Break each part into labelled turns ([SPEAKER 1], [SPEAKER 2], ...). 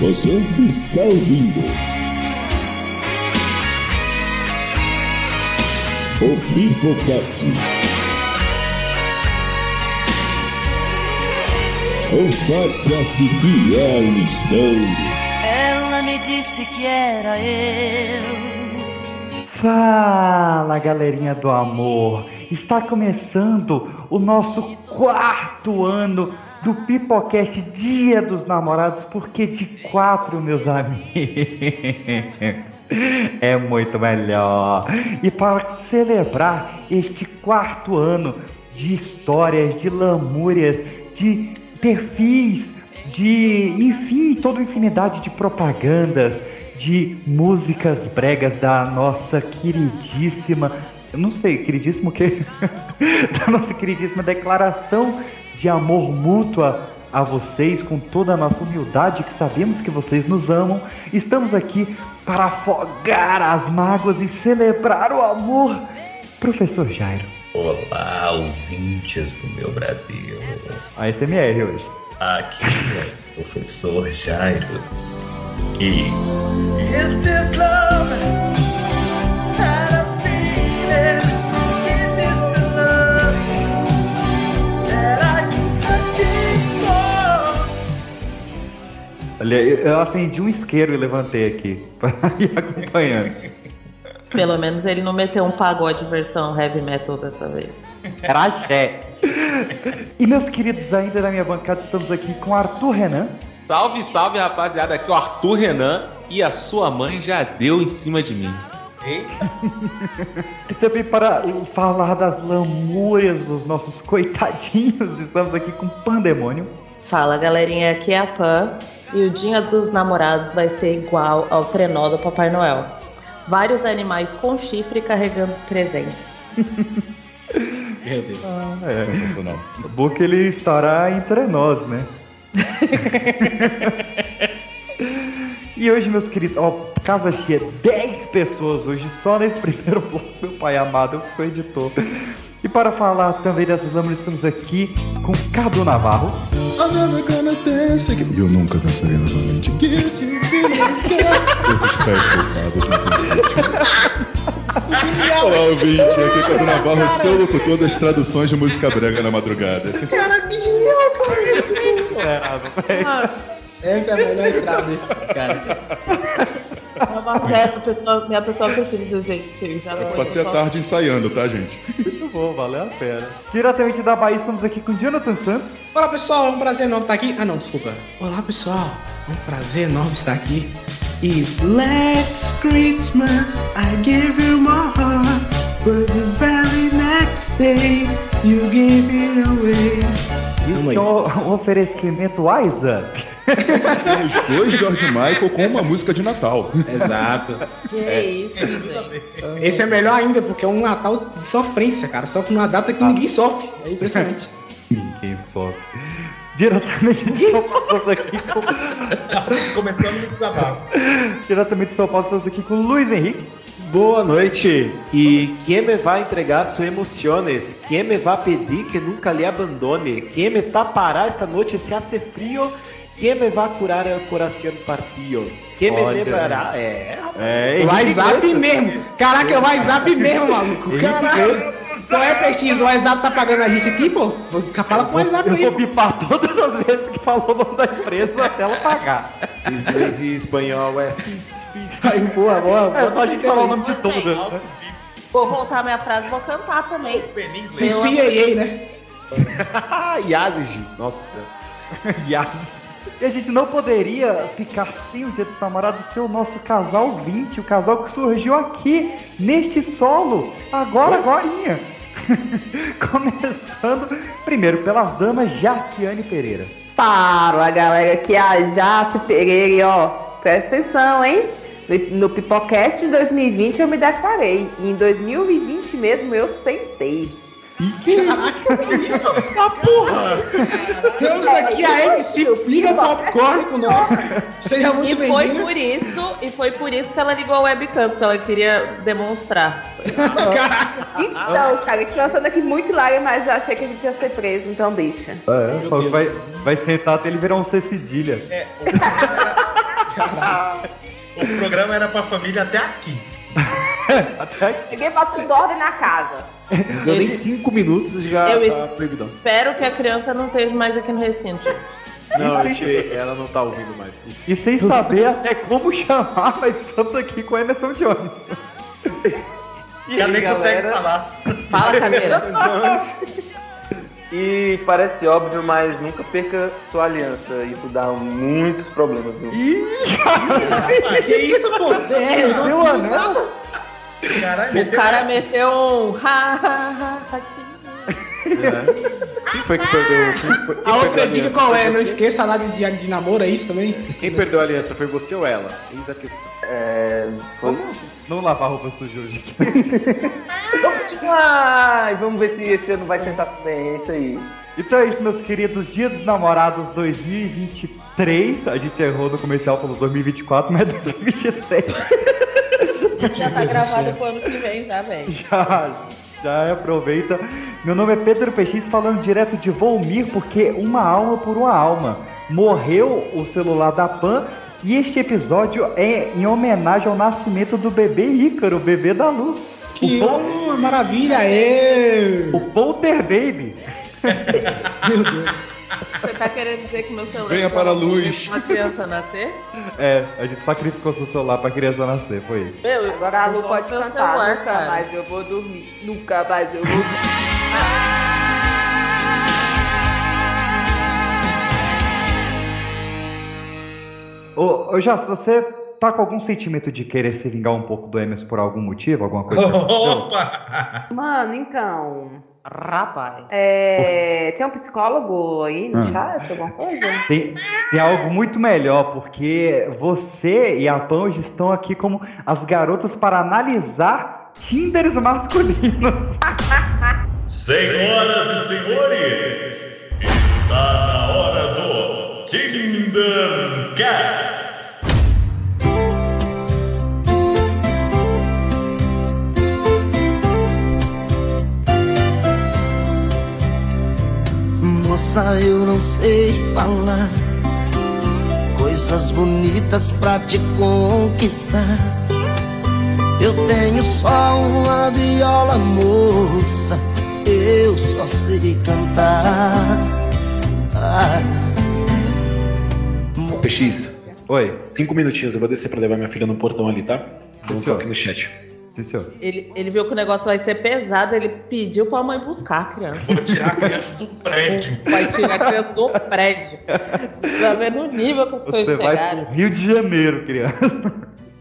[SPEAKER 1] Você está ouvindo. O Biblecast. O podcast que é um mistério.
[SPEAKER 2] Ela me disse que era eu.
[SPEAKER 3] Fala galerinha do amor! Está começando o nosso quarto ano do Pipocast Dia dos Namorados, porque de quatro, meus amigos, é muito melhor. E para celebrar este quarto ano de histórias, de lamúrias, de perfis, de enfim, toda infinidade de propagandas, de músicas bregas da nossa queridíssima, eu não sei, queridíssimo o quê? da nossa queridíssima declaração de amor mútua a vocês, com toda a nossa humildade, que sabemos que vocês nos amam. Estamos aqui para afogar as mágoas e celebrar o amor. Professor Jairo,
[SPEAKER 4] Olá, ouvintes do meu Brasil.
[SPEAKER 3] ASMR hoje.
[SPEAKER 4] Aqui é o professor Jairo. E. Is this love? that I'm feeling? This is the love that I've been searching for.
[SPEAKER 3] Olha, eu eu acendi um isqueiro e levantei aqui para ir acompanhando.
[SPEAKER 5] Pelo menos ele não meteu um pagode versão heavy metal dessa vez.
[SPEAKER 3] Era axé. E meus queridos, ainda na minha bancada, estamos aqui com Arthur Renan.
[SPEAKER 6] Salve, salve, rapaziada. Aqui é o Arthur Renan e a sua mãe já deu em cima de mim.
[SPEAKER 4] Eita,
[SPEAKER 3] E também para falar das lamúrias dos nossos coitadinhos, estamos aqui com Pandemônio.
[SPEAKER 5] Fala galerinha, aqui é a Pan e o dia dos namorados vai ser igual ao trenó do Papai Noel. Vários animais com chifre carregando os presentes.
[SPEAKER 4] meu Deus.
[SPEAKER 3] É,
[SPEAKER 4] Sensacional.
[SPEAKER 3] bom que ele estará entre nós, né? e hoje, meus queridos, ó, casa cheia, 10 é pessoas hoje, só nesse primeiro bloco, meu pai amado, eu que sou editor. E para falar também dessas lâminas, estamos aqui com Cadu Navarro.
[SPEAKER 7] I'm never gonna dance again. Eu nunca dançarei novamente. Get you feeling good. Esses pés coitados não Olá, ouvinte. Aqui é Cadu Navarro, seu locutor das traduções de música brega na madrugada.
[SPEAKER 8] Essa é a melhor entrada desse cara.
[SPEAKER 5] É uma é a pessoa, minha pessoa preferida, gente. Já
[SPEAKER 7] Eu
[SPEAKER 5] foi,
[SPEAKER 7] passei a
[SPEAKER 5] só-
[SPEAKER 7] tarde ensaiando, tá, gente?
[SPEAKER 3] Muito bom, valeu a pena. Diretamente da Bahia, estamos aqui com Jonathan Santos.
[SPEAKER 8] Olá pessoal, é um prazer enorme estar aqui. Ah não, desculpa. Olá pessoal, é um prazer enorme estar aqui. E Last Christmas I gave you my heart, but the very next day you gave it away.
[SPEAKER 3] Isso
[SPEAKER 8] Tamo aí.
[SPEAKER 3] é um, um oferecimento Aiza.
[SPEAKER 7] Os dois George Michael com uma música de Natal.
[SPEAKER 8] Exato.
[SPEAKER 5] Que isso, gente.
[SPEAKER 8] Esse é melhor ainda porque é um Natal de sofrência, cara. Sofre numa data
[SPEAKER 3] Tá.
[SPEAKER 8] que ninguém sofre. É impressionante.
[SPEAKER 3] Ninguém sobe. Diretamente de São Paulo, estamos aqui com,
[SPEAKER 4] Começamos no desabafo.
[SPEAKER 3] diretamente de São Paulo, estamos aqui com Luiz Henrique.
[SPEAKER 9] Boa noite. E quem me vai entregar suas emoções? Quem me vai pedir que nunca lhe abandone? Quem me tapará esta noite se hace frio? Quem me vai curar o coração partido? Quem me
[SPEAKER 3] Olha.
[SPEAKER 9] levará? É,
[SPEAKER 3] É,
[SPEAKER 8] WhatsApp mesmo. Caraca, é o WhatsApp mesmo, maluco.
[SPEAKER 3] Henrique
[SPEAKER 8] Caraca. Qual é, PX? O WhatsApp tá pagando a gente aqui, pô? Fala pro WhatsApp
[SPEAKER 3] Eu
[SPEAKER 8] aí.
[SPEAKER 3] vou bipar todas as vezes que falou o nome da empresa até ela pagar.
[SPEAKER 9] inglês e espanhol é fisc, fisc.
[SPEAKER 8] Aí, boa, boa.
[SPEAKER 3] É só a gente falar o nome de todas.
[SPEAKER 4] Altos
[SPEAKER 5] Vou voltar minha frase e vou cantar também.
[SPEAKER 4] bips.
[SPEAKER 8] Sim, sim, aí, aí, né?
[SPEAKER 9] Yazigi. Nossa.
[SPEAKER 3] Viado. E a gente não poderia ficar sem o Dia dos Namorados ser o nosso casal 20, o casal que surgiu aqui, neste solo, agora, agorinha. Começando primeiro pelas damas, Jaciane Pereira.
[SPEAKER 10] Fala galera, aqui é a Jace Pereira e ó, presta atenção, hein? No- No Pipocast de 2020 eu me declarei, e em 2020 mesmo eu sentei. Tá
[SPEAKER 8] Temos aqui a MC Liga Popcorn com nós. Seja
[SPEAKER 5] E
[SPEAKER 8] É muito
[SPEAKER 5] foi
[SPEAKER 8] bem-vindo.
[SPEAKER 5] por isso, e foi por isso que ela ligou a webcam, porque ela queria demonstrar.
[SPEAKER 10] Então, cara, que lançando aqui muito live, mas eu achei que a gente ia ser preso,
[SPEAKER 3] Ah,
[SPEAKER 10] então deixa.
[SPEAKER 3] É, vai, vai sentar até ele virar um C cedilha.
[SPEAKER 4] É, o- O programa era pra família até aqui.
[SPEAKER 10] Ninguém faz tudo ordem na casa.
[SPEAKER 9] Não deu nem cinco minutos e já
[SPEAKER 5] Eu-
[SPEAKER 9] tá proibidão.
[SPEAKER 5] Espero que a criança não esteja mais aqui no recinto.
[SPEAKER 9] Não, eu
[SPEAKER 3] é
[SPEAKER 9] tirei. Ela não tá ouvindo mais.
[SPEAKER 3] E sem saber até como chamar, mas estamos aqui com o Emerson Jones.
[SPEAKER 4] Ela nem consegue falar.
[SPEAKER 5] Fala, cadeira.
[SPEAKER 11] E parece óbvio, mas nunca perca sua aliança. Isso dá muitos problemas, viu?
[SPEAKER 8] Que isso, pô? É,
[SPEAKER 3] Meu anel?
[SPEAKER 4] Caralho,
[SPEAKER 5] O cara meteu um. Ha, ha, ha, ratinho.
[SPEAKER 9] É. Quem foi que perdeu? Quem
[SPEAKER 8] A
[SPEAKER 9] foi- quem perdeu
[SPEAKER 8] outra dica
[SPEAKER 9] aliança?
[SPEAKER 8] qual é?
[SPEAKER 9] Foi
[SPEAKER 8] Não
[SPEAKER 9] você?
[SPEAKER 8] esqueça lá de diário de namoro, é isso também?
[SPEAKER 9] Quem perdeu a aliança? Foi você ou ela? Eis a questão. É,
[SPEAKER 3] Não lavar roupa suja hoje.
[SPEAKER 11] tipo, Ai, vamos ver se esse ano vai sentar bem, é isso aí.
[SPEAKER 3] Então é isso, meus queridos. Dia dos Namorados 2023. A gente errou no comercial, falou 2024, mas é 2023.
[SPEAKER 5] Já tá gravado pro ano que vem, já, velho.
[SPEAKER 3] Já, já aproveita. Meu nome é Pedro Peixes, falando direto de Volmir, porque uma alma por uma alma. Morreu o celular da Pan e este episódio é em homenagem ao nascimento do bebê Ícaro, o bebê da luz.
[SPEAKER 8] Que
[SPEAKER 3] O, Pol-
[SPEAKER 8] oh, maravilha, é!
[SPEAKER 3] o Polter Baby.
[SPEAKER 8] Meu Deus.
[SPEAKER 5] Você tá querendo dizer que meu celular.
[SPEAKER 7] Venha para a luz.
[SPEAKER 5] Uma criança nascer?
[SPEAKER 3] É, a gente sacrificou seu celular pra criança nascer, foi isso.
[SPEAKER 5] Meu,
[SPEAKER 10] Agora a Lu pode
[SPEAKER 5] meu
[SPEAKER 10] cantar.
[SPEAKER 5] celular,
[SPEAKER 10] nunca
[SPEAKER 5] cara.
[SPEAKER 10] mais eu vou dormir. Nunca mais eu vou dormir.
[SPEAKER 3] Ô, ô Jass, você tá com algum sentimento de querer se vingar um pouco do Emerson por algum motivo, alguma coisa? tipo,
[SPEAKER 4] Opa!
[SPEAKER 10] Mano, então.
[SPEAKER 5] Rapaz.
[SPEAKER 10] é, tem um psicólogo aí no
[SPEAKER 3] Ah.
[SPEAKER 10] chat? Alguma coisa?
[SPEAKER 3] Tem, tem algo muito melhor, porque você e a Pan hoje estão aqui como as garotas para analisar Tinders masculinos.
[SPEAKER 1] Senhoras e senhores, está na hora do Tindercast.
[SPEAKER 2] Moça, eu não sei falar coisas bonitas pra te conquistar. Eu tenho só uma viola, moça, eu só sei cantar. Ah. Mo-
[SPEAKER 7] PX,
[SPEAKER 3] Oi,
[SPEAKER 7] cinco minutinhos, eu vou descer pra levar minha filha no portão ali, tá? Dá um
[SPEAKER 3] Senhor.
[SPEAKER 7] toque no chat.
[SPEAKER 3] sim, senhor.
[SPEAKER 5] Ele, ele viu que o negócio vai ser pesado, ele pediu pra mãe buscar a criança.
[SPEAKER 4] Vou tirar a criança do prédio.
[SPEAKER 5] Vai tirar a criança do prédio. Pra ver no nível que as
[SPEAKER 3] Você
[SPEAKER 5] coisas
[SPEAKER 3] vai
[SPEAKER 5] chegaram.
[SPEAKER 3] pro Rio de Janeiro, criança.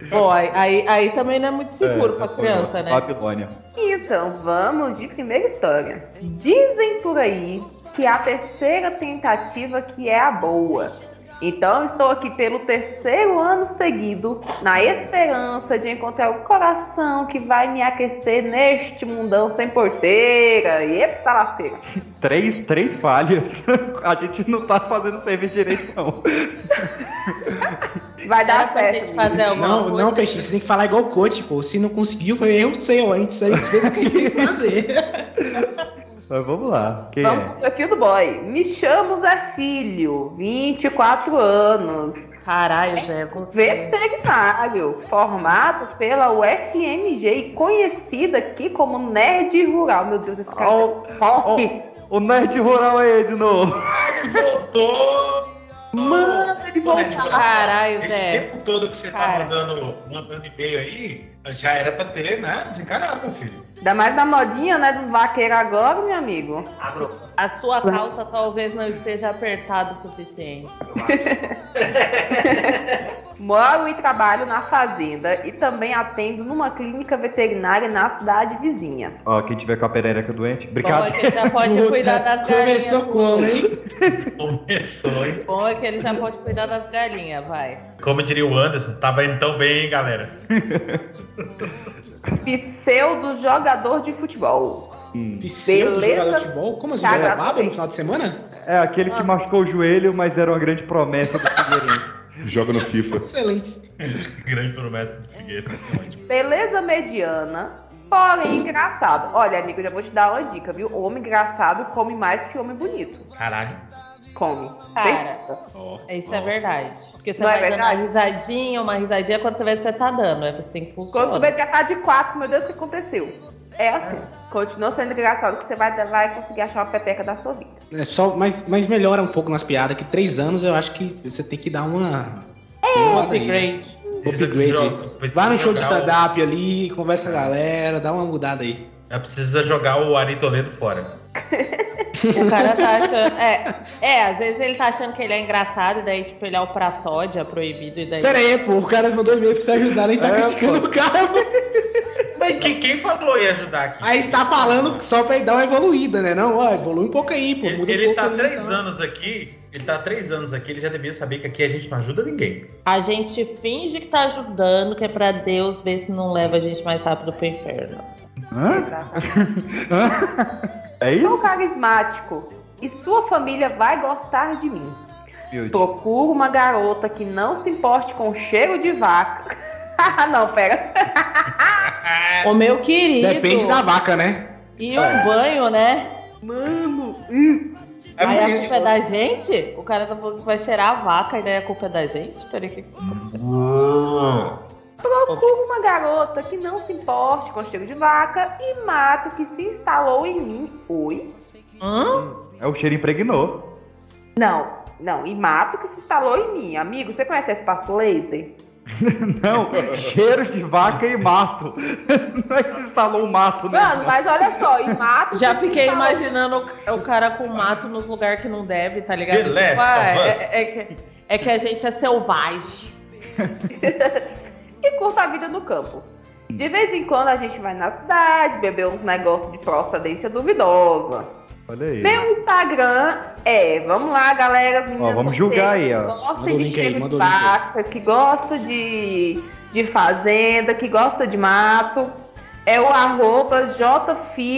[SPEAKER 5] Pô, aí, aí, aí também não é muito seguro
[SPEAKER 9] tá
[SPEAKER 5] pra criança, né?
[SPEAKER 3] Babilônia.
[SPEAKER 10] Então, vamos de primeira história. Dizem por aí que a terceira tentativa que é a boa. Então, estou aqui pelo terceiro ano seguido, na esperança de encontrar o coração que vai me aquecer neste mundão sem porteira. Eita, lasqueira.
[SPEAKER 3] Três, três falhas. A gente não tá fazendo serviço direito, não.
[SPEAKER 10] Vai
[SPEAKER 5] Dá
[SPEAKER 10] dar
[SPEAKER 5] pra gente
[SPEAKER 10] certo. amigo.
[SPEAKER 5] fazer alguma
[SPEAKER 8] Não,
[SPEAKER 5] coisa.
[SPEAKER 8] não, Peixe, você tem que falar igual o coach, pô. Se não conseguiu, foi erro seu. A gente só fez o que a gente tinha que fazer.
[SPEAKER 3] Mas vamos lá. Quem
[SPEAKER 10] Vamos
[SPEAKER 3] é?
[SPEAKER 10] pro perfil do boy. Me chamo Zé Filho, 24 anos. É
[SPEAKER 5] Caralho, Zé, você.
[SPEAKER 10] Veterinário, formado pela UFMG e conhecido aqui como Nerd Rural. Meu Deus, esse cara
[SPEAKER 3] Ó,
[SPEAKER 10] é forte.
[SPEAKER 3] O Nerd Rural aí de novo.
[SPEAKER 4] Voltou!
[SPEAKER 10] Mano, ele voltou.
[SPEAKER 5] Caralho,
[SPEAKER 4] Esse
[SPEAKER 10] é.
[SPEAKER 5] Zé.
[SPEAKER 4] tempo todo que você
[SPEAKER 5] Cara.
[SPEAKER 4] tá mandando, mandando e-mail aí, já era pra ter, né? Desencarado, meu filho.
[SPEAKER 10] Ainda mais na modinha, né, dos vaqueiros agora, meu amigo.
[SPEAKER 5] A sua calça talvez não esteja apertada o suficiente.
[SPEAKER 10] Moro e trabalho na fazenda e também atendo numa clínica veterinária na cidade vizinha.
[SPEAKER 3] Ó, quem tiver com a perereca doente.
[SPEAKER 5] Bom
[SPEAKER 3] Obrigado.
[SPEAKER 5] é que ele já pode
[SPEAKER 8] Puta,
[SPEAKER 5] cuidar das galinhas.
[SPEAKER 8] Começou como, hein?
[SPEAKER 4] Começou, hein?
[SPEAKER 5] Bom é que ele já pode cuidar das galinhas, vai.
[SPEAKER 4] Como diria o Anderson, tava indo tão bem, hein, galera?
[SPEAKER 10] Pseudo jogador de futebol.
[SPEAKER 3] Hum.
[SPEAKER 8] Pseudo
[SPEAKER 10] Beleza. Tá,
[SPEAKER 8] jogador de futebol? Como assim?
[SPEAKER 10] Cara,
[SPEAKER 8] Jogava baba
[SPEAKER 10] tem.
[SPEAKER 8] no final de semana?
[SPEAKER 3] É aquele
[SPEAKER 5] Ah.
[SPEAKER 3] que machucou o joelho, mas era uma grande promessa do Figueirense.
[SPEAKER 7] Joga no FIFA.
[SPEAKER 8] Excelente.
[SPEAKER 4] Grande promessa do Figueiredo. esse é ótimo.
[SPEAKER 10] Beleza mediana, porém engraçado. Olha, amigo, já vou te dar uma dica, viu? Homem engraçado come mais que homem bonito.
[SPEAKER 4] Caralho.
[SPEAKER 10] come.
[SPEAKER 5] Cara,
[SPEAKER 10] Certeza.
[SPEAKER 5] Isso é verdade. Porque você
[SPEAKER 10] Não é
[SPEAKER 5] vai dando uma
[SPEAKER 10] verdade?
[SPEAKER 5] risadinha, uma risadinha, quando você vai, você tá dando. É assim que funciona.
[SPEAKER 10] Quando tu
[SPEAKER 8] né?
[SPEAKER 10] vê que já tá de quatro, meu Deus, o que aconteceu? É assim. Continua sendo engraçado que você vai, vai conseguir achar uma pepeca da sua vida.
[SPEAKER 8] É só, mas, mas melhora um pouco nas piadas, que três anos eu acho que você tem que dar uma.
[SPEAKER 5] Um
[SPEAKER 8] uma
[SPEAKER 5] upgrade.
[SPEAKER 8] Upgrade. Vai no show de
[SPEAKER 12] jogar um. o-
[SPEAKER 8] stand-up ali, conversa com a galera, dá uma mudada aí.
[SPEAKER 12] É precisa jogar o Ari Toledo fora.
[SPEAKER 5] O cara tá achando. É, é, às vezes ele tá achando que ele é engraçado, e daí, tipo, ele é o pra sódia, proibido, e daí.
[SPEAKER 8] Pera aí, pô, o cara mandou e-mail pra você ajudar, nem está
[SPEAKER 5] É,
[SPEAKER 8] criticando o cara, pô.
[SPEAKER 12] Mas quem, quem falou ia ajudar aqui?
[SPEAKER 8] Aí está falando só pra ele dar uma evoluída, né? Não, ó, evolui um pouco aí, pô. Muda um
[SPEAKER 12] Ele
[SPEAKER 8] pouco
[SPEAKER 12] tá
[SPEAKER 8] aí,
[SPEAKER 12] três
[SPEAKER 8] tá?
[SPEAKER 12] anos aqui, ele tá três anos aqui, ele já devia saber que aqui a gente não ajuda ninguém.
[SPEAKER 5] A gente finge que tá ajudando, que é pra Deus ver se não leva a gente mais rápido pro inferno.
[SPEAKER 3] É isso?
[SPEAKER 10] Sou carismático e sua família vai gostar de mim.
[SPEAKER 3] Meu Deus.
[SPEAKER 10] Procura uma garota que não se importe com cheiro de vaca. Ah, não, pera.
[SPEAKER 5] Ô meu querido.
[SPEAKER 8] tá? Depende da vaca, né?
[SPEAKER 5] E um banho, né?
[SPEAKER 10] Mano. hum.
[SPEAKER 5] É aí a
[SPEAKER 8] isso.
[SPEAKER 5] culpa é da gente? O cara tá falando que vai cheirar a vaca e daí a culpa é da gente? Peraí que.
[SPEAKER 3] Hum,
[SPEAKER 10] Procura uma garota que não se importe com cheiro de vaca e mato que se instalou em mim. Oi?
[SPEAKER 3] É o cheiro impregnou.
[SPEAKER 10] Não, não, e mato que se instalou em mim. Amigo, você conhece espaço laser?
[SPEAKER 3] Não, cheiro de vaca e mato. Não é que se instalou um mato, né?
[SPEAKER 10] Mano, mas olha só, e mato.
[SPEAKER 5] Já
[SPEAKER 10] que tá se
[SPEAKER 5] fiquei
[SPEAKER 10] instalou-
[SPEAKER 5] imaginando o- o cara com mato nos lugares que não deve, tá ligado?
[SPEAKER 12] The Last
[SPEAKER 5] ah,
[SPEAKER 12] of
[SPEAKER 5] é-
[SPEAKER 12] Us.
[SPEAKER 5] É, que, é que a gente é selvagem.
[SPEAKER 10] e curta a vida no campo. De vez em quando a gente vai na cidade beber uns negócios de procedência duvidosa.
[SPEAKER 3] Olha aí.
[SPEAKER 10] Meu Instagram é, vamos lá, galera, as meninas
[SPEAKER 3] vamos julgar aí, ó.
[SPEAKER 10] solteiras que Gostam de
[SPEAKER 3] Manda o link aí,
[SPEAKER 10] cheiro
[SPEAKER 3] manda
[SPEAKER 10] de
[SPEAKER 3] o link aí.
[SPEAKER 10] vaca, que gosta de, de fazenda, que gosta de mato. É o arroba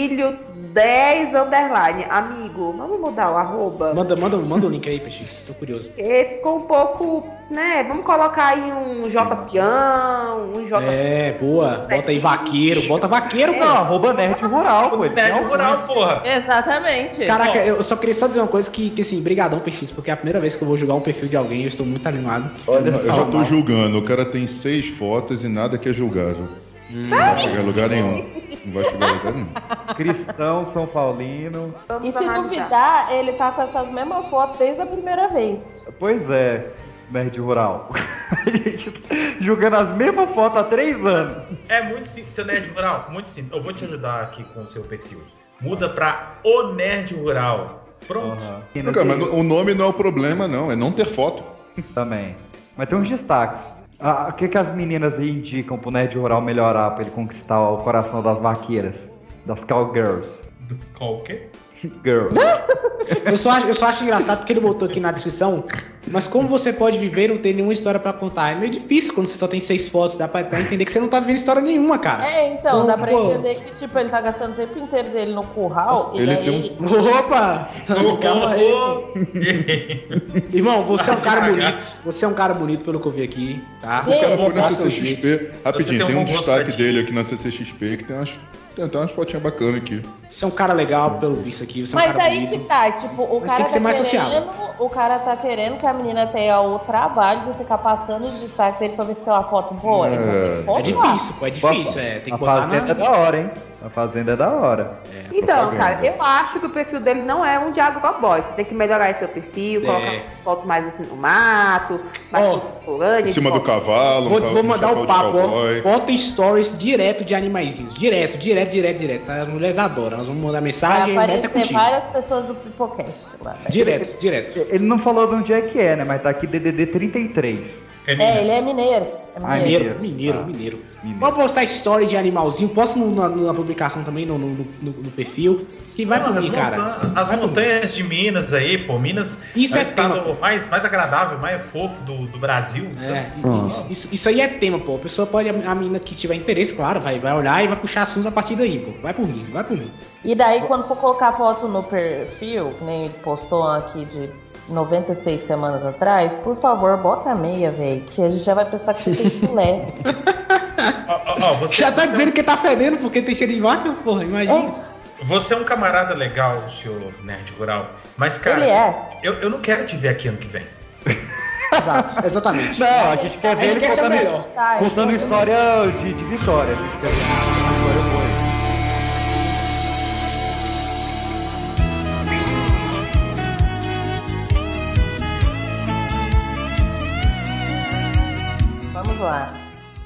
[SPEAKER 10] jfilho10 underline. Amigo, vamos mudar o arroba?
[SPEAKER 8] Manda, manda, manda o link aí, PX, tô curioso.
[SPEAKER 10] Porque ficou um pouco, né? Vamos colocar aí um J peão, um J
[SPEAKER 8] É, boa. Bota aí vaqueiro, bota vaqueiro, pô.
[SPEAKER 3] Não, É, arroba nerd rural, pô.
[SPEAKER 12] Nerd rural, porra.
[SPEAKER 5] Exatamente.
[SPEAKER 8] Caraca, eu só queria só dizer uma coisa que, que assim, brigadão, PX, porque é a primeira vez que eu vou julgar um perfil de alguém, eu estou muito animado.
[SPEAKER 7] Olha, eu já tô
[SPEAKER 8] Calma.
[SPEAKER 7] julgando. O cara tem seis fotos e nada que é julgável. Não vai chegar a lugar nenhum. Não vai chegar a lugar nenhum.
[SPEAKER 3] Cristão, São Paulino.
[SPEAKER 5] E se duvidar, ele tá com essas mesmas fotos desde a primeira vez.
[SPEAKER 3] Pois é, nerd rural. A gente tá jogando as mesmas fotos há três anos.
[SPEAKER 12] É muito simples, seu nerd rural, muito simples. Eu vou te ajudar aqui com o seu perfil. Muda pra o nerd rural. Pronto.
[SPEAKER 7] Não, cara, mas no- o nome não é o problema, não. É não ter foto.
[SPEAKER 3] Também. Mas tem uns destaques. Ah, o que, que as meninas aí indicam pro nerd rural melhorar, pra ele conquistar o coração das vaqueiras? Das cowgirls.
[SPEAKER 12] Dos qualquer?
[SPEAKER 3] Girls.
[SPEAKER 8] Eu só, acho, eu só acho engraçado porque ele botou aqui na descrição, mas como você pode viver e não ter nenhuma história pra contar? É meio difícil quando você só tem seis fotos, dá pra, dá pra entender que você não tá vivendo história nenhuma, cara.
[SPEAKER 5] É, então,
[SPEAKER 8] Ô,
[SPEAKER 5] dá pra
[SPEAKER 8] pô.
[SPEAKER 5] entender que, tipo, ele tá gastando o tempo inteiro dele no curral. e
[SPEAKER 8] Ele
[SPEAKER 5] daí...
[SPEAKER 8] tem um. Opa! Calma aí. Irmão, você é um cara bonito. Você é um cara bonito pelo que eu vi aqui, tá?
[SPEAKER 7] Esse cara foi na
[SPEAKER 8] Faça o jeito.
[SPEAKER 7] CCXP. Rapidinho, tem um destaque dele aqui na CCXP que tem umas, tem até umas fotinhas bacanas aqui.
[SPEAKER 8] Você é um cara legal, pelo visto aqui. Você é um
[SPEAKER 5] Mas
[SPEAKER 8] cara
[SPEAKER 5] aí
[SPEAKER 8] bonito.
[SPEAKER 5] que tá, tipo, o
[SPEAKER 8] Mas
[SPEAKER 5] cara
[SPEAKER 8] tem que ser
[SPEAKER 5] tá
[SPEAKER 8] mais
[SPEAKER 5] querendo, o cara tá querendo que a menina tenha o trabalho de ficar passando os destaques dele pra ver se tem uma foto boa. Ele fala assim, "Pô,
[SPEAKER 8] É difícil, pô, é difícil. É, tem
[SPEAKER 3] A
[SPEAKER 8] que botar
[SPEAKER 3] fazenda é da
[SPEAKER 8] na...
[SPEAKER 3] hora, hein? A fazenda é da hora.
[SPEAKER 10] Então, cara, eu acho que o perfil dele não é um Diago Cowboy. Você tem que melhorar esse seu perfil,
[SPEAKER 3] É.
[SPEAKER 10] colocar uma foto mais assim no mato, mais contemporânea.
[SPEAKER 7] Em cima do cavalo, um
[SPEAKER 8] Vou,
[SPEAKER 7] ca-
[SPEAKER 8] vou
[SPEAKER 7] um
[SPEAKER 8] mandar o
[SPEAKER 7] chapéu de
[SPEAKER 8] papo, ó.
[SPEAKER 7] cowboy.
[SPEAKER 8] Bota stories direto de animaizinhos. Direto, direto, direto, direto. As mulheres adoram. Nós vamos mandar mensagem
[SPEAKER 5] vai
[SPEAKER 8] e essa
[SPEAKER 5] aparecer
[SPEAKER 8] é contigo. É
[SPEAKER 5] várias pessoas do Pipocast lá.
[SPEAKER 8] Direto, direto.
[SPEAKER 3] Ele não falou de onde é que é, né? Mas tá aqui DDD 33.
[SPEAKER 5] É, ele é mineiro. É
[SPEAKER 3] Ah, é
[SPEAKER 5] mineiro.
[SPEAKER 8] Mineiro, mineiro,
[SPEAKER 7] Tá.
[SPEAKER 3] Ah.
[SPEAKER 8] mineiro. Vou postar story de animalzinho. Posso no- na, na publicação também, no, no, no- no perfil. Que vai por
[SPEAKER 12] As,
[SPEAKER 8] mim, cara.
[SPEAKER 7] tá.
[SPEAKER 12] montan- as montanhas de Minas aí, pô, Minas
[SPEAKER 8] Isso
[SPEAKER 12] é o
[SPEAKER 8] é
[SPEAKER 12] estado
[SPEAKER 8] tema,
[SPEAKER 12] mais, mais agradável, mais fofo do, do Brasil. Então,
[SPEAKER 8] Isso, isso- isso aí é tema, pô. A pessoa pode, a a menina que tiver interesse, claro, vai, vai olhar e vai puxar assuntos a partir daí, pô. Vai por mim, vai por mim.
[SPEAKER 5] E daí, quando for colocar foto no perfil, que nem ele postou aqui de 96 semanas atrás, por favor, bota a meia, velho, que a gente já vai pensar que você tem chulé.
[SPEAKER 12] ó, é ó, você- um
[SPEAKER 8] Já tá dizendo que tá fedendo porque tem cheiro de vaca, porra, imagina.
[SPEAKER 12] Você é um camarada legal, senhor Nerd Rural. Mas, cara,
[SPEAKER 5] Ele é.
[SPEAKER 12] eu, eu não quero te ver aqui ano que vem.
[SPEAKER 8] Exato, exatamente.
[SPEAKER 3] Não, a gente quer ver ele contando, contando história de, de vitória. A gente quer ver ele contando história boa.
[SPEAKER 5] Vamos lá.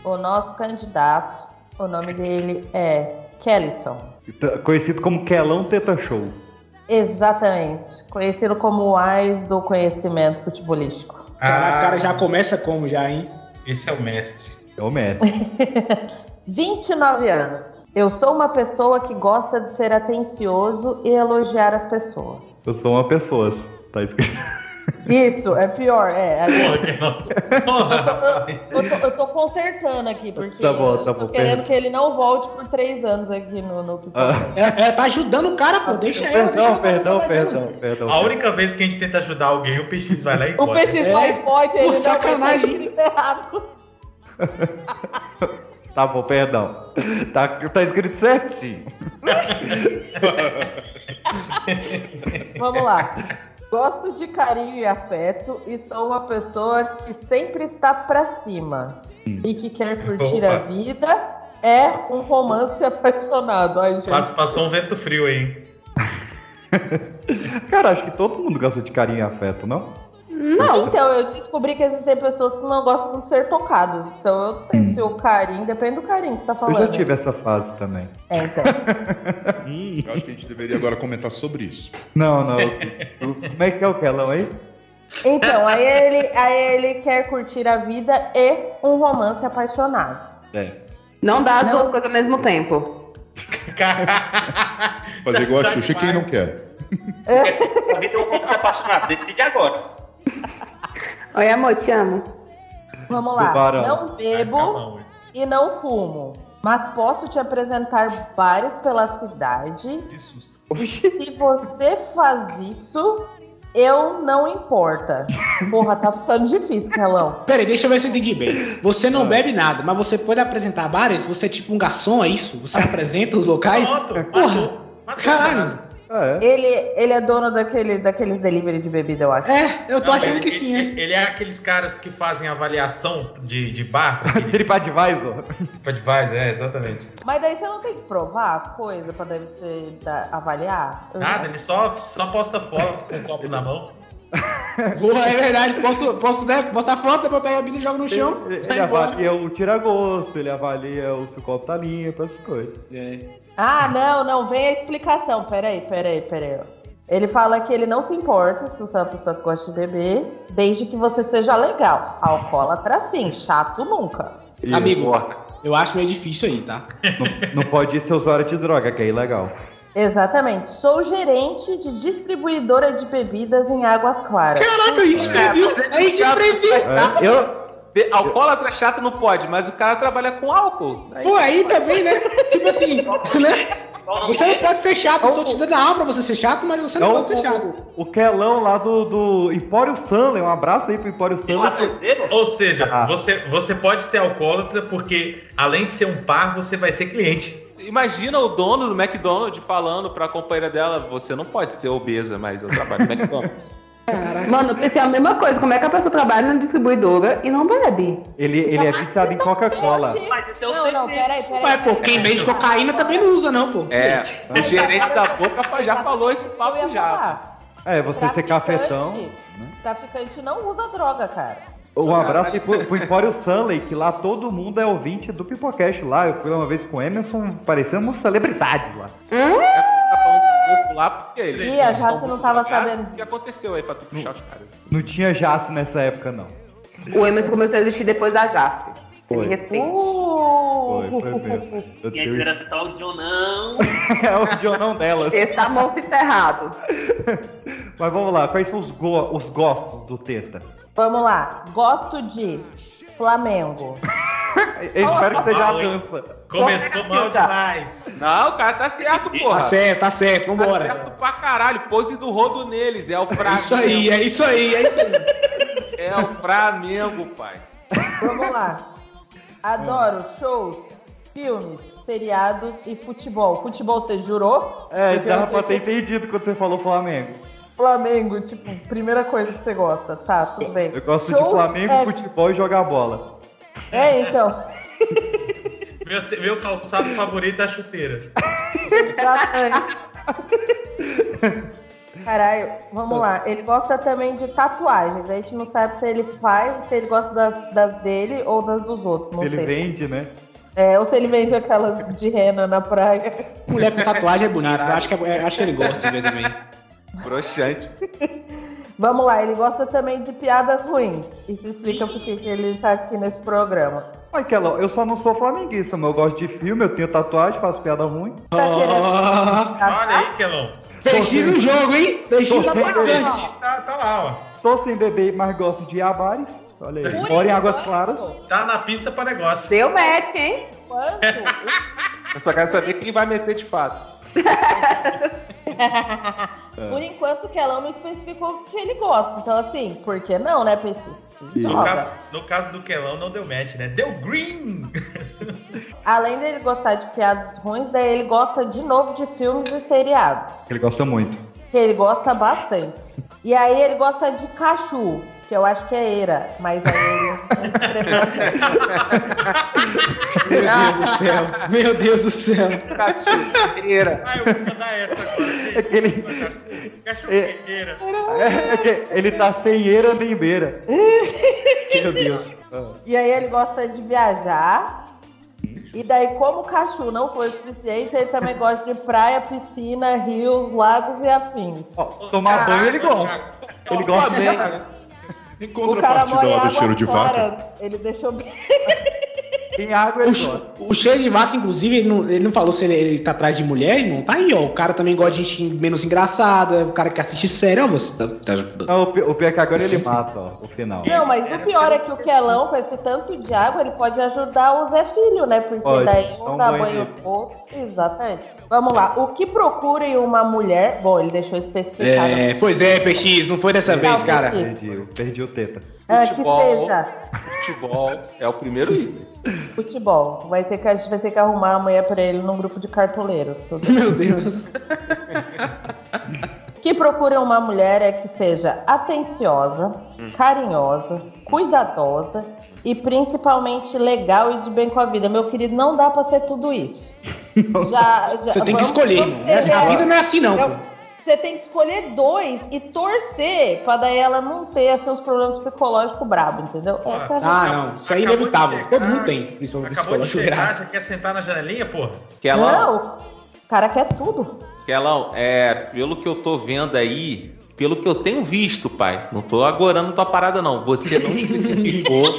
[SPEAKER 5] O nosso candidato, o nome dele é Kellison.
[SPEAKER 3] T- tá Conhecido como Quelão Teta Show.
[SPEAKER 5] Exatamente. Conhecido como o AIS do conhecimento futebolístico.
[SPEAKER 8] Caraca, o cara já começa como já, hein?
[SPEAKER 12] Ah. Esse é o mestre.
[SPEAKER 3] É o mestre.
[SPEAKER 5] 29 anos. Eu sou uma pessoa que gosta de ser atencioso e elogiar as pessoas.
[SPEAKER 3] Eu sou uma pessoa. Tá escrito.
[SPEAKER 5] Isso, é pior, é.
[SPEAKER 12] Porra,
[SPEAKER 5] Eu tô, eu tô consertando aqui, porque
[SPEAKER 3] Tá bom, tá
[SPEAKER 5] eu tô
[SPEAKER 3] bom,
[SPEAKER 5] querendo
[SPEAKER 3] perdão.
[SPEAKER 5] que ele não volte por três anos aqui no, no Pipoca. Ah,
[SPEAKER 3] Ah,
[SPEAKER 8] É, é, tá ajudando o cara, pô.
[SPEAKER 5] É,
[SPEAKER 8] Deixa ela.
[SPEAKER 3] perdão, perdão, perdão, perdão.
[SPEAKER 12] A única vez que a gente tenta ajudar alguém, o PX vai lá e
[SPEAKER 5] O
[SPEAKER 12] bota.
[SPEAKER 5] peixe
[SPEAKER 8] É,
[SPEAKER 5] vai forte, ele
[SPEAKER 8] por
[SPEAKER 5] dá
[SPEAKER 8] sacanagem.
[SPEAKER 5] um pouquinho errado.
[SPEAKER 3] Tá bom, perdão. Tá, tá escrito certinho.
[SPEAKER 5] Vamos lá. Gosto de carinho e afeto e sou uma pessoa que sempre está pra cima e que quer curtir
[SPEAKER 12] Opa.
[SPEAKER 5] a vida. É um romance apaixonado. Ai, gente.
[SPEAKER 12] Mas passou um vento frio aí, hein?
[SPEAKER 3] Cara, acho que todo mundo gosta de carinho e afeto, não?
[SPEAKER 5] Não, então eu descobri que existem pessoas que não gostam de ser tocadas. Então eu não sei se o carinho, depende do carinho que você tá
[SPEAKER 3] Hum. Eu
[SPEAKER 5] falando.
[SPEAKER 3] já tive essa fase também.
[SPEAKER 5] É, então.
[SPEAKER 7] Hum. Eu acho que a gente deveria agora comentar sobre isso.
[SPEAKER 3] Não, não. tu- tu- Como é que é o Quelão aí?
[SPEAKER 5] Então, aí ele, aí ele quer curtir a vida e um romance apaixonado.
[SPEAKER 3] É.
[SPEAKER 10] Não dá as
[SPEAKER 5] Não.
[SPEAKER 10] duas coisas ao mesmo tempo.
[SPEAKER 7] Fazer igual a
[SPEAKER 12] Tá
[SPEAKER 7] Xuxa quem não quer.
[SPEAKER 13] A vida é um pouco se apaixonado. Decide agora.
[SPEAKER 10] Oi, amor, te amo.
[SPEAKER 5] Vamos lá.
[SPEAKER 3] Tubarão.
[SPEAKER 5] Não bebo
[SPEAKER 12] Calma,
[SPEAKER 5] e não fumo, mas posso te apresentar bares pela cidade.
[SPEAKER 12] que susto.
[SPEAKER 5] Se você faz isso, eu não importa. Porra, tá ficando difícil, Carlão.
[SPEAKER 8] Peraí, deixa eu ver se eu entendi bem. Você não bebe nada, mas você pode apresentar bares? Você é tipo um garçom, é isso? Você apresenta os locais?
[SPEAKER 12] Pronto, matou.
[SPEAKER 8] Porra,
[SPEAKER 12] Matou,
[SPEAKER 8] caralho.
[SPEAKER 3] Ah, é.
[SPEAKER 5] Ele, ele é dono daqueles, daqueles delivery de bebida, eu acho.
[SPEAKER 8] É, eu tô
[SPEAKER 12] Não,
[SPEAKER 8] achando
[SPEAKER 12] ele-
[SPEAKER 8] que sim, hein?
[SPEAKER 12] ele, ele é aqueles caras que fazem avaliação de, de bar. aqueles-
[SPEAKER 3] TripAdvisor.
[SPEAKER 12] TripAdvisor, é, exatamente.
[SPEAKER 5] Mas daí você não tem que provar as coisas pra daí você dar- avaliar? Eu
[SPEAKER 12] Nada, ele só, só posta foto com o copo na mão.
[SPEAKER 8] Porra, é verdade. Posso, posso, né? Posso a foto, depois eu pego a bebida e jogo no
[SPEAKER 3] Ele,
[SPEAKER 8] chão.
[SPEAKER 3] ele
[SPEAKER 8] vai embora.
[SPEAKER 3] avalia o tiragosto, ele avalia o se o copo tá limpo, essas coisas.
[SPEAKER 8] É.
[SPEAKER 5] Ah, não, não, vem a explicação. Peraí, peraí, peraí. Ele fala que ele não se importa se você é uma pessoa que gosta de beber, desde que você seja legal. Alcoólatra sim, chato nunca.
[SPEAKER 8] Amigo, eu acho meio difícil aí, tá?
[SPEAKER 3] Não pode ser usuário de droga, que é ilegal.
[SPEAKER 5] Exatamente. Sou gerente de distribuidora de bebidas em Águas Claras.
[SPEAKER 8] Caraca, a
[SPEAKER 5] É,
[SPEAKER 8] gente previu. A gente previu.
[SPEAKER 3] É, eu,
[SPEAKER 6] Be- Alcoólatra chato não pode, mas o cara trabalha com álcool. Aí-
[SPEAKER 8] Pô, aí também, né? Tipo assim, né? Você não pode ser chato. Eu sou te dando a alma pra você ser chato, mas você não
[SPEAKER 3] Não,
[SPEAKER 8] pode ser chato.
[SPEAKER 3] Então, o Quelão lá do, do Empório Sunley, um abraço aí pro Empório
[SPEAKER 13] Tem um
[SPEAKER 5] é
[SPEAKER 3] Sunley.
[SPEAKER 13] açougueiro?
[SPEAKER 12] Ou seja,
[SPEAKER 3] Ah.
[SPEAKER 12] você, você pode ser alcoólatra porque, além de ser um par, você vai ser cliente.
[SPEAKER 6] Imagina o dono do McDonald's falando pra companheira dela: Você não pode ser obesa, mas eu trabalho no McDonald's.
[SPEAKER 10] Mano, eu pensei a mesma coisa. Como é que a pessoa trabalha na distribuidora e não bebe?
[SPEAKER 3] Ele, ele é viciado em Coca-Cola.
[SPEAKER 13] Mas esse é o
[SPEAKER 5] Não, não,
[SPEAKER 13] segredo.
[SPEAKER 5] peraí, peraí.
[SPEAKER 8] Ué, pô, quem vende cocaína também não usa, não, pô.
[SPEAKER 6] É, o gerente da boca já falou esse papo já.
[SPEAKER 3] É, você ser cafetão.
[SPEAKER 5] Traficante não usa droga, cara.
[SPEAKER 3] Um abraço aí pro, pro Empório Sunley, que lá todo mundo é ouvinte do Pipocast lá. Eu fui lá uma vez com o Emerson, parecendo uma celebridade lá.
[SPEAKER 6] Tá falando do povo lá porque eles.
[SPEAKER 5] Ih, a Jace
[SPEAKER 6] são
[SPEAKER 5] não tava
[SPEAKER 6] advogados.
[SPEAKER 5] sabendo.
[SPEAKER 6] O que aconteceu aí pra tu puxar os caras?
[SPEAKER 3] Não tinha jace nessa época, não.
[SPEAKER 10] O Emerson começou a existir depois da Jace. Me
[SPEAKER 3] Foi.
[SPEAKER 10] respeita.
[SPEAKER 5] Uh!
[SPEAKER 3] Foi, foi mesmo. Eu
[SPEAKER 14] é
[SPEAKER 13] E antes
[SPEAKER 3] tenho...
[SPEAKER 13] era só o Jonão.
[SPEAKER 3] É o Jonão delas.
[SPEAKER 10] Você tá morto e ferrado.
[SPEAKER 3] Mas vamos lá, quais são os, go- os gostos do Teta?
[SPEAKER 5] Vamos lá. Gosto de Flamengo.
[SPEAKER 3] Eu espero que seja a
[SPEAKER 12] mal, hein?
[SPEAKER 3] dança. é
[SPEAKER 12] Começou
[SPEAKER 10] Porra,
[SPEAKER 12] mal
[SPEAKER 10] filha.
[SPEAKER 12] demais.
[SPEAKER 6] Não, o cara tá certo,
[SPEAKER 8] Tá
[SPEAKER 6] porra.
[SPEAKER 8] certo, tá certo,
[SPEAKER 6] Tá
[SPEAKER 8] vambora.
[SPEAKER 6] certo pra caralho. Pose do rodo neles. É o
[SPEAKER 8] É
[SPEAKER 6] Flamengo.
[SPEAKER 8] isso aí, é isso aí, é isso aí.
[SPEAKER 6] É o Flamengo, pai.
[SPEAKER 5] Vamos lá. Adoro shows, filmes, seriados e futebol. Futebol, você jurou?
[SPEAKER 3] É,
[SPEAKER 5] Porque
[SPEAKER 3] dava
[SPEAKER 5] você-
[SPEAKER 3] pra ter entendido quando você falou Flamengo.
[SPEAKER 5] Flamengo, tipo, primeira coisa que você gosta. Tá, tudo bem.
[SPEAKER 3] Eu gosto de
[SPEAKER 5] Shows
[SPEAKER 3] Flamengo,
[SPEAKER 5] é-
[SPEAKER 3] futebol e jogar bola.
[SPEAKER 5] É, então.
[SPEAKER 12] Meu, te- meu calçado favorito é a chuteira.
[SPEAKER 5] Exatamente. Caralho, vamos lá. Ele gosta também de tatuagens. A gente não sabe se ele faz, se ele gosta das, das dele ou das dos outros. Não
[SPEAKER 3] Ele
[SPEAKER 5] sei.
[SPEAKER 3] vende, né?
[SPEAKER 5] É, ou se ele vende aquelas de rena na praia.
[SPEAKER 8] Mulher com tatuagem é bonita. Eu acho que, é- eu acho que ele gosta de ver também.
[SPEAKER 6] Broxante.
[SPEAKER 5] Vamos lá, ele gosta também de piadas ruins. Isso explica por que que ele tá aqui nesse programa.
[SPEAKER 3] Ai, Kelão, eu só não sou flamenguista, mas eu gosto de filme, eu tenho tatuagem, faço piada ruim.
[SPEAKER 12] Tá Olha aí, Kelão.
[SPEAKER 3] Peixinho no jogo, hein? Peixinho
[SPEAKER 12] Tô sem
[SPEAKER 3] atacante.
[SPEAKER 12] bebê. Tá, tá lá, ó.
[SPEAKER 3] Tô sem beber, mas gosto de Iabares. Olha aí.
[SPEAKER 12] Por
[SPEAKER 3] Moro em
[SPEAKER 12] enquanto.
[SPEAKER 3] Águas Claras.
[SPEAKER 12] Tá na pista pra negócio.
[SPEAKER 10] Deu match, hein?
[SPEAKER 6] Eu só quero saber quem vai meter de fato.
[SPEAKER 8] É.
[SPEAKER 5] Por enquanto, o Kelão não especificou o que ele gosta. Então, assim, por que não, né, Peixinho? Se
[SPEAKER 12] No
[SPEAKER 5] joga.
[SPEAKER 12] caso, no caso do Kelão, não deu match, né? Deu green!
[SPEAKER 5] Além dele gostar de piadas ruins, daí ele gosta de novo de filmes e seriados.
[SPEAKER 3] Ele gosta muito.
[SPEAKER 5] Que ele gosta bastante. E aí ele gosta de cachu, que eu acho que é era, mas aí ele.
[SPEAKER 8] Meu Deus do céu. Meu Deus do céu.
[SPEAKER 6] Cachoeira.
[SPEAKER 12] Ah, eu vou mandar essa agora, gente.
[SPEAKER 3] Aquele-
[SPEAKER 12] Cacho- Cachoeira.
[SPEAKER 3] É que ele tá sem eira nem beira. Ah.
[SPEAKER 8] Meu Deus.
[SPEAKER 5] E aí ele gosta de viajar. E daí, como o cachu não foi o suficiente, ele também gosta de praia, piscina, rios, lagos e afins.
[SPEAKER 3] Tomar banho ele gosta. Ele gosta
[SPEAKER 5] Flamengo.
[SPEAKER 3] bem.
[SPEAKER 7] Em
[SPEAKER 5] o cara
[SPEAKER 7] contrapartida
[SPEAKER 5] mora em
[SPEAKER 7] lá do
[SPEAKER 5] água
[SPEAKER 7] cheiro de
[SPEAKER 5] fora.
[SPEAKER 7] vaca.
[SPEAKER 5] Ele deixou bem.
[SPEAKER 3] Tem água ele
[SPEAKER 8] O, che- o cheiro de vaca, inclusive, ele não, ele não falou se ele, ele tá atrás de mulher, irmão. Tá aí, ó. O cara também gosta de gente menos engraçada. O cara que assiste série, ó. Você tá- tá-
[SPEAKER 3] Não, o pi- o pior é que agora ele mata, ó, o final.
[SPEAKER 5] Não, mas o pior é que o Quelão, com esse tanto de água, ele pode ajudar o Zé Filho, né? Porque
[SPEAKER 3] Pode,
[SPEAKER 5] daí
[SPEAKER 3] dá
[SPEAKER 5] um
[SPEAKER 3] um
[SPEAKER 5] dá
[SPEAKER 3] banho
[SPEAKER 5] banho
[SPEAKER 3] nele.
[SPEAKER 5] no outro. Exatamente. Vamos lá. O que procura em uma mulher. Bom, ele deixou especificado.
[SPEAKER 8] É, pois é, PX, não foi dessa vez,
[SPEAKER 5] Não,
[SPEAKER 8] cara.
[SPEAKER 5] PX.
[SPEAKER 3] Perdi, o- perdi o teta.
[SPEAKER 5] Ah, que
[SPEAKER 6] Futebol.
[SPEAKER 5] seja.
[SPEAKER 6] Futebol é o primeiro item.
[SPEAKER 5] Futebol. Vai ter que, a gente vai ter que arrumar amanhã pra ele num grupo de cartoleiro. Tudo.
[SPEAKER 8] Meu Deus.
[SPEAKER 5] O que procura em uma mulher é que seja atenciosa, carinhosa, cuidadosa e principalmente legal e de bem com a vida. Meu querido, não dá pra ser tudo isso. Já- já-
[SPEAKER 8] Você tem que
[SPEAKER 5] vamos-
[SPEAKER 8] escolher,
[SPEAKER 5] vamos
[SPEAKER 8] irmão.
[SPEAKER 5] ser
[SPEAKER 8] Essa- A
[SPEAKER 5] real.
[SPEAKER 8] vida não é assim, não.
[SPEAKER 5] Eu-
[SPEAKER 8] pô.
[SPEAKER 5] Você tem que escolher dois e torcer pra daí ela não ter seus problemas psicológicos brabo, entendeu? Essa é a
[SPEAKER 8] Ah,
[SPEAKER 5] real.
[SPEAKER 8] não. Isso aí é inevitável. Todo mundo tem, principalmente
[SPEAKER 12] Acabou de
[SPEAKER 8] psicológico grave.
[SPEAKER 12] chegar, já quer sentar na janelinha, porra?
[SPEAKER 6] Kelão,
[SPEAKER 5] Não, o cara quer tudo.
[SPEAKER 6] Kelão, é, pelo que eu tô vendo aí, pelo que eu tenho visto, pai, não tô agorando tua parada, não. Você não especificou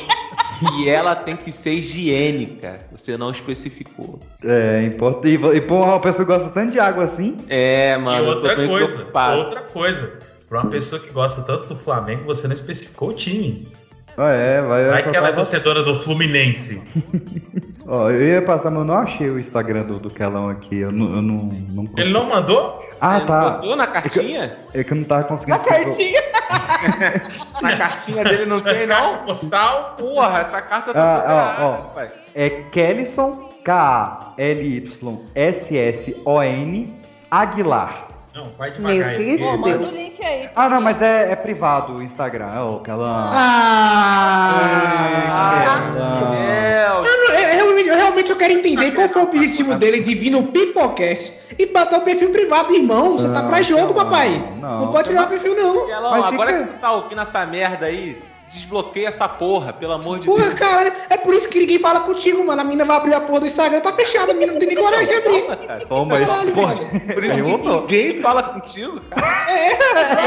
[SPEAKER 6] e ela tem que ser higiênica. Você não especificou.
[SPEAKER 3] É, importa. E, vo- e porra, a pessoa gosta tanto de água assim.
[SPEAKER 6] É,
[SPEAKER 12] E
[SPEAKER 6] mano,
[SPEAKER 12] outra
[SPEAKER 6] eu tô meio
[SPEAKER 12] coisa,
[SPEAKER 6] preocupado.
[SPEAKER 12] outra coisa. Pra uma pessoa que gosta tanto do Flamengo, você não especificou o time.
[SPEAKER 3] Ah, é, vai. é.
[SPEAKER 12] Vai que ela é torcedora do Fluminense.
[SPEAKER 3] Ó, eu ia passar, mas eu não achei o Instagram do, do Kelão aqui. Eu não. Eu não, não
[SPEAKER 12] Ele não mandou?
[SPEAKER 3] Ah, tá.
[SPEAKER 6] Botou na cartinha?
[SPEAKER 3] É que eu não tava conseguindo.
[SPEAKER 5] A cartinha.
[SPEAKER 6] Na cartinha dele não tem,
[SPEAKER 12] Caixa
[SPEAKER 6] não?
[SPEAKER 12] postal?
[SPEAKER 6] Porra, essa carta tá toda
[SPEAKER 3] Ah,
[SPEAKER 6] errada,
[SPEAKER 3] ó, ó.
[SPEAKER 6] pai.
[SPEAKER 3] É Kellison, K-L-Y-S-S-O-N, Aguilar.
[SPEAKER 12] Não, vai
[SPEAKER 10] Meu
[SPEAKER 12] devagar aí.
[SPEAKER 10] Deus
[SPEAKER 5] Pô,
[SPEAKER 10] do
[SPEAKER 5] manda o
[SPEAKER 10] céu.
[SPEAKER 5] link aí.
[SPEAKER 3] Ah, não, mas é, é privado o Instagram. Ô, Kelão.
[SPEAKER 8] Ah!
[SPEAKER 3] É,
[SPEAKER 8] Eu,
[SPEAKER 6] Meu
[SPEAKER 8] não- eu realmente, eu realmente eu quero entender qual foi o objetivo dele de vir no Pipocast e botar o perfil privado, irmão. Você tá
[SPEAKER 3] Não,
[SPEAKER 8] pra jogo,
[SPEAKER 3] não,
[SPEAKER 8] papai.
[SPEAKER 3] não.
[SPEAKER 8] Não, pode virar o perfil, não.
[SPEAKER 6] Kelão,
[SPEAKER 3] Mas
[SPEAKER 6] agora
[SPEAKER 3] fica-
[SPEAKER 6] que tu tá ouvindo essa merda aí, desbloqueia essa porra, pelo amor de
[SPEAKER 8] Porra,
[SPEAKER 6] Deus.
[SPEAKER 8] caralho. É por isso que ninguém fala contigo, mano. A mina vai abrir a porra do Instagram, tá fechada. A mina não tem nem coragem de abrir.
[SPEAKER 3] Toma
[SPEAKER 8] Caralho,
[SPEAKER 3] isso. Porra,
[SPEAKER 8] velho.
[SPEAKER 6] Então, Por isso que ninguém fala contigo, cara.
[SPEAKER 8] É,
[SPEAKER 12] A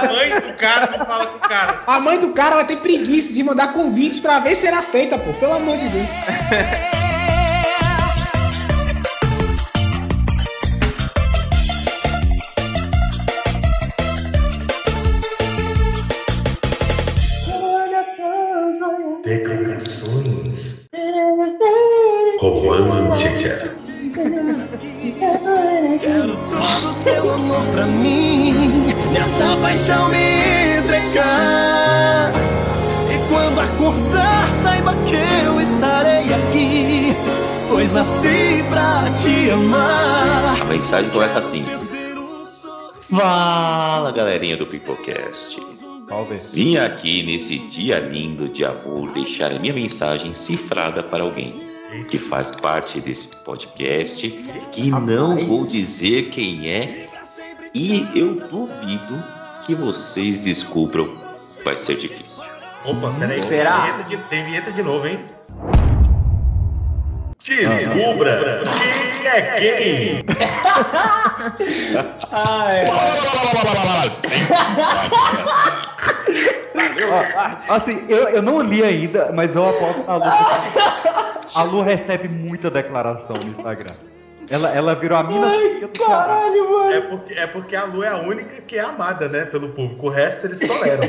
[SPEAKER 12] mãe do cara não fala com o cara.
[SPEAKER 8] A mãe do cara vai ter preguiça de mandar convites pra ver se ele aceita, pô. Pelo amor de Deus.
[SPEAKER 1] Declarações românticas.
[SPEAKER 2] Quero todo o seu amor pra mim, nessa paixão me entregar. E quando acordar, saiba que eu estarei aqui, pois nasci pra te amar.
[SPEAKER 15] A mensagem começa assim. Fala, galerinha do Pipocast. Vim aqui nesse dia lindo de amor deixar a minha mensagem cifrada para alguém que faz parte desse podcast, que não vou dizer quem é, e eu duvido que vocês descubram. Vai ser difícil.
[SPEAKER 12] Opa,
[SPEAKER 3] Hum,
[SPEAKER 12] peraí.
[SPEAKER 15] Será?
[SPEAKER 12] Tem vinheta de, tem vinheta de novo, hein?
[SPEAKER 3] Ah.
[SPEAKER 1] Descubra
[SPEAKER 12] quem é quem.
[SPEAKER 3] Ó, assim, eu, eu não li ainda, mas eu aposto que a Lu. A Lu recebe muita declaração no Instagram. Ela, ela virou a mina.
[SPEAKER 12] Caralho, mano. É porque, é porque a Lu é a única que é amada, né, pelo público. O resto eles toleram.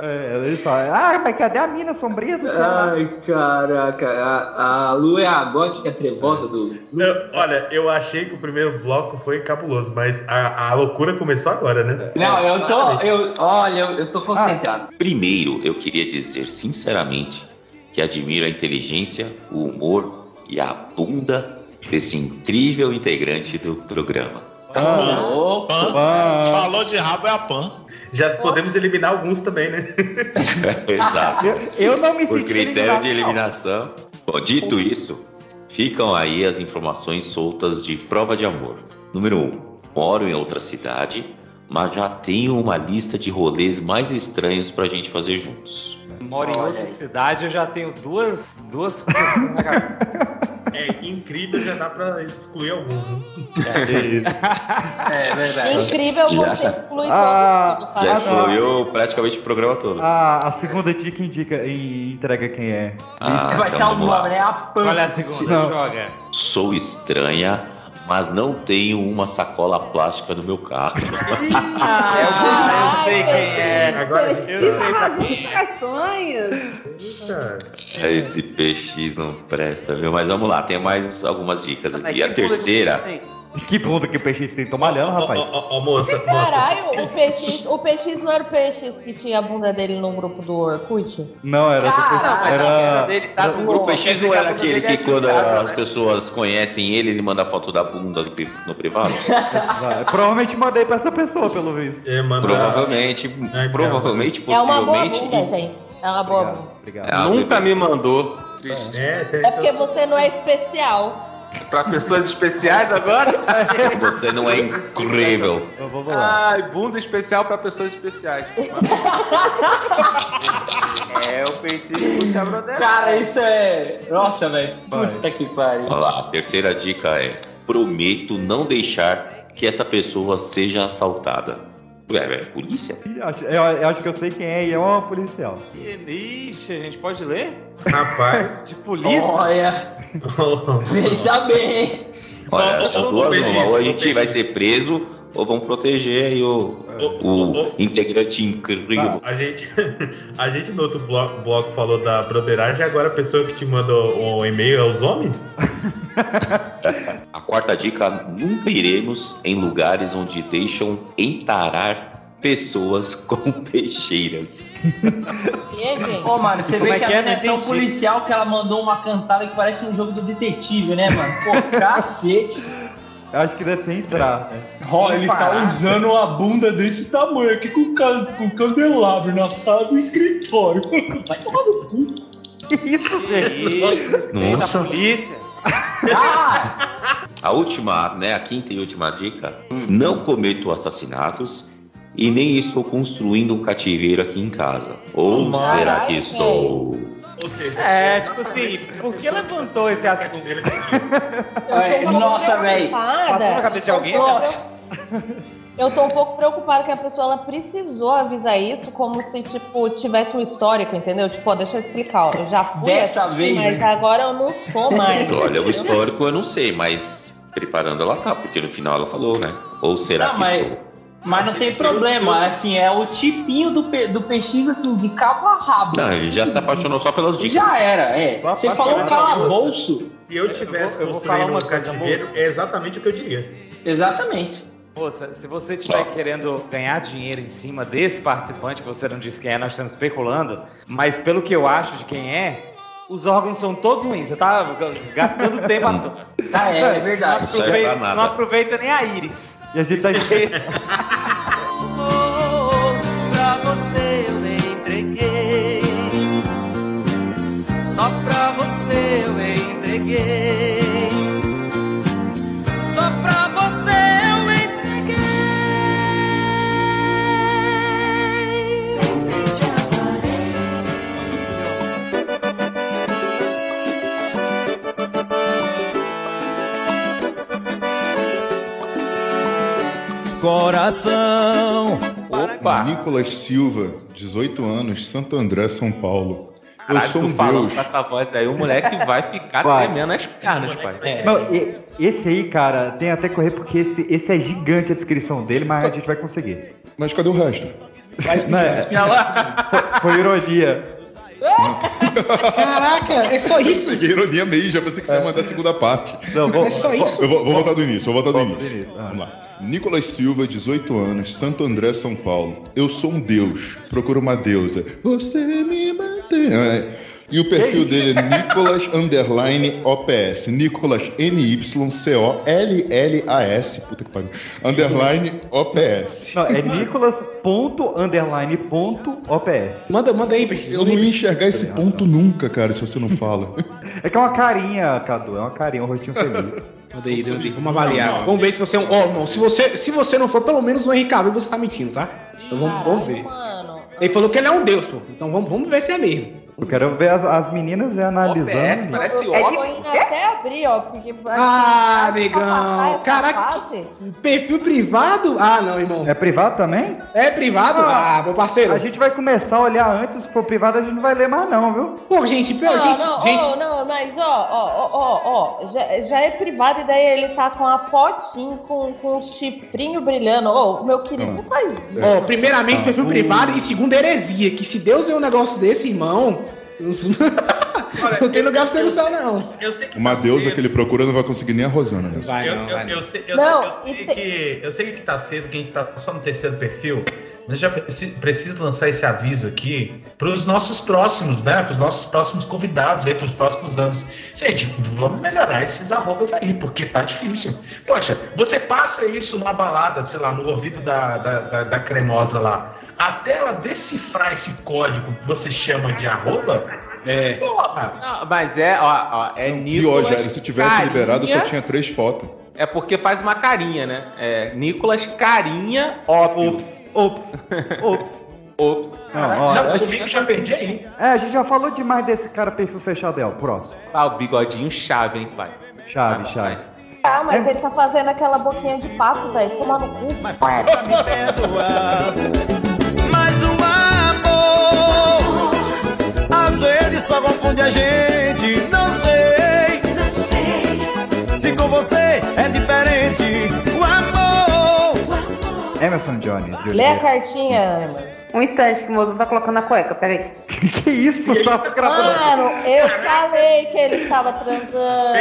[SPEAKER 3] É, ela fala, ah, mas cadê a mina sombria do celular?"
[SPEAKER 16] Ai, caraca, a, a Lu é a gótica trevosa do.
[SPEAKER 12] Eu- olha, eu achei que o primeiro bloco foi cabuloso, mas a, a loucura começou agora, né?
[SPEAKER 16] Não, eu tô. Eu, olha, eu, eu tô concentrado.
[SPEAKER 15] Primeiro, eu queria dizer sinceramente que admiro a inteligência, o humor e a bunda desse incrível integrante do programa.
[SPEAKER 16] tá
[SPEAKER 12] Pan. Falou de rabo é a Pan. Já podemos eliminar alguns também, né?
[SPEAKER 15] Exato.
[SPEAKER 3] Eu não me
[SPEAKER 15] Por
[SPEAKER 3] senti
[SPEAKER 15] critério de
[SPEAKER 3] eliminado,
[SPEAKER 15] eliminação. Bom, dito isso, ficam aí as informações soltas de prova de amor. Número 1. Um, moro em outra cidade, mas já tenho uma lista de rolês mais estranhos pra gente fazer juntos.
[SPEAKER 17] Ah, Moro em outra cidade, eu já tenho duas, duas pessoas na cabeça.
[SPEAKER 12] É incrível, já dá pra excluir alguns, né?
[SPEAKER 16] É
[SPEAKER 5] É Incrível
[SPEAKER 15] Já.
[SPEAKER 5] você exclui
[SPEAKER 3] Ah,
[SPEAKER 5] todo mundo.
[SPEAKER 15] Já
[SPEAKER 5] sabe?
[SPEAKER 15] excluiu praticamente o programa todo.
[SPEAKER 3] A, a segunda dica indica e entrega quem é.
[SPEAKER 15] Ah, Vai então tá um vamos lá. nome,
[SPEAKER 16] né? A
[SPEAKER 17] Olha a segunda,
[SPEAKER 3] Não.
[SPEAKER 17] joga.
[SPEAKER 15] Sou estranha, mas não tenho uma sacola plástica no meu carro.
[SPEAKER 17] eu sei quem é.
[SPEAKER 12] Agora
[SPEAKER 17] eu sei pra quem é.
[SPEAKER 15] Esse PX não presta, viu? Mas vamos lá, tem mais algumas dicas aqui. A
[SPEAKER 12] que
[SPEAKER 15] terceira.
[SPEAKER 3] Que bunda que o peixe tem tomalhando, rapaz.
[SPEAKER 12] Ó, ó, moça,
[SPEAKER 5] Caralho, o PX, o PX não era o PX que tinha a bunda dele no grupo do Orkut?
[SPEAKER 3] Não, era depois.
[SPEAKER 5] Caraca,
[SPEAKER 3] era...
[SPEAKER 15] O grupo X não era aquele que quando as pessoas conhecem ele, ele manda foto da bunda no pri- no privado?
[SPEAKER 3] Vai, Provavelmente mandei pra essa pessoa, pelo visto.
[SPEAKER 12] É,
[SPEAKER 15] Provavelmente, provavelmente,
[SPEAKER 5] É uma boa
[SPEAKER 15] possivelmente.
[SPEAKER 5] bunda, gente. É uma boa bunda.
[SPEAKER 6] Nunca me mandou.
[SPEAKER 15] Triste.
[SPEAKER 12] É,
[SPEAKER 5] É porque você não é especial.
[SPEAKER 6] É, Pra pessoas especiais agora?
[SPEAKER 15] Você não é incrível.
[SPEAKER 6] Ai, bunda especial pra pessoas especiais.
[SPEAKER 11] É, o peitinho
[SPEAKER 6] um
[SPEAKER 11] puxa a broderagem.
[SPEAKER 16] Cara, isso é. Nossa, velho. Puta que pariu.
[SPEAKER 15] Olha lá, a terceira dica é: prometo não deixar que essa pessoa seja assaltada. Ué, é polícia?
[SPEAKER 3] Eu acho- Eu, eu acho que eu sei quem é e é uma policial.
[SPEAKER 17] Ixi, a gente pode ler?
[SPEAKER 12] Rapaz.
[SPEAKER 17] De polícia?
[SPEAKER 16] Olha. Pensa bem.
[SPEAKER 15] Olha,
[SPEAKER 12] Não,
[SPEAKER 15] são
[SPEAKER 12] não, não,
[SPEAKER 15] duas,
[SPEAKER 12] não,
[SPEAKER 15] uma.
[SPEAKER 12] não,
[SPEAKER 15] Ou a
[SPEAKER 12] não,
[SPEAKER 15] gente vai ser preso, ou vão proteger aí o, o Ah. integrante incrível.
[SPEAKER 12] A gente, a gente no outro bloco, bloco falou da broderagem, agora a pessoa que te manda o, o e-mail é os homens?
[SPEAKER 15] A quarta dica: nunca iremos em lugares onde deixam entarar pessoas com peixeiras.
[SPEAKER 16] Ô, mano, você vê
[SPEAKER 15] Como é
[SPEAKER 16] que,
[SPEAKER 15] que
[SPEAKER 16] a
[SPEAKER 15] é?
[SPEAKER 16] mina é
[SPEAKER 15] Não
[SPEAKER 16] tão
[SPEAKER 15] entendi.
[SPEAKER 16] policial que ela mandou uma cantada que parece um jogo do detetive, né, mano? Pô, cacete.
[SPEAKER 3] Eu acho que deve ser entrar.
[SPEAKER 16] Ó, ele tá usando uma bunda desse tamanho aqui com, ca- com candelabro na sala do escritório. Vai tomar no cu.
[SPEAKER 3] Que isso,
[SPEAKER 16] velho?
[SPEAKER 15] Nossa.
[SPEAKER 17] polícia.
[SPEAKER 15] Ah! A última, né, a quinta e última dica: não cometo assassinatos e nem estou construindo um cativeiro aqui em casa. Ou
[SPEAKER 17] Caralho,
[SPEAKER 15] será que estou?
[SPEAKER 12] Ou seja,
[SPEAKER 17] É, tipo assim, por que levantou esse assunto?
[SPEAKER 16] É, nossa, velho.
[SPEAKER 17] Passou na cabeça de alguém esse
[SPEAKER 5] Nossa.
[SPEAKER 17] assunto?
[SPEAKER 5] Eu tô um pouco preocupada que a pessoa ela precisou avisar isso como se, tipo, tivesse um histórico, entendeu? Tipo, ó, deixa eu explicar, ó, eu já fui
[SPEAKER 16] Dessa
[SPEAKER 5] assim,
[SPEAKER 16] vez,
[SPEAKER 5] mas
[SPEAKER 16] né?
[SPEAKER 5] agora eu não sou mais.
[SPEAKER 15] Olha, o histórico eu não sei, mas preparando ela tá, porque no final ela falou, né? Ou será
[SPEAKER 16] Não,
[SPEAKER 15] que
[SPEAKER 16] mas-
[SPEAKER 15] estou?
[SPEAKER 16] Mas não tem problema, assim, é o tipinho do, P- do PX, assim, de cabo a rabo.
[SPEAKER 15] Não, ele já se apaixonou só Ah, pelas dicas.
[SPEAKER 16] Já era, é.
[SPEAKER 15] Só
[SPEAKER 16] Você
[SPEAKER 15] pra
[SPEAKER 16] falou
[SPEAKER 15] falar uma
[SPEAKER 16] calabouço.
[SPEAKER 12] Se eu tivesse
[SPEAKER 17] eu vou
[SPEAKER 12] construindo
[SPEAKER 17] falar uma
[SPEAKER 12] um
[SPEAKER 17] coisa,
[SPEAKER 12] cativeiro,
[SPEAKER 17] moça.
[SPEAKER 12] é exatamente o que eu diria.
[SPEAKER 16] Exatamente.
[SPEAKER 17] Moça, se você estiver querendo ganhar dinheiro em cima desse participante, que você não disse quem é, nós estamos especulando, mas pelo que eu acho de quem é, os órgãos são todos ruins. Você tá gastando tempo à toa.
[SPEAKER 3] Ah, é, é verdade.
[SPEAKER 17] Não
[SPEAKER 3] Não serve
[SPEAKER 17] aproveita,
[SPEAKER 3] pra nada.
[SPEAKER 17] não aproveita nem a íris.
[SPEAKER 3] E a gente tá
[SPEAKER 2] Pra você eu me entreguei. Só pra você eu me entreguei. Só pra você eu me entreguei. Sempre te amarei.
[SPEAKER 18] Coração.
[SPEAKER 7] Opa! Nicolas Silva, 18 anos, Santo André, São Paulo. Eu
[SPEAKER 6] Caralho,
[SPEAKER 7] sou
[SPEAKER 6] tu
[SPEAKER 7] um
[SPEAKER 6] falando
[SPEAKER 7] deus.
[SPEAKER 6] com essa voz aí, o moleque vai ficar
[SPEAKER 3] Vai.
[SPEAKER 6] tremendo as pernas, pai.
[SPEAKER 3] Não, e- esse aí, cara, tem até que correr porque esse, esse é gigante a descrição dele, mas a gente vai conseguir.
[SPEAKER 7] Mas cadê o resto?
[SPEAKER 3] Não, é- Foi ironia.
[SPEAKER 7] Caraca, é só isso? Que ironia mesmo, já pensei que você ia mandar a segunda parte.
[SPEAKER 3] É. Não, vou- É só isso?
[SPEAKER 7] Eu vou, vou voltar do início, vou voltar do
[SPEAKER 3] do ah.
[SPEAKER 7] início. Vamos lá. Nicolas Silva, 18 anos, Santo André, São Paulo. Eu sou um deus, procuro uma deusa. Você me mantém. É. E o perfil dele é Nicolas underline OPS. Nicolas N-Y-C-O-L-L-A-S. Puta que pariu. Underline OPS.
[SPEAKER 3] Não, é Nicolas ponto underline ponto OPS.
[SPEAKER 7] Manda, manda aí, Eu não ia enxergar esse ponto nunca, cara, se você não fala.
[SPEAKER 3] É que é uma carinha, Cadu, é uma carinha, um rostinho feliz.
[SPEAKER 8] Manda aí, Dandy, vamos avaliar. Vamos ver se você é um. Ó, irmão, se você, se você não for pelo menos um Henrique Cavill, você tá mentindo, tá? Então vamos, vamos ver. Ele falou que ele é um deus, pô. Então vamos, vamos ver se é mesmo.
[SPEAKER 3] Eu quero ver as, as meninas né, analisando.
[SPEAKER 5] é difícil até abrir, ó. Porque
[SPEAKER 8] Ah, amigão. Caraca. Perfil privado? Ah, não, irmão.
[SPEAKER 3] É privado também?
[SPEAKER 8] É privado? Ah, meu parceiro.
[SPEAKER 3] A gente vai começar a olhar antes, se for privado a gente não vai ler mais não, viu?
[SPEAKER 8] Pô, gente,
[SPEAKER 5] Não, não, ô, não, mas ó, ó, ó, ó, ó, já, já é privado e daí ele tá com a fotinho com, com um chifrinho brilhando. Ô, meu querido, não faz isso.
[SPEAKER 8] Ó, primeiramente, perfil
[SPEAKER 5] Ah,
[SPEAKER 8] privado e segundo, heresia. Que se Deus vê um negócio desse, irmão. não tem lugar pra você não sair, não.
[SPEAKER 12] Eu sei
[SPEAKER 7] Uma deusa que ele procura não vai conseguir nem a Rosana nessa.
[SPEAKER 12] eu, eu- eu sei, eu sei- eu sei que, eu sei que tá cedo, que a gente tá só no terceiro perfil, mas já preci- preciso lançar esse aviso aqui para os nossos próximos, né? Para os nossos próximos convidados aí, para os próximos anos. Gente, vamos melhorar esses arrobas aí, porque tá difícil. Poxa, você passa isso na balada, sei lá, no ouvido da, da, da- da cremosa lá. Até ela decifrar esse código que você chama de arroba,
[SPEAKER 8] é.
[SPEAKER 12] porra!
[SPEAKER 6] Não, mas é, ó, ó, é
[SPEAKER 7] E ó,
[SPEAKER 6] Nicolas.
[SPEAKER 7] Jair, se tivesse
[SPEAKER 6] Carinha.
[SPEAKER 7] liberado, eu só tinha três fotos.
[SPEAKER 6] É porque faz uma carinha, né? É Nicolas Carinha Óbvio. Ops,
[SPEAKER 3] ops, ops.
[SPEAKER 6] ops.
[SPEAKER 3] Não, ó,
[SPEAKER 12] Já
[SPEAKER 3] acho-
[SPEAKER 12] comigo já perdi aí.
[SPEAKER 3] É, a gente já falou demais desse cara perfil fechado, é o próximo.
[SPEAKER 6] Ah, o bigodinho chave, hein, pai?
[SPEAKER 3] Chave, chave.
[SPEAKER 5] Ah,
[SPEAKER 8] É.
[SPEAKER 5] mas ele tá fazendo aquela boquinha de pato, velho. Tomar no cu.
[SPEAKER 2] Mais um amor.
[SPEAKER 18] Às vezes só confunde a gente, não sei. Se com você é diferente, o amor.
[SPEAKER 3] Emerson Jones. de
[SPEAKER 5] Lê a
[SPEAKER 3] Oliveira.
[SPEAKER 5] cartinha, Ana.
[SPEAKER 10] Um instante que o moço tá colocando a cueca, peraí.
[SPEAKER 3] que isso? Tá
[SPEAKER 5] Mano, eu falei que ele estava transando.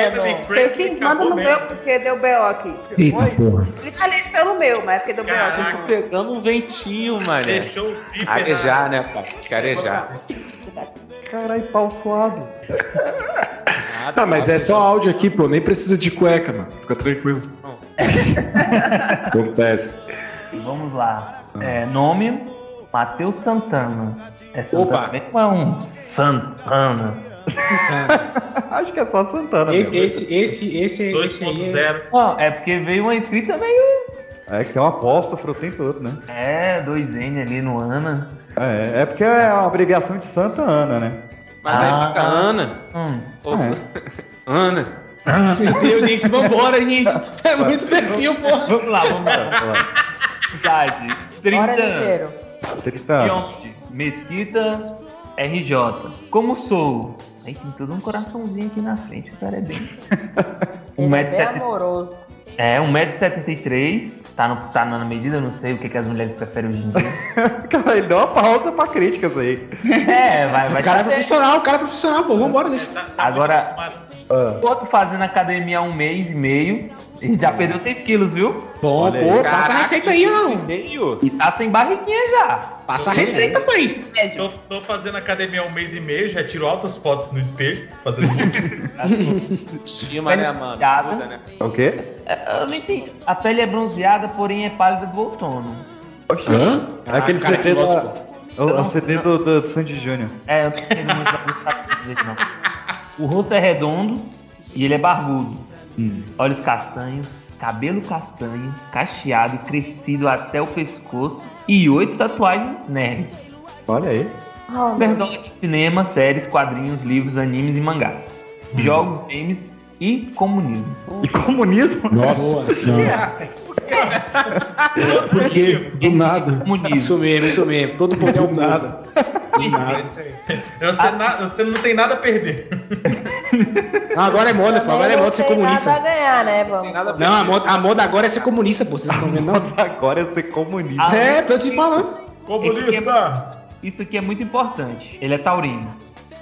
[SPEAKER 10] Peixinho, manda no meu, porque deu B.O. aqui.
[SPEAKER 8] Eita, porra.
[SPEAKER 10] Ele tá ali pelo meu, mas é porque deu B.O.
[SPEAKER 6] Tô pegando um ventinho, mané.
[SPEAKER 12] Deixou o zíper
[SPEAKER 6] Arejar, né, pai? Carejar.
[SPEAKER 3] Caralho, pau suado.
[SPEAKER 9] Ah, mas é só áudio aqui, pô. Nem precisa de cueca, mano. Fica tranquilo. Acontece.
[SPEAKER 14] Vamos lá. É, nome: Matheus Santana. É Santana
[SPEAKER 8] Opa.
[SPEAKER 14] mesmo ou é um Santana?
[SPEAKER 3] Acho que é só Santana
[SPEAKER 8] Esse, esse, esse, esse, esse aí é...
[SPEAKER 14] Não, é porque veio uma escrita meio.
[SPEAKER 3] É que tem um apóstrofo o tempo todo, né?
[SPEAKER 14] É, dois N ali no Ana.
[SPEAKER 3] É, é porque é uma abreviação de Santa Ana, né?
[SPEAKER 2] é
[SPEAKER 3] Ah,
[SPEAKER 6] Mas aí fica Ana. Ou se-
[SPEAKER 3] é.
[SPEAKER 6] Ana.
[SPEAKER 8] Meu Deus, gente, vambora, gente. É muito perfil, porra.
[SPEAKER 14] Vamos lá, vamos lá. Idade: 30
[SPEAKER 5] Bora,
[SPEAKER 14] anos.
[SPEAKER 5] ligeiro.
[SPEAKER 3] 30 anos.
[SPEAKER 14] Pionte, Mesquita, RJ. Como sou? Aí tem todo um coraçãozinho aqui na frente, o cara é bem.
[SPEAKER 5] é Bem
[SPEAKER 14] 1,70m.
[SPEAKER 5] amoroso.
[SPEAKER 14] É, 1,73m. Tá, no, tá na medida, eu não sei o que, que as mulheres preferem hoje em dia.
[SPEAKER 3] Cara, ele deu uma pausa pra críticas aí.
[SPEAKER 14] É, vai, vai.
[SPEAKER 8] O cara é profissional, o cara é profissional, pô. Vambora, deixa.
[SPEAKER 14] Agora, O outro fazendo academia há um mês e meio. Ele já perdeu 6 quilos, viu?
[SPEAKER 8] Bom, Olha pô, aí. passa a receita aí, não.
[SPEAKER 14] E tá sem barriguinha já.
[SPEAKER 8] Passa a receita, pai.
[SPEAKER 12] Tô, tô fazendo academia há um mês e meio, já tiro altas fotos no espelho, fazendo
[SPEAKER 6] Estima, né, mano? Muda, né?
[SPEAKER 3] É O quê?
[SPEAKER 14] Eu não entendi. A pele é bronzeada, porém é pálida do outono.
[SPEAKER 3] Hã?
[SPEAKER 14] Caraca,
[SPEAKER 3] Aquele
[SPEAKER 14] cara,
[SPEAKER 3] CD,
[SPEAKER 14] que
[SPEAKER 3] da- É
[SPEAKER 14] gosto.
[SPEAKER 3] o, o CD do, do, do Sandy Júnior.
[SPEAKER 14] É, eu não entendo muito da música pra dizer que não. O rosto é redondo e ele é barbudo.
[SPEAKER 3] Hum.
[SPEAKER 14] Olhos castanhos, cabelo castanho, cacheado, crescido até o pescoço e oito tatuagens nerds.
[SPEAKER 3] Olha aí.
[SPEAKER 5] Oh,
[SPEAKER 14] Nerdona de cinema, séries, quadrinhos, livros, animes e mangás. Jogos, games e comunismo.
[SPEAKER 3] E comunismo?
[SPEAKER 14] Nossa
[SPEAKER 16] senhora. Porque do nada.
[SPEAKER 14] Isso
[SPEAKER 9] mesmo, isso mesmo. Todo poder é um nada.
[SPEAKER 12] Você, na- você não tem nada a perder.
[SPEAKER 8] Agora é moda, pô. Agora é moda ser
[SPEAKER 5] Nada a
[SPEAKER 8] comunista.
[SPEAKER 5] ganhar, né? Vamos.
[SPEAKER 8] Não, a moda, a moda agora é ser comunista, pô. Vocês estão vendo, não?
[SPEAKER 3] agora é ser comunista.
[SPEAKER 8] É, tô te falando.
[SPEAKER 14] Ah, Isso aqui, é, isso aqui é muito importante. Ele é taurino.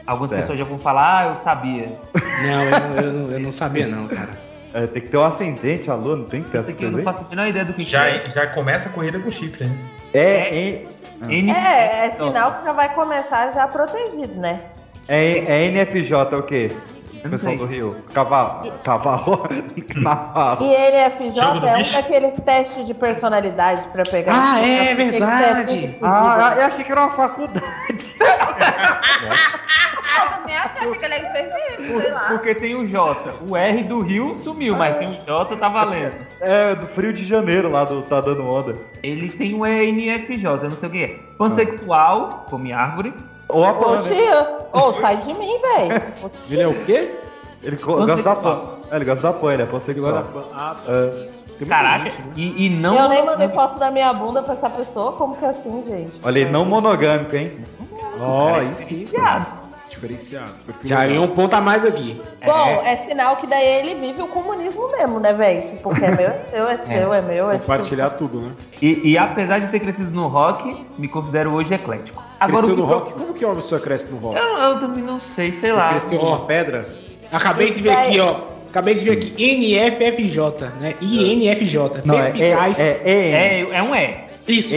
[SPEAKER 14] Algumas
[SPEAKER 3] Certo.
[SPEAKER 14] pessoas já vão falar, ah, eu sabia.
[SPEAKER 8] Não, eu, eu não- eu não sabia, não, cara.
[SPEAKER 3] É, tem que ter um ascendente, alô, não tem que ter
[SPEAKER 14] Isso aqui eu não
[SPEAKER 3] ascendente.
[SPEAKER 14] faço a menor ideia do que
[SPEAKER 12] Já,
[SPEAKER 14] que é.
[SPEAKER 12] já começa a corrida com chifre, né?
[SPEAKER 3] É, é,
[SPEAKER 5] É, é sinal que já vai começar já protegido, né?
[SPEAKER 3] é, é NFJ, é o quê?
[SPEAKER 5] sei.
[SPEAKER 3] Pessoal do Rio. Cavalo. Cavalo. Cavalo.
[SPEAKER 5] E ele é
[SPEAKER 3] Jogo Tá. do
[SPEAKER 5] é um
[SPEAKER 3] bicho.
[SPEAKER 5] daqueles testes de personalidade pra pegar.
[SPEAKER 3] Ah,
[SPEAKER 5] Pra
[SPEAKER 3] é
[SPEAKER 5] ver que que você
[SPEAKER 3] verdade.
[SPEAKER 5] tudo fudido.
[SPEAKER 3] Ah, eu achei que era uma faculdade.
[SPEAKER 19] Ah, eu também acho, acho que ele é imperfeito, sei lá.
[SPEAKER 14] Porque tem o J. O R do Rio sumiu, mas tem o J, tá valendo.
[SPEAKER 3] É, do Frio de Janeiro lá do Tá Dando Onda.
[SPEAKER 14] Ele tem um o ENFJ, eu não sei o que é. Pansexual, come árvore.
[SPEAKER 3] Ou a
[SPEAKER 5] Ô,
[SPEAKER 9] né?
[SPEAKER 5] tio, ô, sai de mim, velho.
[SPEAKER 3] Ele é o quê? Ele co- gosta da pan. É, Ele gosta da pan, ele é
[SPEAKER 9] Agora,
[SPEAKER 3] pansexual.
[SPEAKER 9] ah,
[SPEAKER 3] É.
[SPEAKER 14] Caraca, e, e não.
[SPEAKER 5] eu nem mandei foto da minha bunda pra essa pessoa, como que é assim, gente?
[SPEAKER 3] Olha aí, não monogâmico, hein?
[SPEAKER 9] Ó,
[SPEAKER 3] Cara,
[SPEAKER 9] aí sim.
[SPEAKER 5] Viado.
[SPEAKER 9] Diferenciado. perfil
[SPEAKER 8] Já
[SPEAKER 9] legal.
[SPEAKER 8] ganhou um ponto a mais aqui.
[SPEAKER 5] Bom, é. sinal que daí ele vive o comunismo mesmo, né, velho? Tipo, que é meu, é seu, é seu, é meu, é
[SPEAKER 9] Compartilhar tudo, né?
[SPEAKER 14] E, e apesar de ter crescido no rock, me considero hoje eclético. Agora,
[SPEAKER 9] Cresceu
[SPEAKER 14] o que
[SPEAKER 9] no
[SPEAKER 14] pro-
[SPEAKER 9] rock? Como que uma pessoa cresce no rock?
[SPEAKER 14] Eu, eu também não sei, sei lá.
[SPEAKER 9] Cresceu numa pedra?
[SPEAKER 8] Acabei de ver
[SPEAKER 12] é-
[SPEAKER 8] aqui, ó. Acabei de ver aqui. NFFJ, né? INFJ.
[SPEAKER 14] Não, é-
[SPEAKER 8] Perspicaz.
[SPEAKER 14] é- é- é- é um E.
[SPEAKER 8] Isso.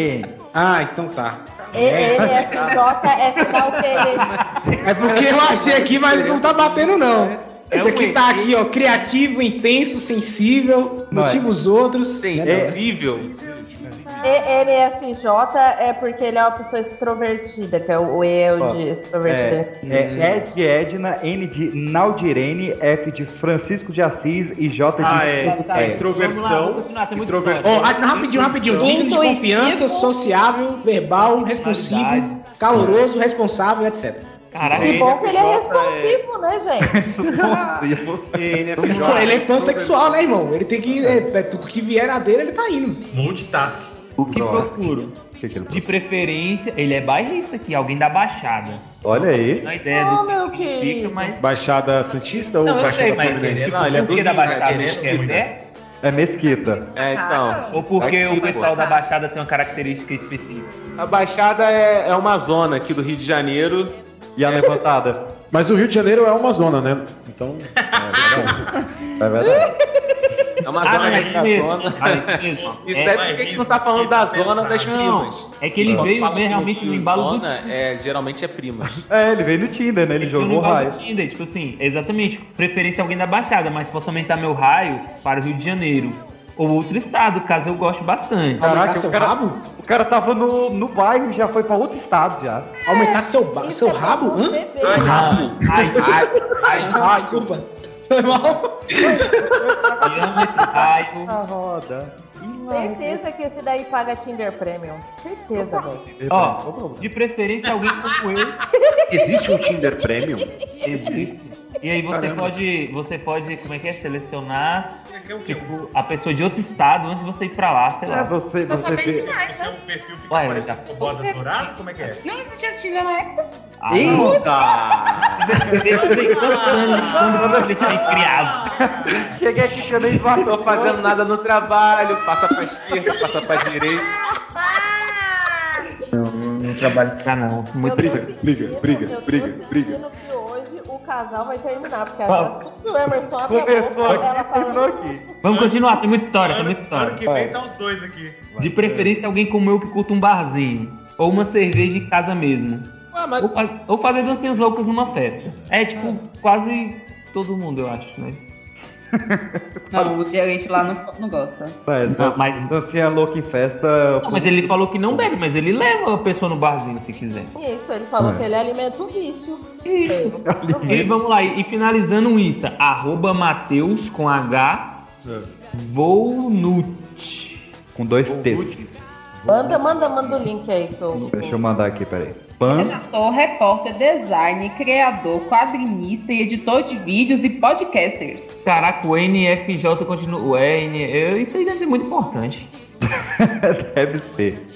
[SPEAKER 8] Ah, então tá.
[SPEAKER 5] E, ele é PJ, é sinal que ele.
[SPEAKER 8] É porque eu achei aqui, mas não tá batendo, não.
[SPEAKER 5] É
[SPEAKER 8] Isso aqui
[SPEAKER 5] um
[SPEAKER 8] tá aqui, ó. Criativo, intenso, sensível,
[SPEAKER 3] Não, é.
[SPEAKER 8] motiva os outros. né?
[SPEAKER 6] Sensível.
[SPEAKER 5] ENFJ é porque ele é uma pessoa extrovertida, que é o o E é o
[SPEAKER 3] Ó,
[SPEAKER 5] de extrovertida.
[SPEAKER 3] É, é E de Edna, N de Naldirene, F de Francisco de Assis e J de
[SPEAKER 9] Ah, é.
[SPEAKER 3] Francisco
[SPEAKER 9] Tá,
[SPEAKER 3] Pérez.
[SPEAKER 9] extroversão. Vamos lá, vamos continuar, tem muita Extroversão.
[SPEAKER 8] Ó, ah, rapidinho, rapidinho. Digno de
[SPEAKER 5] Intuitivo.
[SPEAKER 8] confiança, sociável, verbal, responsivo, caloroso, responsável, etc.
[SPEAKER 5] Caraca, que bom que ele é responsivo, né, gente?
[SPEAKER 6] é
[SPEAKER 8] Pô, ele é pansexual, né, irmão? Ele tem que. É, é, o que vier na dele, ele tá indo.
[SPEAKER 12] Multitask.
[SPEAKER 14] O que
[SPEAKER 12] Nossa.
[SPEAKER 14] procuro? De preferência, ele é bairrista aqui, alguém da Baixada.
[SPEAKER 3] Olha aí.
[SPEAKER 14] Não é ideia
[SPEAKER 5] Não,
[SPEAKER 14] do que
[SPEAKER 5] meu
[SPEAKER 14] significa,
[SPEAKER 5] querido.
[SPEAKER 14] mas.
[SPEAKER 9] Baixada Santista ou
[SPEAKER 14] Não, eu
[SPEAKER 9] Baixada
[SPEAKER 14] sei, mas.
[SPEAKER 9] Fluminense?
[SPEAKER 14] Não, ele é
[SPEAKER 5] né?
[SPEAKER 14] do da
[SPEAKER 9] né?
[SPEAKER 14] Baixada, Ah, tá.
[SPEAKER 9] Querendo,
[SPEAKER 14] porque é mulher?
[SPEAKER 3] É Mesquita.
[SPEAKER 9] É, então.
[SPEAKER 14] Ou porque
[SPEAKER 9] Aqui,
[SPEAKER 14] o pessoal
[SPEAKER 9] pô.
[SPEAKER 14] da Baixada tem uma característica específica?
[SPEAKER 6] A Baixada é, é uma zona aqui do Rio de Janeiro.
[SPEAKER 3] E a levantada?
[SPEAKER 9] Mas o Rio de Janeiro é uma zona, né? Então.
[SPEAKER 3] É verdade.
[SPEAKER 6] É uma zona
[SPEAKER 14] é
[SPEAKER 6] aqui da
[SPEAKER 14] mesmo.
[SPEAKER 6] zona.
[SPEAKER 14] Ah, é mesmo.
[SPEAKER 6] Isso
[SPEAKER 14] É,
[SPEAKER 6] é porque a gente não tá falando da zona das primas.
[SPEAKER 14] É que ele
[SPEAKER 6] Quando
[SPEAKER 14] veio
[SPEAKER 6] fala
[SPEAKER 14] ver
[SPEAKER 6] que
[SPEAKER 14] realmente
[SPEAKER 6] Rio
[SPEAKER 14] no embalo do
[SPEAKER 6] zona, é, geralmente é primas.
[SPEAKER 3] É, ele veio no Tinder, né? Ele
[SPEAKER 14] Eu
[SPEAKER 3] jogou
[SPEAKER 14] não
[SPEAKER 3] o raio.
[SPEAKER 14] gosto do Tinder, tipo assim, exatamente. Preferência alguém da Baixada, mas posso aumentar meu raio para o Rio de Janeiro. Ou outro estado, caso eu goste bastante.
[SPEAKER 3] Caraca, o cara, o cara tava no, no bairro e já foi pra outro estado já.
[SPEAKER 9] É,
[SPEAKER 8] Aumentar seu, ba- seu rabo? Hã?
[SPEAKER 14] Rabo. Ai, ai,
[SPEAKER 8] ai, ai, desculpa. Foi mal.
[SPEAKER 3] A roda.
[SPEAKER 5] Certeza que esse daí paga Tinder Premium. Certeza, velho.
[SPEAKER 14] Ó, de preferência alguém como eu.
[SPEAKER 9] Existe um Tinder Premium?
[SPEAKER 14] Existe. E aí você
[SPEAKER 9] Caramba.
[SPEAKER 14] pode, você pode, como é que é, selecionar tipo, a pessoa de outro estado antes de você ir pra lá, sei lá.
[SPEAKER 3] É, você-
[SPEAKER 19] Eu sou bem demais,
[SPEAKER 12] Seu
[SPEAKER 19] né?
[SPEAKER 12] é um perfil fica
[SPEAKER 14] Ué,
[SPEAKER 12] parecendo
[SPEAKER 14] mas-
[SPEAKER 12] com borda dourada? Como é que é?
[SPEAKER 19] Não é? existia Tinder na época.
[SPEAKER 14] Ah, não.
[SPEAKER 13] tá.
[SPEAKER 14] Deixa eu ver quantos anos quando você foi criado.
[SPEAKER 6] Cheguei aqui que eu nem tô fazendo nada no trabalho, passa pra esquerda, passa pra direita.
[SPEAKER 14] Não, não trabalho pra não. Muito
[SPEAKER 5] Briga, briga, briga, briga, briga. Que hoje o casal vai terminar, porque
[SPEAKER 14] Vamos.
[SPEAKER 5] agora tudo que o Emerson abre a
[SPEAKER 14] Começou
[SPEAKER 5] boca,
[SPEAKER 14] aqui,
[SPEAKER 5] ela fala. assim,
[SPEAKER 14] Vamos continuar, tem muita história, tem muita história.
[SPEAKER 12] Ano que vem tá os dois aqui.
[SPEAKER 14] De preferência, alguém como eu que curta um barzinho. Ou uma cerveja em casa mesmo.
[SPEAKER 12] Ah,
[SPEAKER 14] ou, fa- ou fazer dancinhas loucas numa festa. É tipo,
[SPEAKER 12] Ah.
[SPEAKER 14] quase todo mundo, eu acho, né?
[SPEAKER 20] Não, o gerente lá não, não gosta.
[SPEAKER 14] mas
[SPEAKER 3] dancinha louca em festa.
[SPEAKER 14] mas ele falou que não bebe, mas ele leva a pessoa no barzinho se quiser.
[SPEAKER 5] Isso, ele falou
[SPEAKER 14] É.
[SPEAKER 5] que ele alimenta o vício.
[SPEAKER 14] Isso.
[SPEAKER 12] É.
[SPEAKER 14] E vamos lá, e e finalizando o Insta, arroba Mateus com H Volnut.
[SPEAKER 3] Com dois T's.
[SPEAKER 5] Manda, manda, manda o link aí que eu.
[SPEAKER 3] Deixa eu mandar aqui, peraí. Pan.
[SPEAKER 20] Ator, repórter, design, criador, quadrinista e editor de vídeos e podcasters.
[SPEAKER 14] Caraca, o NFJ continua. O N, eu- isso aí deve ser muito importante.
[SPEAKER 3] deve ser.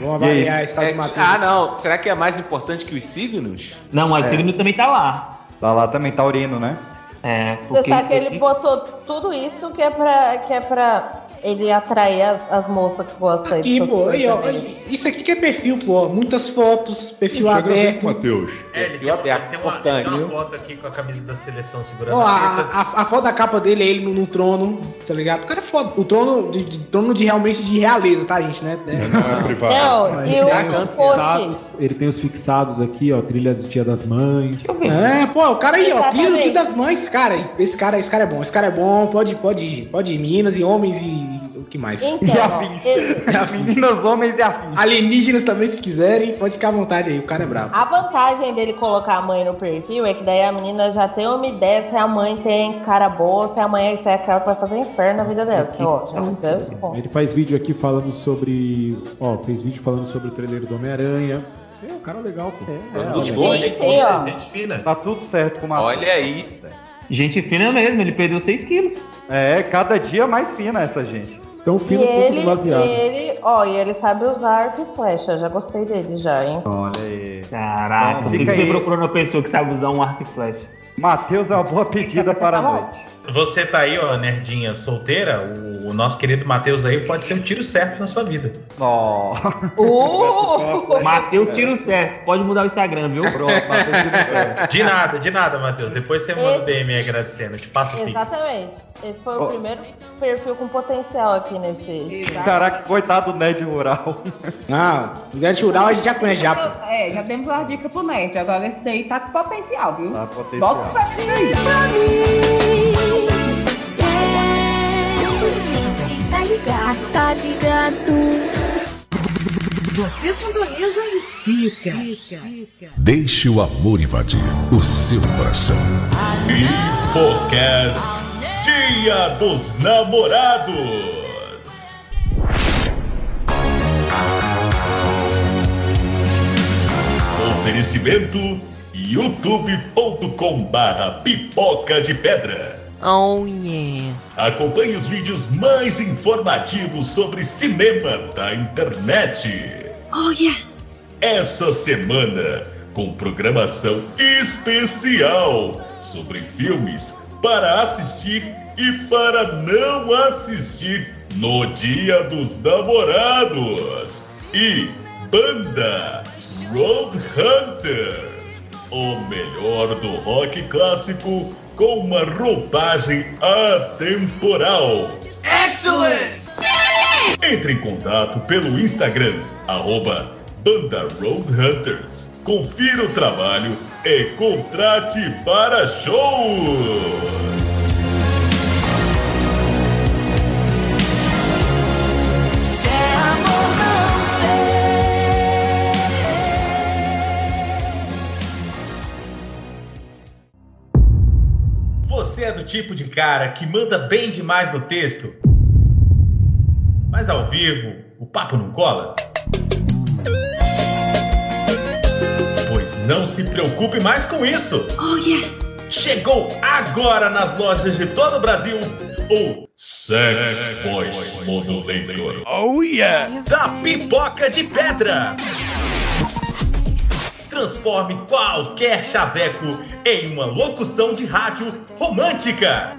[SPEAKER 14] Vamos avaliar a
[SPEAKER 3] É,
[SPEAKER 14] estado de
[SPEAKER 6] ti-
[SPEAKER 14] Matheus.
[SPEAKER 6] Ah, não. Será que é mais importante que os signos?
[SPEAKER 14] Não, mas
[SPEAKER 6] É.
[SPEAKER 14] o signo também tá lá.
[SPEAKER 3] Tá lá também, taurino, né?
[SPEAKER 14] É,
[SPEAKER 5] Você sabe que ele botou tudo isso que é pra, que é pra ele atrair as, as moças que gostam aí
[SPEAKER 8] Aqui,
[SPEAKER 5] dessas
[SPEAKER 8] pô, aí, ó,
[SPEAKER 5] coisas, né?
[SPEAKER 8] isso aqui que é perfil, pô. Muitas fotos, perfil
[SPEAKER 12] Gente, eu gravei
[SPEAKER 8] aberto.
[SPEAKER 12] com o
[SPEAKER 7] Matheus.
[SPEAKER 12] É, ele tem, ele tem uma, ele tem uma foto aqui com a camisa da seleção segurando
[SPEAKER 8] Ó,
[SPEAKER 12] a
[SPEAKER 8] a,
[SPEAKER 12] teta.
[SPEAKER 8] a- a foto da capa dele é ele no, no trono, tá ligado? O cara é foda. O trono de, de- trono de realmente de realeza, tá, gente, né?
[SPEAKER 7] Não é privado.
[SPEAKER 5] Não,
[SPEAKER 8] e o-
[SPEAKER 21] fixados, ele tem os fixados aqui, ó, trilha do Dia das Mães.
[SPEAKER 8] É, pô, o cara aí, ó,
[SPEAKER 5] Exatamente.
[SPEAKER 8] trilha do dia das mães, cara. Esse cara, esse cara é bom, esse cara é bom, pode, pode ir, pode ir, meninas e homens e o que mais?
[SPEAKER 5] Então, ó, ele-
[SPEAKER 8] Meninas,
[SPEAKER 3] homens e afins.
[SPEAKER 8] Alienígenas também, se quiserem, pode ficar à vontade aí, o cara é brabo.
[SPEAKER 5] a vantagem dele colocar a mãe no perfil é que daí a menina já tem uma ideia se a mãe tem cara boa, se a mãe se é aquela que vai fazer inferno na vida dela. Que é
[SPEAKER 9] tá um
[SPEAKER 5] ótimo.
[SPEAKER 21] Ele faz vídeo aqui falando sobre. Ó, fez vídeo falando sobre o trailer do Homem-Aranha. É, o cara é legal, pô.
[SPEAKER 3] É,
[SPEAKER 21] Produz
[SPEAKER 3] olha.
[SPEAKER 21] bom,
[SPEAKER 3] Gente
[SPEAKER 21] gente
[SPEAKER 3] fina,
[SPEAKER 21] boa.
[SPEAKER 3] gente fina. Tá tudo certo com o Matheus.
[SPEAKER 6] Olha aí.
[SPEAKER 14] Gente fina mesmo, ele perdeu 6 quilos.
[SPEAKER 3] É, cada dia mais fina essa gente.
[SPEAKER 21] Então
[SPEAKER 5] E ele, e ele, ó, e ele sabe usar arco e flecha. Já gostei dele já, hein?
[SPEAKER 3] Olha aí.
[SPEAKER 14] Caraca, por que
[SPEAKER 3] fica
[SPEAKER 14] que você
[SPEAKER 3] aí.
[SPEAKER 14] procurou uma pessoa que sabe usar um arco e flecha?
[SPEAKER 3] Matheus é uma boa pedida para a noite.
[SPEAKER 12] Você tá aí, ó, nerdinha solteira, o, o nosso querido Matheus aí pode ser o tiro certo na sua vida.
[SPEAKER 3] Ó.
[SPEAKER 14] Uh! Matheus tiro certo, pode mudar o Instagram, viu?
[SPEAKER 12] De nada, de nada, Matheus. Depois você manda o DM aí agradecendo, eu te passo o pix.
[SPEAKER 5] Exatamente. Esse foi
[SPEAKER 3] Ó.
[SPEAKER 5] o primeiro perfil com potencial aqui nesse.
[SPEAKER 3] Caraca, coitado do Ned Rural.
[SPEAKER 8] Ah, o grande rural a gente já conhece já, pô.
[SPEAKER 20] É, já temos uma dica pro Nerd. Agora esse daí tá com potencial, viu?
[SPEAKER 3] Tá
[SPEAKER 20] Bota o fetinho aí.
[SPEAKER 19] Tá ligado, tá ligado. Você sintoniza e fica.
[SPEAKER 22] Deixe o amor invadir o seu coração.
[SPEAKER 1] Hipocast Dia dos Namorados. Oferecimento youtube.com barra pipoca de pedra.
[SPEAKER 2] Oh yeah.
[SPEAKER 1] Acompanhe os vídeos mais informativos sobre cinema da internet.
[SPEAKER 2] Oh yes.
[SPEAKER 1] Essa semana, com programação especial sobre filmes para assistir e para não assistir no Dia dos Namorados. E Banda Road Hunters, o melhor do rock clássico com uma roupagem atemporal.
[SPEAKER 2] Excellent.
[SPEAKER 1] Entre em contato pelo Instagram, arroba Banda Road Hunters. Confira o trabalho e contrate para shows!
[SPEAKER 2] Se é amor, não sei.
[SPEAKER 12] Você é do tipo de cara que manda bem demais no texto, mas ao vivo o papo não cola? Pois não se preocupe mais com isso!
[SPEAKER 2] Oh yes.
[SPEAKER 12] Chegou agora nas lojas de todo o Brasil o Sex Voice Modulator. Oh yeah! Da pipoca de pedra! Transforme qualquer chaveco em uma locução de rádio romântica!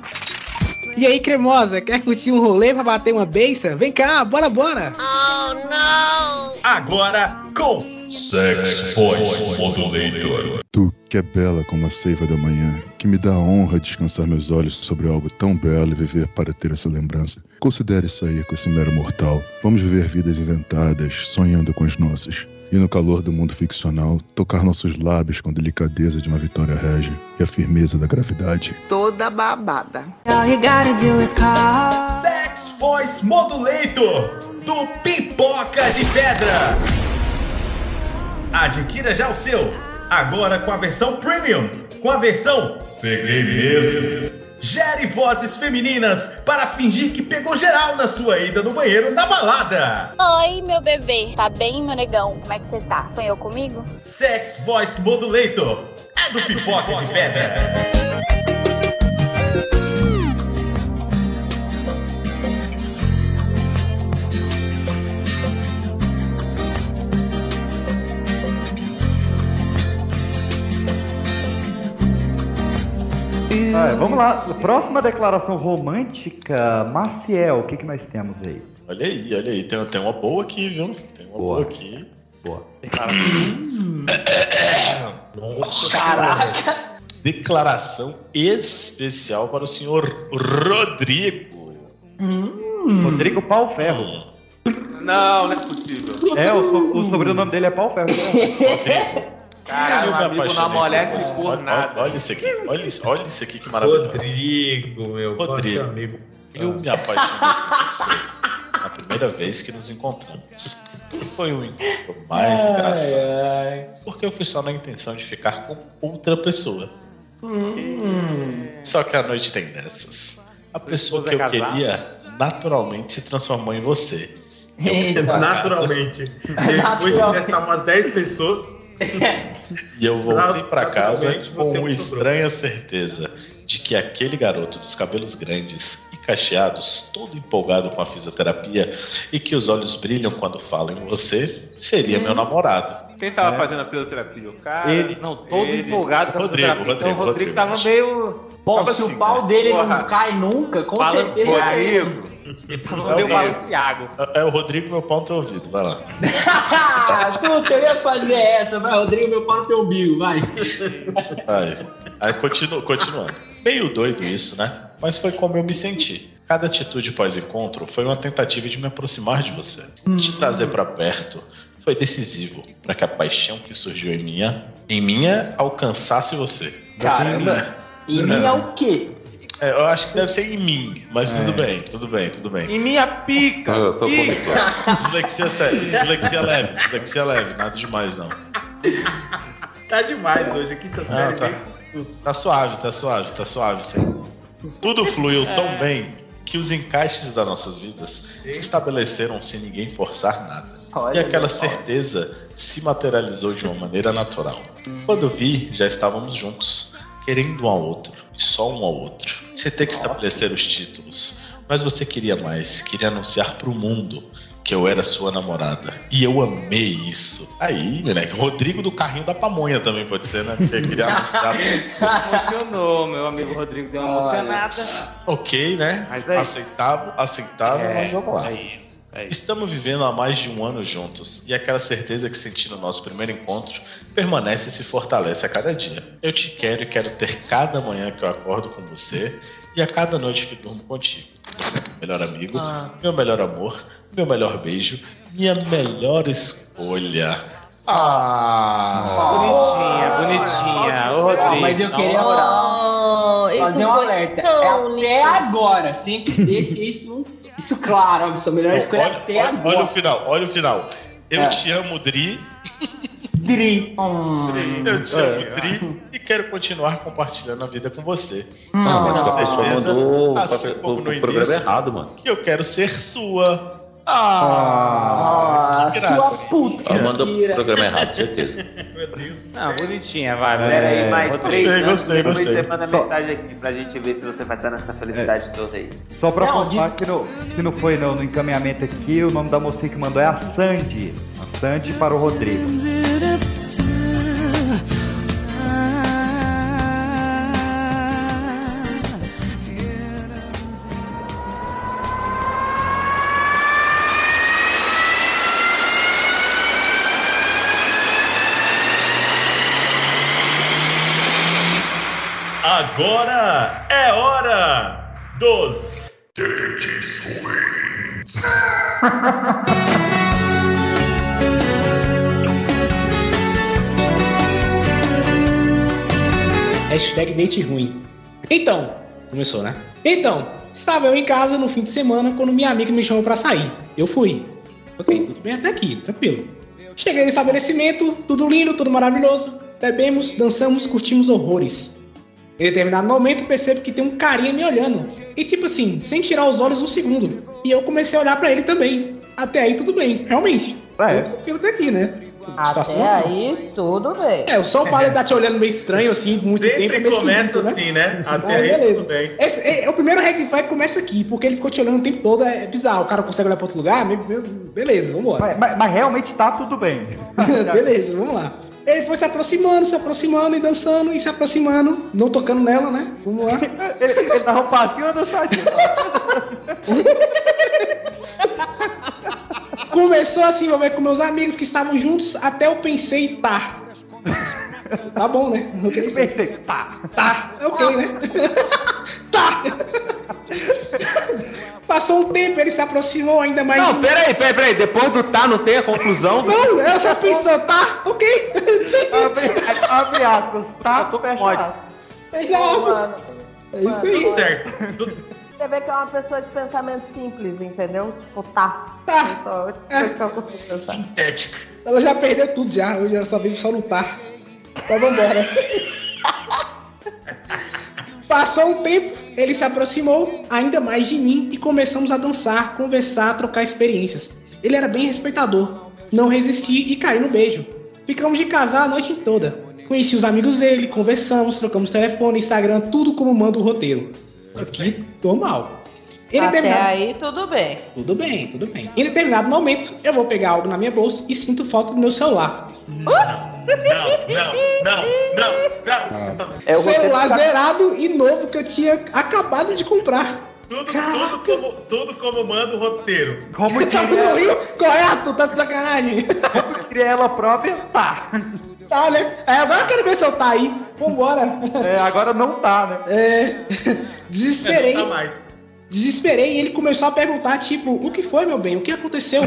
[SPEAKER 8] E aí, cremosa, quer curtir um rolê pra bater uma beça? Vem cá, bora, bora!
[SPEAKER 2] Oh no.
[SPEAKER 12] Agora com
[SPEAKER 1] Sex Voice Modulator.
[SPEAKER 7] Tu que é bela como a seiva da manhã, que me dá a honra de descansar meus olhos sobre algo tão belo e viver para ter essa lembrança. Considere sair com esse mero mortal. Vamos viver vidas inventadas, sonhando com as nossas. E no calor do mundo ficcional, tocar nossos lábios com a delicadeza de uma vitória régia e a firmeza da gravidade.
[SPEAKER 4] Toda babada.
[SPEAKER 2] All you gotta do is call. Sex Voice Modulator do Pipoca de Pedra.
[SPEAKER 12] Adquira já o seu, agora com a versão Premium, com a versão
[SPEAKER 1] Peguei mesmo.
[SPEAKER 12] Gere Vozes Femininas para fingir que pegou geral na sua ida no banheiro na balada.
[SPEAKER 13] Oi, meu bebê. Tá bem, meu negão? Como é que você tá? Sonhou comigo?
[SPEAKER 12] Sex Voice Modulator é do Pipoca de Pedra.
[SPEAKER 3] Ah, vamos lá, próxima declaração romântica, Maciel, o que, que nós temos aí?
[SPEAKER 23] Olha aí, olha aí. Tem, tem uma boa aqui, viu? Tem uma boa, aqui.
[SPEAKER 3] Boa.
[SPEAKER 23] Nossa, Caraca! Declaração especial para o senhor Rodrigo.
[SPEAKER 2] Hum.
[SPEAKER 3] Rodrigo Pau Ferro.
[SPEAKER 6] Não, não é possível.
[SPEAKER 3] É, o, so- o sobrenome dele é Pau Ferro. né?
[SPEAKER 6] Caralho,
[SPEAKER 23] Eu
[SPEAKER 6] meu
[SPEAKER 23] me
[SPEAKER 6] amigo não
[SPEAKER 23] apaixonei por
[SPEAKER 6] amolece
[SPEAKER 23] você.
[SPEAKER 6] por
[SPEAKER 23] Olha-
[SPEAKER 6] nada.
[SPEAKER 23] Olha, olha isso aqui, olha isso, olha isso aqui que maravilhoso.
[SPEAKER 12] Rodrigo, meu
[SPEAKER 23] Rodrigo,
[SPEAKER 12] amigo.
[SPEAKER 23] Eu me apaixonei por você na primeira vez que nos encontramos. Foi o encontro mais
[SPEAKER 2] Ai,
[SPEAKER 23] engraçado. Porque eu fui só na intenção de ficar com outra pessoa.
[SPEAKER 2] Hum.
[SPEAKER 23] Só que a noite tem dessas. A pessoa
[SPEAKER 2] esposa é
[SPEAKER 23] que eu
[SPEAKER 2] casada?
[SPEAKER 23] queria naturalmente se transformou em você.
[SPEAKER 2] Eita.
[SPEAKER 23] Naturalmente.
[SPEAKER 12] Depois de testar umas 10 pessoas,
[SPEAKER 23] E eu voltei pra casa
[SPEAKER 12] Naturalmente, você
[SPEAKER 23] com
[SPEAKER 12] mudou.
[SPEAKER 23] estranha certeza de que aquele garoto dos cabelos grandes e cacheados, todo empolgado com a fisioterapia e que os olhos brilham quando falam em você, seria
[SPEAKER 2] Hum.
[SPEAKER 23] meu namorado.
[SPEAKER 6] Quem
[SPEAKER 8] É.
[SPEAKER 6] tava fazendo a fisioterapia? O cara?
[SPEAKER 23] Ele.
[SPEAKER 6] Não,
[SPEAKER 23] todo
[SPEAKER 17] empolgado com a
[SPEAKER 23] Rodrigo,
[SPEAKER 17] fisioterapia. Então o
[SPEAKER 23] Rodrigo,
[SPEAKER 17] Rodrigo tava meio.
[SPEAKER 13] Bom,
[SPEAKER 17] tava
[SPEAKER 13] se
[SPEAKER 17] assim,
[SPEAKER 13] o pau
[SPEAKER 17] né?
[SPEAKER 13] dele
[SPEAKER 17] Porra.
[SPEAKER 13] não cai nunca, com
[SPEAKER 17] Balanceado.
[SPEAKER 13] certeza.
[SPEAKER 9] assim,
[SPEAKER 13] é
[SPEAKER 23] Rodrigo.
[SPEAKER 17] Tava meio balanceado.
[SPEAKER 23] É, o Rodrigo, meu pau no teu ouvido, vai lá.
[SPEAKER 13] Ah, puta, eu ia fazer essa, vai, Rodrigo, meu pau no teu umbigo, vai.
[SPEAKER 23] Aí, aí continu- continuando. Meio doido isso, né? Mas foi como eu me senti. Cada atitude pós-encontro foi uma tentativa de me aproximar de você, de te trazer pra perto. Foi decisivo pra que a paixão que surgiu em minha, em minha alcançasse você.
[SPEAKER 13] Caramba. Em mim é o quê?
[SPEAKER 23] É, eu acho que deve ser em mim, mas tudo
[SPEAKER 13] É.
[SPEAKER 23] bem, tudo bem, tudo bem.
[SPEAKER 6] Em minha pica.
[SPEAKER 23] Ah, Eu
[SPEAKER 6] tô pica. conectado.
[SPEAKER 23] Dislexia séria, dislexia leve, dislexia leve, nada demais não.
[SPEAKER 12] tá demais hoje. Aqui tá
[SPEAKER 23] Ah, tá. Tá suave, tá suave, tá suave, sim. Tudo fluiu tão bem que os encaixes das nossas vidas se estabeleceram sem ninguém forçar nada.
[SPEAKER 13] Olha,
[SPEAKER 23] E aquela
[SPEAKER 13] meu
[SPEAKER 23] certeza se materializou de uma maneira natural. Quando vi, já estávamos juntos, querendo um ao outro e só um ao outro, sem ter que estabelecer os títulos. Mas você queria mais, queria anunciar pro mundo que eu era sua namorada. E eu amei isso. Aí, moleque, Rodrigo do carrinho da pamonha também pode ser, né? Porque eu queria anunciar.
[SPEAKER 17] Emocionou, meu amigo Rodrigo deu uma emocionada.
[SPEAKER 23] ok, né? aceitável, aceitável,
[SPEAKER 17] É,
[SPEAKER 23] mas vamos lá.
[SPEAKER 17] é isso,
[SPEAKER 23] Estamos vivendo há mais de um ano juntos e aquela certeza que senti no nosso primeiro encontro permanece e se fortalece a cada dia. Eu te quero e quero ter cada manhã que eu acordo com você e a cada noite que durmo contigo. Você é meu melhor amigo,
[SPEAKER 17] Ah.
[SPEAKER 23] meu melhor amor, meu melhor beijo, minha melhor escolha. Ah!
[SPEAKER 17] Bonitinha, bonitinha. Ô,
[SPEAKER 13] Não,
[SPEAKER 17] Rodrigo.
[SPEAKER 13] Ah, mas eu
[SPEAKER 17] na
[SPEAKER 13] queria
[SPEAKER 17] moral.
[SPEAKER 5] Oh,
[SPEAKER 13] fazer um alerta. É até agora, sempre deixe isso, isso claro, óbvio, sua melhor
[SPEAKER 23] Não,
[SPEAKER 13] escolha é até
[SPEAKER 23] olha, olha o
[SPEAKER 13] agora.
[SPEAKER 23] final, olha o final. Eu
[SPEAKER 13] É.
[SPEAKER 23] te amo, Dri.
[SPEAKER 13] Dri. Hum,
[SPEAKER 23] Eu te amo, Dri, e quero continuar compartilhando a vida com você.
[SPEAKER 13] Hum.
[SPEAKER 23] Com
[SPEAKER 13] Ah,
[SPEAKER 23] muita
[SPEAKER 13] tá
[SPEAKER 23] certeza,
[SPEAKER 15] chamando o
[SPEAKER 23] assim
[SPEAKER 15] papel-
[SPEAKER 23] como
[SPEAKER 15] o
[SPEAKER 23] no
[SPEAKER 15] programa
[SPEAKER 23] início,
[SPEAKER 15] errado, mano.
[SPEAKER 23] que eu quero ser sua. Ah, que graça.
[SPEAKER 15] Ela mandou o programa errado, certeza.
[SPEAKER 13] Ah,
[SPEAKER 17] Não, bonitinha, vai.
[SPEAKER 13] Pera
[SPEAKER 15] É,
[SPEAKER 13] aí, mas-
[SPEAKER 17] Rodrigo,
[SPEAKER 15] né?
[SPEAKER 13] Gostei,
[SPEAKER 17] não,
[SPEAKER 13] né? gostei,
[SPEAKER 17] depois
[SPEAKER 13] gostei.
[SPEAKER 17] Você manda
[SPEAKER 13] Só-
[SPEAKER 17] mensagem aqui pra gente ver se você vai estar nessa felicidade toda aí.
[SPEAKER 3] Só pra
[SPEAKER 13] Não,
[SPEAKER 3] contar que, não, que não foi não, no encaminhamento aqui, o nome da mocinha que mandou é a Sandy. A Sandy para o Rodrigo.
[SPEAKER 1] Agora é hora dos Dentes Ruins.
[SPEAKER 8] Hashtag date ruim. Então, começou, né? Então, estava eu em casa no fim de semana quando minha amiga me chamou pra sair. Eu fui. Ok, tudo bem até aqui, tranquilo. Cheguei no estabelecimento, tudo lindo, tudo maravilhoso. Bebemos, dançamos, curtimos horrores. Em determinado momento percebo que tem um carinha me olhando. E tipo assim, sem tirar os olhos um segundo. E eu comecei a olhar pra ele também. Até aí tudo bem, realmente. É. Tranquilo até aqui, né? Situação
[SPEAKER 5] Até
[SPEAKER 8] normal.
[SPEAKER 5] aí, tudo bem.
[SPEAKER 8] É, o sol para de tá te olhando meio estranho, assim, muito
[SPEAKER 12] Sempre
[SPEAKER 8] tempo. é meio
[SPEAKER 12] começa
[SPEAKER 8] esquisito,
[SPEAKER 12] assim, né? Até
[SPEAKER 8] Aí,
[SPEAKER 12] aí,
[SPEAKER 8] beleza.
[SPEAKER 12] tudo bem.
[SPEAKER 8] Esse, é, é o primeiro red flag começa aqui, porque ele ficou te olhando o tempo todo, é bizarro. O cara consegue olhar pra outro lugar, meio- meio- beleza, vambora.
[SPEAKER 3] Mas, mas- mas realmente tá tudo bem.
[SPEAKER 8] beleza, vamos lá. Ele foi se aproximando, se aproximando e dançando e se aproximando, não tocando nela, né? Vamos lá.
[SPEAKER 3] ele, ele dava um passinho ou dançadinho?
[SPEAKER 8] Começou assim, vou ver com meus amigos que estavam juntos, até eu pensei, tá. Tá bom, né? Eu
[SPEAKER 3] pensei, tá.
[SPEAKER 8] Tá, é ok, né? tá. Passou um tempo, ele se aproximou ainda mais.
[SPEAKER 6] Não, peraí, peraí, peraí. Depois do tá, não tem a conclusão?
[SPEAKER 8] Não, ela só pensou, tá, ok.
[SPEAKER 3] abre, abre aspas, tá, fecha aspas.
[SPEAKER 8] Fecha
[SPEAKER 5] aspas.
[SPEAKER 8] É
[SPEAKER 5] isso aí.
[SPEAKER 12] Tudo certo. Tudo-
[SPEAKER 5] Você vê que é uma pessoa de pensamento simples, entendeu? Tipo, tá.
[SPEAKER 8] Tá.
[SPEAKER 5] É só isso que eu consigo pensar.
[SPEAKER 12] Sintético.
[SPEAKER 8] Ela já perdeu tudo já, hoje ela só vive só no par. Então vambora. Passou um tempo, ele se aproximou ainda mais de mim e começamos a dançar, conversar, trocar experiências. Ele era bem respeitador, não resisti e caí no beijo. Ficamos de casar a noite toda. Conheci os amigos dele, conversamos, trocamos telefone, Instagram, tudo como manda o roteiro. Aqui, normal. Ele
[SPEAKER 5] Até
[SPEAKER 8] terminava-
[SPEAKER 5] aí, tudo bem.
[SPEAKER 8] tudo bem, tudo bem. Em determinado momento, eu vou pegar algo na minha bolsa e sinto falta do meu celular.
[SPEAKER 12] Não, não, não, não, não.
[SPEAKER 8] Ah.
[SPEAKER 2] É,
[SPEAKER 8] É celular zerado e novo que eu tinha acabado de comprar.
[SPEAKER 12] Tudo, tudo, como, tudo como manda o roteiro.
[SPEAKER 3] Como
[SPEAKER 8] tá
[SPEAKER 12] diria-
[SPEAKER 8] tudo lindo, correto, tá de sacanagem. Como
[SPEAKER 3] diria ela própria, tá.
[SPEAKER 8] Tá, né? É, agora eu quero ver se eu tá aí. Vambora.
[SPEAKER 3] É, agora não tá, né?
[SPEAKER 8] É. Desesperei.
[SPEAKER 3] É, não tá
[SPEAKER 8] Desesperei e ele começou a perguntar, tipo, o que foi, meu bem? O que aconteceu?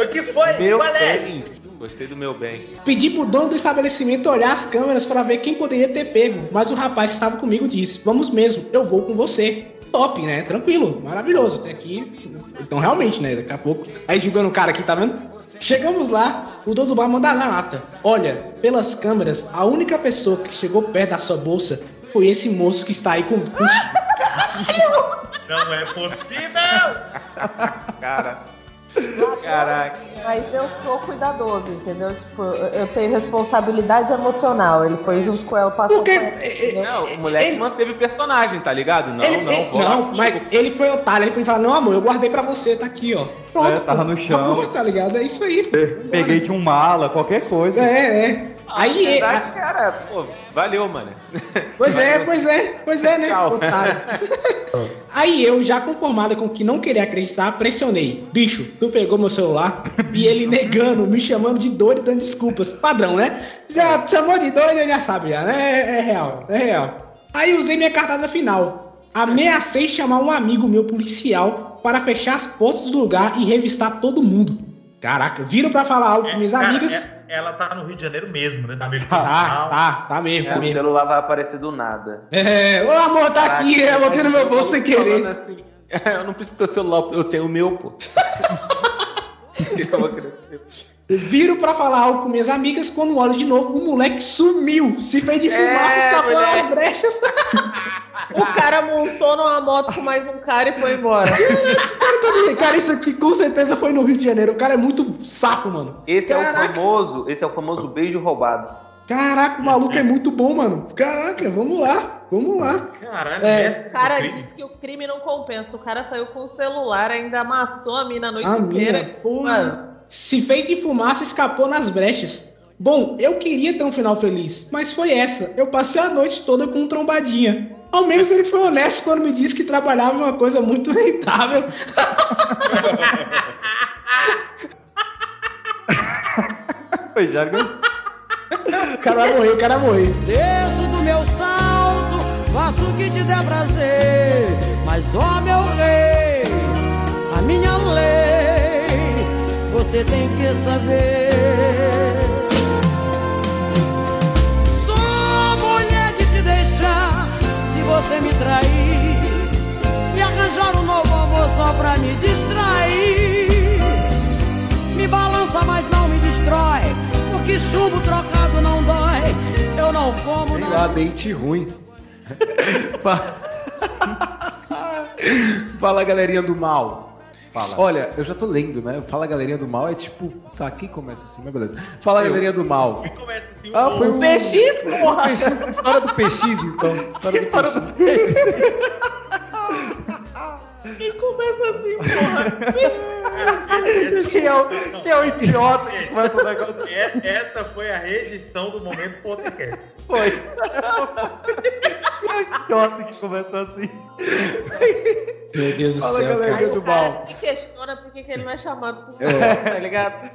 [SPEAKER 12] o que foi?
[SPEAKER 6] Meu
[SPEAKER 8] Qual é?
[SPEAKER 6] bem. Gostei do meu bem.
[SPEAKER 8] Pedi pro dono do estabelecimento olhar as câmeras para ver quem poderia ter pego, mas o rapaz que estava comigo disse: Vamos mesmo, eu vou com você. Top, né? Tranquilo, maravilhoso. Até aqui. Então, realmente, né? Daqui a pouco. Aí julgando o cara aqui, tá vendo? Chegamos lá, o dono do bar manda na lata: Olha, pelas câmeras, a única pessoa que chegou perto da sua bolsa foi esse moço que está aí com. com...
[SPEAKER 12] Não é possível!
[SPEAKER 6] Cara.
[SPEAKER 5] Caraca. Mas eu sou cuidadoso, entendeu? Tipo, eu tenho responsabilidade emocional. Ele foi junto com ela passou Porque...
[SPEAKER 8] É,
[SPEAKER 6] Não, o moleque manteve o personagem, tá ligado? Não,
[SPEAKER 8] Ele-
[SPEAKER 6] não, vou lá.
[SPEAKER 8] não, mas ele foi otário. Ele foi falar: Não, amor, eu guardei pra você, tá aqui, ó. Pronto,
[SPEAKER 3] É, tava
[SPEAKER 8] pô.
[SPEAKER 3] no chão.
[SPEAKER 8] Acabou, Tá ligado? É isso aí.
[SPEAKER 3] Peguei de um mala, qualquer coisa.
[SPEAKER 8] É, é. Aí,
[SPEAKER 6] Na verdade,
[SPEAKER 8] é-
[SPEAKER 6] cara, pô, valeu, mano.
[SPEAKER 8] Pois é, pois é, pois é, né? otário. Aí eu, já conformado com que não queria acreditar, pressionei. Bicho, tu pegou meu celular? E ele negando, me chamando de doido, e dando desculpas. Padrão, né? Já te chamou de doido, já sabe, já, né? É, é real, é real. Aí usei minha cartada final. Ameacei chamar um amigo meu policial para fechar as portas do lugar e revistar todo mundo. Caraca, viram pra falar algo com minhas
[SPEAKER 12] Cara,
[SPEAKER 8] amigas?
[SPEAKER 12] é- ela tá no Rio de Janeiro mesmo, né? Tá meio
[SPEAKER 8] Tá, tá, tá mesmo, tá
[SPEAKER 6] o
[SPEAKER 8] mesmo.
[SPEAKER 6] celular vai aparecer do nada.
[SPEAKER 8] É, ô amor, tá aqui, eu botei no meu bolso sem querer.
[SPEAKER 6] assim. É, eu não preciso do teu celular, eu tenho o meu, pô. Eu vou crescer.
[SPEAKER 8] Viro pra falar algo com minhas amigas, quando olho de novo, o moleque sumiu. Se fez de fumaça, é escapou
[SPEAKER 5] moleque.
[SPEAKER 8] nas brechas.
[SPEAKER 5] O cara montou numa moto com mais um cara e foi embora.
[SPEAKER 8] Cara, tá ligado? Cara, isso aqui com certeza foi no Rio de Janeiro. O cara é muito safo, mano.
[SPEAKER 6] Esse é
[SPEAKER 8] Caraca.
[SPEAKER 6] o famoso, esse é o famoso beijo roubado.
[SPEAKER 8] Caraca, o maluco é muito bom, mano. Caraca, vamos lá, vamos lá.
[SPEAKER 12] Caralho,
[SPEAKER 8] É.
[SPEAKER 5] O cara disse que o crime não compensa. O cara saiu com o celular, ainda amassou a mina a noite
[SPEAKER 8] A
[SPEAKER 5] inteira.
[SPEAKER 8] mina, porra. Ah, Se fez de fumaça, escapou nas brechas. Bom, eu queria ter um final feliz, mas foi essa. Eu passei a noite toda com trombadinha. Ao menos ele foi honesto quando me disse que trabalhava em uma coisa muito rentável.
[SPEAKER 3] Pois é,
[SPEAKER 8] O cara vai morrer, o cara vai morrer.
[SPEAKER 2] Desço do faço o que te der prazer. Mas ó meu rei, a minha lei, você tem que saber. Sou mulher de te deixar se você me trair e arranjar um novo amor só pra me distrair. Me balança, mas não me destrói, porque chumbo trocado não dói. Eu não como,
[SPEAKER 9] Sei
[SPEAKER 2] não
[SPEAKER 9] lá, dente ruim. Fa- Fala, galerinha do mal.
[SPEAKER 17] Fala.
[SPEAKER 9] Olha, eu já tô lendo, né? Fala, galerinha do mal é tipo. Tá, quem começa assim, mas beleza. Fala, galerinha do mal. Quem começa assim? Ah, foi
[SPEAKER 2] O PX, porra.
[SPEAKER 9] O PX, história do PX, então. História do PX.
[SPEAKER 2] E começa assim, porra.
[SPEAKER 12] Que
[SPEAKER 3] é o, que é o idiota que começa o negócio.
[SPEAKER 12] É- Essa foi a reedição do momento podcast.
[SPEAKER 3] Foi. É o idiota que começou assim.
[SPEAKER 17] Meu Deus do
[SPEAKER 3] Fala,
[SPEAKER 17] céu,
[SPEAKER 3] galera.
[SPEAKER 17] cara.
[SPEAKER 3] do
[SPEAKER 5] cara
[SPEAKER 3] mal.
[SPEAKER 5] se questiona por que que ele não é chamado pro
[SPEAKER 9] É.
[SPEAKER 5] tá ligado?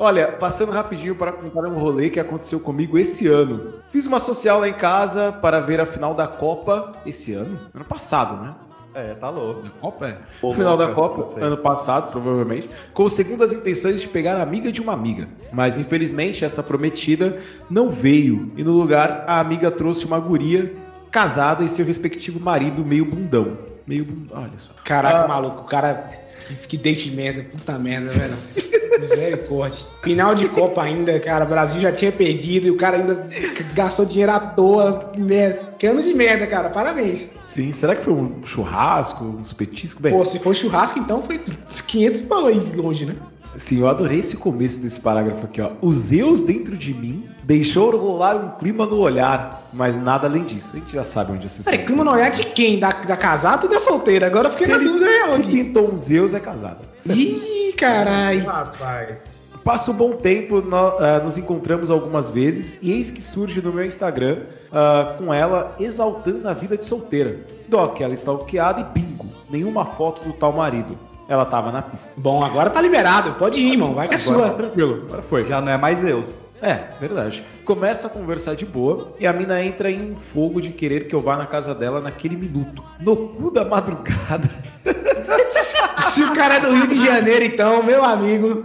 [SPEAKER 9] Olha, passando rapidinho para contar um rolê que aconteceu comigo esse ano. Fiz uma social lá em casa para ver a final da Copa esse ano, ano passado, né?
[SPEAKER 3] É, tá louco.
[SPEAKER 9] Copa é.
[SPEAKER 3] Pô,
[SPEAKER 9] final
[SPEAKER 3] louca,
[SPEAKER 9] da
[SPEAKER 3] não
[SPEAKER 9] Copa,
[SPEAKER 3] sei.
[SPEAKER 9] ano passado, provavelmente, com segundas intenções de pegar a amiga de uma amiga. Mas infelizmente essa prometida não veio e no lugar a amiga trouxe uma guria casada e seu respectivo marido meio bundão. Meio bundão, olha só.
[SPEAKER 8] Caraca,
[SPEAKER 9] Ah.
[SPEAKER 8] maluco, o cara. Que, que dente de merda, puta merda, velho. Misericórdia. Final de Copa ainda, cara. O Brasil já tinha perdido e o cara ainda gastou dinheiro à toa. Que merda. Que ano de merda, cara. Parabéns.
[SPEAKER 9] Sim, será que foi um churrasco, uns petiscos? Bem,
[SPEAKER 8] Pô, se for churrasco, então foi 500 pau aí longe, né?
[SPEAKER 9] Sim, eu adorei esse começo desse parágrafo aqui, ó. Os Zeus dentro de mim deixou rolar um clima no olhar, mas nada além disso. A gente já sabe onde essa
[SPEAKER 8] Peraí, É, clima no olhar de quem? Da, da casada ou da solteira? Agora eu fiquei
[SPEAKER 9] Se
[SPEAKER 8] na
[SPEAKER 9] ele-
[SPEAKER 8] dúvida real.
[SPEAKER 9] se
[SPEAKER 8] aqui.
[SPEAKER 9] pintou um Zeus, é casada.
[SPEAKER 8] Ih, carai.
[SPEAKER 12] Rapaz.
[SPEAKER 9] Passa um bom tempo, nó- ah, nos encontramos algumas vezes e eis que surge no meu Instagram ah, com ela exaltando a vida de solteira. Dou aquela stalkeada e bingo, nenhuma foto do tal marido. Ela tava na pista.
[SPEAKER 8] Bom, agora tá liberado, pode ir, irmão, vai que é
[SPEAKER 9] Agora
[SPEAKER 8] sua.
[SPEAKER 9] tá Tranquilo, agora foi.
[SPEAKER 3] Já não é mais Zeus.
[SPEAKER 9] É, verdade. Começa a conversar de boa e a mina entra em um fogo de querer que eu vá na casa dela naquele minuto. No cu da madrugada.
[SPEAKER 8] Se o cara é do Rio de Janeiro, então, meu amigo.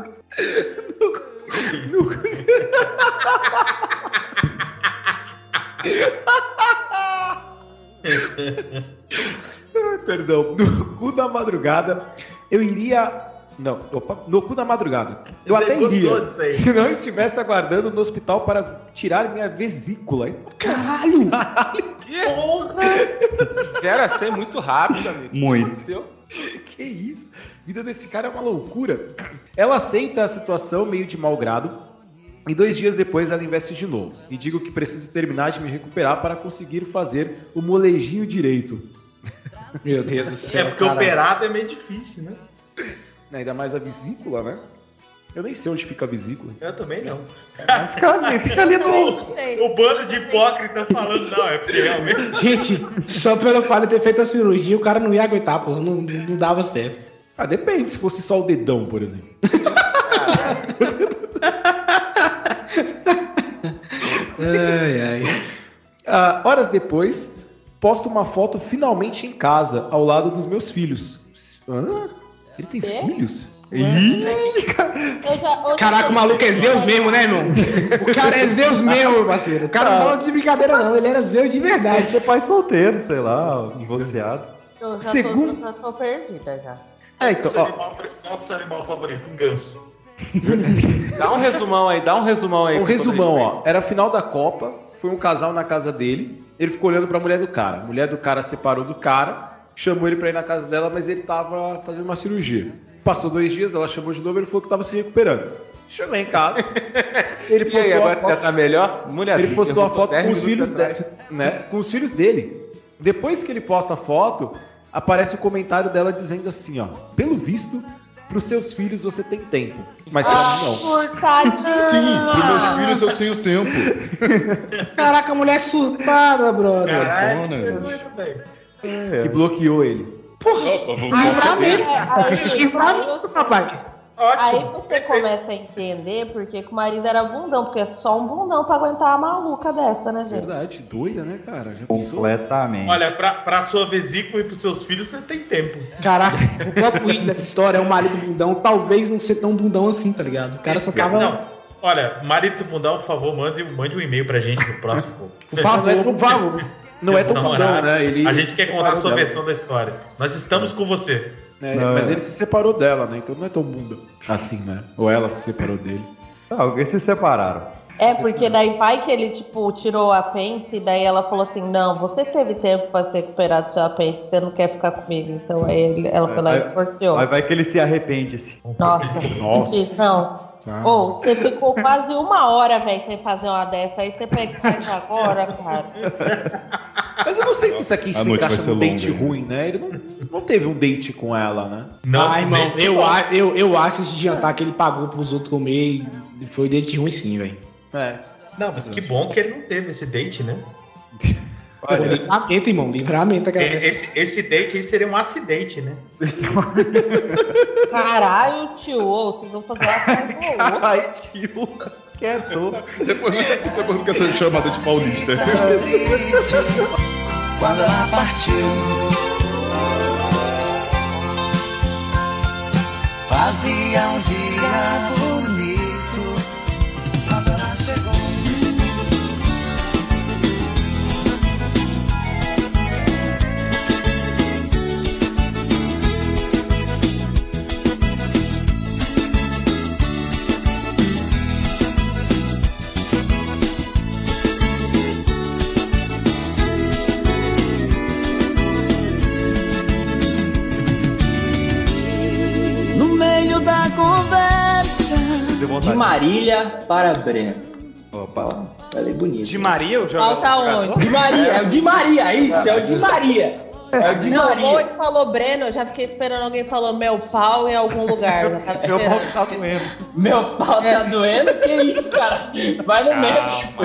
[SPEAKER 9] Ah, Perdão. No cu da madrugada, eu iria. Não, opa, no cu da madrugada. Eu até
[SPEAKER 12] Gostou
[SPEAKER 9] iria.
[SPEAKER 12] disso aí.
[SPEAKER 9] Se não estivesse aguardando no hospital para tirar minha vesícula. Então,
[SPEAKER 8] Caralho!
[SPEAKER 6] Zero a 100 muito rápido, amigo.
[SPEAKER 9] Muito.
[SPEAKER 6] Aconteceu?
[SPEAKER 9] Que isso? A vida desse cara é uma loucura. Ela aceita a situação meio de mau grado. E dois dias depois ela investe de novo. E digo que preciso terminar de me recuperar para conseguir fazer o molejinho direito.
[SPEAKER 8] Meu Deus do
[SPEAKER 12] É porque operado é meio difícil, né?
[SPEAKER 9] Ainda mais a vesícula, né? Eu nem sei onde fica a vesícula.
[SPEAKER 12] Eu também não.
[SPEAKER 9] Fica ali, fica ali no.
[SPEAKER 12] O bando de hipócrita falando, não, é porque realmente.
[SPEAKER 8] Gente, só pelo fato de ter feito a cirurgia, o cara não ia aguentar, pô, não, não dava certo.
[SPEAKER 9] Ah, depende, se fosse só o dedão, por exemplo. ai, ai. Ah, horas depois, posto uma foto finalmente em casa, ao lado dos meus filhos. Hã? Ele tem
[SPEAKER 5] Quê?
[SPEAKER 9] filhos?
[SPEAKER 5] Eu já- eu já-
[SPEAKER 8] Caraca, o maluco é Zeus mesmo, né, irmão? O cara é Zeus mesmo, meu parceiro. O cara não fala de brincadeira, não. Ele era Zeus de verdade.
[SPEAKER 3] Tá. Seu pai solteiro, sei lá, divorciado.
[SPEAKER 5] Eu já,
[SPEAKER 3] Segundo-
[SPEAKER 5] tô, eu já tô perdida já.
[SPEAKER 9] É, então,
[SPEAKER 12] Nosso animal, nosso animal favorito, um ganso.
[SPEAKER 6] Dá um resumão aí, dá um resumão aí.
[SPEAKER 9] Um
[SPEAKER 6] com todo
[SPEAKER 9] resumão,
[SPEAKER 6] respeito.
[SPEAKER 9] ó. Era a final da Copa, foi um casal na casa dele. Ele ficou olhando pra mulher do cara. A mulher do cara separou do cara, chamou ele pra ir na casa dela, mas ele tava fazendo uma cirurgia. Passou dois dias, ela chamou de novo, ele falou que tava se recuperando. Chamei em casa. Ele
[SPEAKER 6] E aí,
[SPEAKER 9] a
[SPEAKER 6] agora já
[SPEAKER 9] foto-
[SPEAKER 6] tá melhor? Mulher,
[SPEAKER 9] ele postou a
[SPEAKER 6] derrubou
[SPEAKER 9] foto
[SPEAKER 6] 10
[SPEAKER 9] com os
[SPEAKER 6] minutos
[SPEAKER 9] filhos
[SPEAKER 6] atrás.
[SPEAKER 9] dele, né? Com os filhos dele. Depois que ele posta a foto, aparece o comentário dela dizendo assim, ó: "Pelo visto, pros seus filhos você tem tempo, mas pra mim não".
[SPEAKER 6] Ah,
[SPEAKER 7] Sim, pros meus filhos eu tenho tempo.
[SPEAKER 8] Caraca, a mulher é surtada, brother.
[SPEAKER 9] E bloqueou ele.
[SPEAKER 8] Porra,
[SPEAKER 7] Opa, vamos
[SPEAKER 8] Ai,
[SPEAKER 7] voltar
[SPEAKER 8] pra
[SPEAKER 7] dele.
[SPEAKER 8] mim. Ai, pra mim, rapaz.
[SPEAKER 5] Aí você começa a entender porque que o marido era bundão, porque é só um bundão pra aguentar uma maluca dessa,
[SPEAKER 3] é
[SPEAKER 5] né, gente?
[SPEAKER 9] Verdade, doida, né, cara? Já pensou?
[SPEAKER 3] Completamente.
[SPEAKER 12] Olha, pra, pra sua vesícula e pros seus filhos, você tem tempo.
[SPEAKER 8] Caraca, o plot twist dessa história é um marido bundão, talvez não ser tão bundão assim, tá ligado? O cara só tava.
[SPEAKER 12] Não. Olha, marido do bundão, por favor, mande, mande um e-mail pra gente no próximo.
[SPEAKER 8] Por favor, por favor.
[SPEAKER 12] Não é tão
[SPEAKER 9] bundão, né? Ele
[SPEAKER 12] A gente quer contar a sua
[SPEAKER 9] separou dela.
[SPEAKER 12] versão da história. Nós estamos com você.
[SPEAKER 9] É,
[SPEAKER 12] Não,
[SPEAKER 9] mas
[SPEAKER 12] é.
[SPEAKER 9] ele se separou dela, né? Então não é tão bunda assim, né? Ou ela se separou dele.
[SPEAKER 3] Alguém se separaram.
[SPEAKER 5] É, porque daí vai que ele, tipo, tirou o apêndice e daí ela falou assim, não, você teve tempo pra se recuperar do seu apêndice, você não quer ficar comigo. Então aí ele- ela foi lá e divorciou.
[SPEAKER 3] Mas É, vai que ele se arrepende-se.
[SPEAKER 5] Nossa. Sim, Não. Ou você ficou quase uma hora, velho, sem fazer uma dessa. Aí você pega e faz agora, cara.
[SPEAKER 9] Mas eu não sei se isso é aqui
[SPEAKER 7] A
[SPEAKER 9] se
[SPEAKER 7] noite
[SPEAKER 9] encaixa
[SPEAKER 7] vai ser
[SPEAKER 9] no dente
[SPEAKER 7] longa, né?
[SPEAKER 9] ruim, né? Ele não, não teve um dente com ela, né?
[SPEAKER 8] Não, ah, irmão, eu, a- eu, eu acho esse jantar que ele pagou pros outros comer e foi dente ruim sim, velho.
[SPEAKER 9] É.
[SPEAKER 12] Não, mas que bom que ele não teve esse date, né?
[SPEAKER 8] Pô, Livramento, irmão, livramento, cara.
[SPEAKER 12] E- Esse, esse date aí seria um acidente, né?
[SPEAKER 5] Caralho, tio, ô, vocês vão fazer uma coisa ou outra.
[SPEAKER 3] Caralho, tio. Quieto.
[SPEAKER 7] Depois, depois fica sendo É chamada de paulista.
[SPEAKER 2] Quando ela partiu, fazia um dia bonito. Quando ela chegou,
[SPEAKER 24] No meio da conversa.
[SPEAKER 13] De Marília para Breno.
[SPEAKER 3] Opa.
[SPEAKER 13] Falei bonito.
[SPEAKER 25] De Maria eu jogo.
[SPEAKER 5] Falta onde?
[SPEAKER 13] De Maria, é o de Maria, isso, é o de Maria. É o de
[SPEAKER 5] Não,
[SPEAKER 13] Maria.
[SPEAKER 5] ou ele falou Breno, eu já fiquei esperando alguém falou meu pau em algum lugar. né?" Eu tava
[SPEAKER 13] Meu pau
[SPEAKER 5] esperando.
[SPEAKER 13] tá doendo. Meu pau
[SPEAKER 5] É.
[SPEAKER 13] tá doendo? Que isso, cara? Vai no
[SPEAKER 26] Calma.
[SPEAKER 13] médico.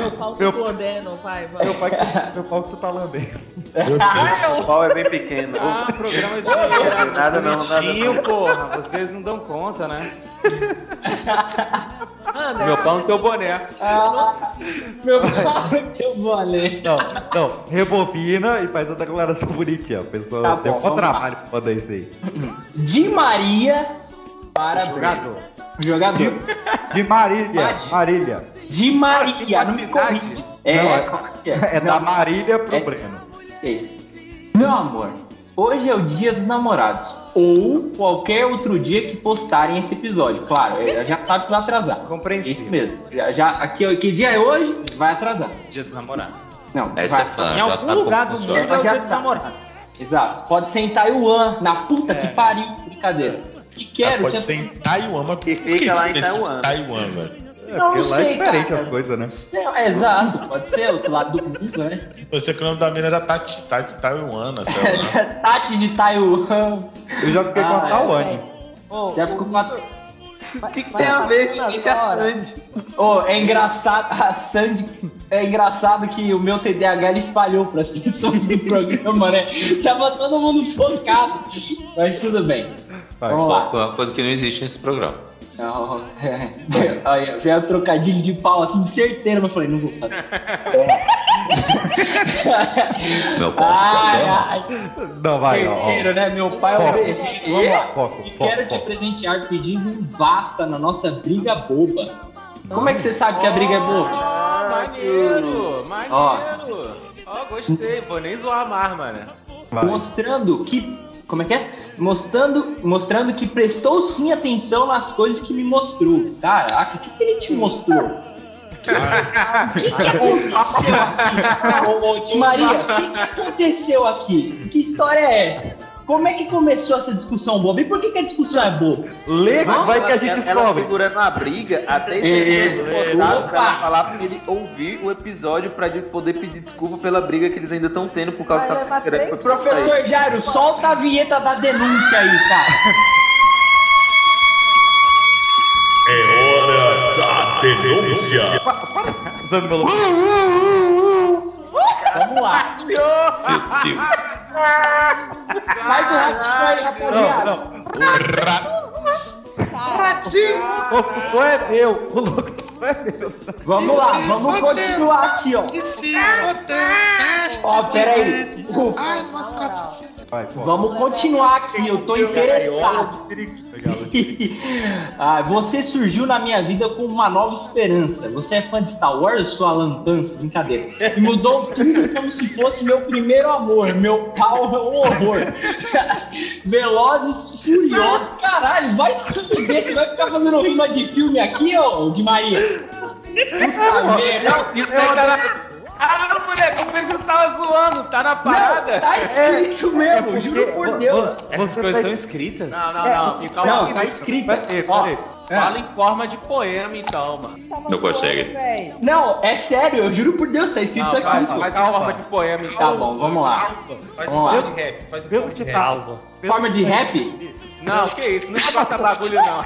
[SPEAKER 5] Meu pau
[SPEAKER 3] Meu-
[SPEAKER 5] tá doendo, vai, vai.
[SPEAKER 3] Meu pai que, meu pau que você tá lambendo.
[SPEAKER 25] Deus.
[SPEAKER 3] O pau é bem pequeno.
[SPEAKER 25] Ah, programa de Nada,
[SPEAKER 3] Nada não, nada não.
[SPEAKER 25] porra. Vocês não dão conta, né?
[SPEAKER 14] Meu pau no teu boné.
[SPEAKER 13] Ah, meu pau no teu boné.
[SPEAKER 3] Não, não, rebobina e faz a declaração bonitinha. A pessoa
[SPEAKER 13] Tá
[SPEAKER 3] tem
[SPEAKER 13] bom,
[SPEAKER 3] um
[SPEAKER 13] vamos lá.
[SPEAKER 3] trabalho pra fazer isso aí.
[SPEAKER 13] De Maria para
[SPEAKER 3] Jogador.
[SPEAKER 13] Breno. Jogador.
[SPEAKER 3] De Marília, Marília.
[SPEAKER 13] De Maria, não me corrige. É,
[SPEAKER 3] Não,
[SPEAKER 13] como que
[SPEAKER 3] é da Marília pro
[SPEAKER 13] É-
[SPEAKER 3] Breno.
[SPEAKER 13] É isso. Meu amor, hoje é o dia dos namorados. Ou qualquer outro dia que postarem esse episódio. Claro, é, já sabe que vai atrasar. Compreensível. Isso mesmo. Já, já- aqui, que dia é hoje? Vai atrasar.
[SPEAKER 25] Dia dos namorados.
[SPEAKER 13] Não,
[SPEAKER 25] Essa é fã, Em já algum sabe como lugar do funciona. mundo é o
[SPEAKER 13] Já
[SPEAKER 25] dia dos
[SPEAKER 13] sabe. Exato. Pode ser em Taiwan, na puta
[SPEAKER 25] É.
[SPEAKER 13] que pariu. Brincadeira. Que quero,
[SPEAKER 23] Ah, pode
[SPEAKER 13] que-
[SPEAKER 23] ser em Taiwan, mas por que
[SPEAKER 13] fica lá em
[SPEAKER 23] específico
[SPEAKER 13] Taiwan.
[SPEAKER 23] Taiwan, velho?
[SPEAKER 13] Não porque lá é sei, diferente cara. as
[SPEAKER 3] coisas, né?
[SPEAKER 13] É, Exato, pode ser outro lado do mundo, né?
[SPEAKER 23] Eu sei que o nome da mina era Tati, Tati Taiwana, sei lá.
[SPEAKER 13] Tati de Taiwan. Ah, é,
[SPEAKER 23] Eu já fiquei com a Tawane.
[SPEAKER 13] Já ficou com a. O que,
[SPEAKER 2] tem a ver com isso, a
[SPEAKER 13] Sandy? é engraçado. A Sandy. É engraçado que o meu TDAH ele espalhou para as pessoas do programa, né? Tava todo mundo focado. Mas tudo bem. Vamos lá.
[SPEAKER 15] Foi uma coisa que não existe nesse programa.
[SPEAKER 13] Não, é, olha, veio um trocadilho de pau assim, certeiro, mas eu falei, não vou fazer. É.
[SPEAKER 15] Meu
[SPEAKER 3] pau
[SPEAKER 13] ai,
[SPEAKER 2] Ah,
[SPEAKER 13] ai.
[SPEAKER 2] é.
[SPEAKER 3] Não vai, não.
[SPEAKER 13] Certeiro, né? Meu pai é um
[SPEAKER 3] Foco.
[SPEAKER 13] guerreiro. Vamos lá.
[SPEAKER 3] Foco,
[SPEAKER 13] E
[SPEAKER 3] foco,
[SPEAKER 13] quero te
[SPEAKER 3] foco.
[SPEAKER 13] presentear pedindo um basta na nossa briga boba. Como é que você sabe que a briga é boba?
[SPEAKER 14] Ah, maneiro, maneiro.
[SPEAKER 13] Ó.
[SPEAKER 14] Ó, gostei. Vou nem zoar mais, mano.
[SPEAKER 13] Mostrando que. Como é que é? Mostrando, mostrando que prestou sim atenção nas coisas que me mostrou. Caraca, o que, que ele te mostrou? O que, que é aconteceu aqui? Ô, ô, Tim Maria, o que, que aconteceu aqui? Que história é essa? Como é que começou essa discussão boba? E por que, que a discussão é boba?
[SPEAKER 3] Lê,
[SPEAKER 14] ela, Ela segurando a briga até
[SPEAKER 13] É,
[SPEAKER 14] ele
[SPEAKER 13] é,
[SPEAKER 14] postar,
[SPEAKER 13] opa.
[SPEAKER 14] cara falar pra ele ouvir o episódio pra ele poder pedir desculpa pela briga que eles ainda estão tendo por causa que tá a
[SPEAKER 13] O Professor Jairo, solta a vinheta da denúncia aí, cara.
[SPEAKER 1] É hora da denúncia.
[SPEAKER 3] Usando meu
[SPEAKER 13] Vamos lá.
[SPEAKER 2] Meu Deus.
[SPEAKER 13] Faz o um ratinho aí, rapaziada.
[SPEAKER 3] Não, não.
[SPEAKER 9] Ratinho! O locutor é meu. O locutor é meu.
[SPEAKER 13] Vamos lá, vamos continuar aqui, ó.
[SPEAKER 18] E se hotel,
[SPEAKER 13] Ó, peraí.
[SPEAKER 18] Ai, mostra a
[SPEAKER 13] Vamos continuar aqui, eu tô interessado. Ah, você surgiu na minha vida com uma nova esperança. Você é fã de Star Wars, sua lampança, brincadeira. E mudou tudo como se fosse meu primeiro amor. Meu pau é um horror. Velozes, furiosos, caralho. Vai se fuder, você vai ficar fazendo rima de filme aqui, ô, de Maria. Puta merda.
[SPEAKER 17] Isso daí tá na. Ah, moleque, eu pensei que você tava zoando, tá na parada. é
[SPEAKER 13] Não, tá escrito mesmo, juro por Deus.
[SPEAKER 17] Essas coisas estão escritas.
[SPEAKER 6] Não, não, não. Então,
[SPEAKER 13] Não, tá escrito. Ó,
[SPEAKER 6] Fala em forma de poema, então, mano.
[SPEAKER 15] Não consegue.
[SPEAKER 13] Não, é sério, eu juro por Deus, tá escrito isso
[SPEAKER 6] Não,
[SPEAKER 13] aqui.
[SPEAKER 6] faz, faz em forma de poema,
[SPEAKER 13] Tá
[SPEAKER 6] então.
[SPEAKER 13] bom, vamos lá.
[SPEAKER 6] Faz
[SPEAKER 13] Vamos
[SPEAKER 12] um
[SPEAKER 6] em
[SPEAKER 13] lá.
[SPEAKER 6] forma de rap, faz em
[SPEAKER 13] Pelo
[SPEAKER 6] forma de
[SPEAKER 13] que
[SPEAKER 6] rap.
[SPEAKER 13] Forma de rap?
[SPEAKER 6] Não, que isso, não é corta bagulho, não.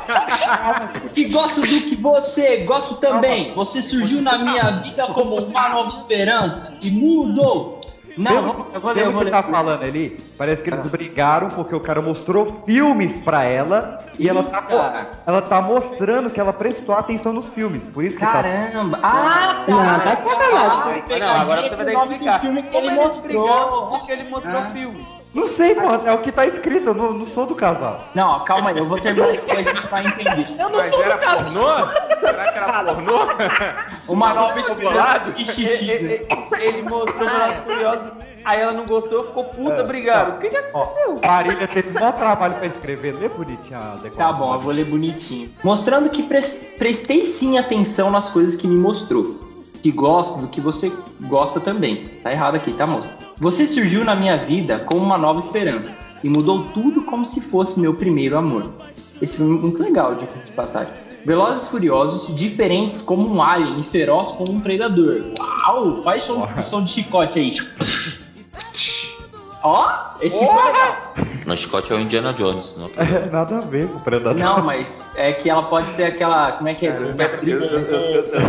[SPEAKER 13] Que gosto do que você, gosto também. Você surgiu na minha vida como uma nova esperança e mudou.
[SPEAKER 3] Pelo-
[SPEAKER 13] Não, eu vou ler, eu
[SPEAKER 3] pelo
[SPEAKER 13] vou
[SPEAKER 3] que
[SPEAKER 13] ler. Tá.
[SPEAKER 3] tá falando ali, parece que eles brigaram porque o cara mostrou filmes pra ela e ela tá, ela tá mostrando que ela prestou atenção nos filmes. Por isso que tá
[SPEAKER 13] Caramba! Ah, tá! Não, tá sacanagem.
[SPEAKER 3] Não, agora você vai ter que explicar.
[SPEAKER 13] filme que
[SPEAKER 3] Como
[SPEAKER 13] ele
[SPEAKER 3] eles
[SPEAKER 13] mostrou.
[SPEAKER 3] brigaram?
[SPEAKER 6] Porque ele mostrou o filme.
[SPEAKER 3] Não sei, porra, é o que tá escrito, eu não, não sou do casal.
[SPEAKER 13] Não, ó, calma aí, eu vou terminar que a gente vai entender. Eu não
[SPEAKER 6] Mas era pornô? Será que era pornô?
[SPEAKER 13] Uma nova esperança
[SPEAKER 6] Chocolate?
[SPEAKER 13] e xixi.
[SPEAKER 6] Ele- ele- Ele mostrou
[SPEAKER 3] É.
[SPEAKER 6] Velozes e Furiosos, aí ela não gostou, ficou
[SPEAKER 14] É.
[SPEAKER 6] puta, brigaram. O que é? que aconteceu?
[SPEAKER 3] Marília teve bom trabalho pra escrever, lê bonitinho a
[SPEAKER 13] Tá
[SPEAKER 3] declaração.
[SPEAKER 13] bom, eu vou ler bonitinho. Mostrando que pres- prestei sim atenção nas coisas que me mostrou. Que gosto do que você gosta também. Tá errado aqui, tá, moça? Você surgiu na minha vida com uma nova esperança. E mudou tudo como se fosse meu primeiro amor. Esse filme é muito legal, diga-se de passagem. Velozes e Furiosos, diferentes como um alien e feroz como um predador. Uau! Faz som, som de chicote aí. Ó, esse tá ficou legal.
[SPEAKER 15] No chicote é o Indiana Jones, não.
[SPEAKER 3] Nada a ver com o Predador.
[SPEAKER 13] Não, mas é que ela pode ser aquela. Como é que é?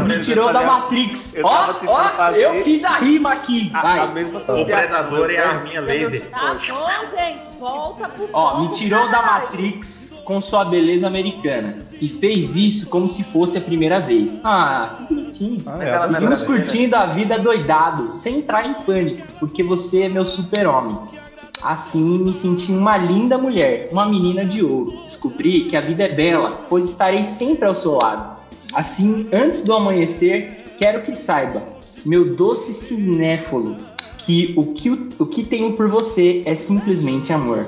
[SPEAKER 13] Me tirou da Matrix.
[SPEAKER 11] eu
[SPEAKER 13] Ó,
[SPEAKER 11] tava tentando
[SPEAKER 13] ó,
[SPEAKER 11] fazer-
[SPEAKER 13] eu fiz a rima aqui. Vai.
[SPEAKER 11] O predador é a arminha laser.
[SPEAKER 10] Tá bom, gente. Volta pro
[SPEAKER 13] Ó,
[SPEAKER 10] foco,
[SPEAKER 13] me tirou da
[SPEAKER 10] caralho.
[SPEAKER 13] Matrix com sua beleza americana. E fez isso como se fosse a primeira vez. Ah, que bonitinho.
[SPEAKER 6] ela não é
[SPEAKER 13] Seguimos
[SPEAKER 6] brasileira.
[SPEAKER 13] curtindo a vida doidado, sem entrar em pânico, porque você é meu super-homem. Assim me senti uma linda mulher, uma menina de ouro. Descobri que a vida é bela, pois estarei sempre ao seu lado. Assim, antes do amanhecer, quero que saiba, meu doce cinéfalo, que o que, o que tenho por você é simplesmente amor.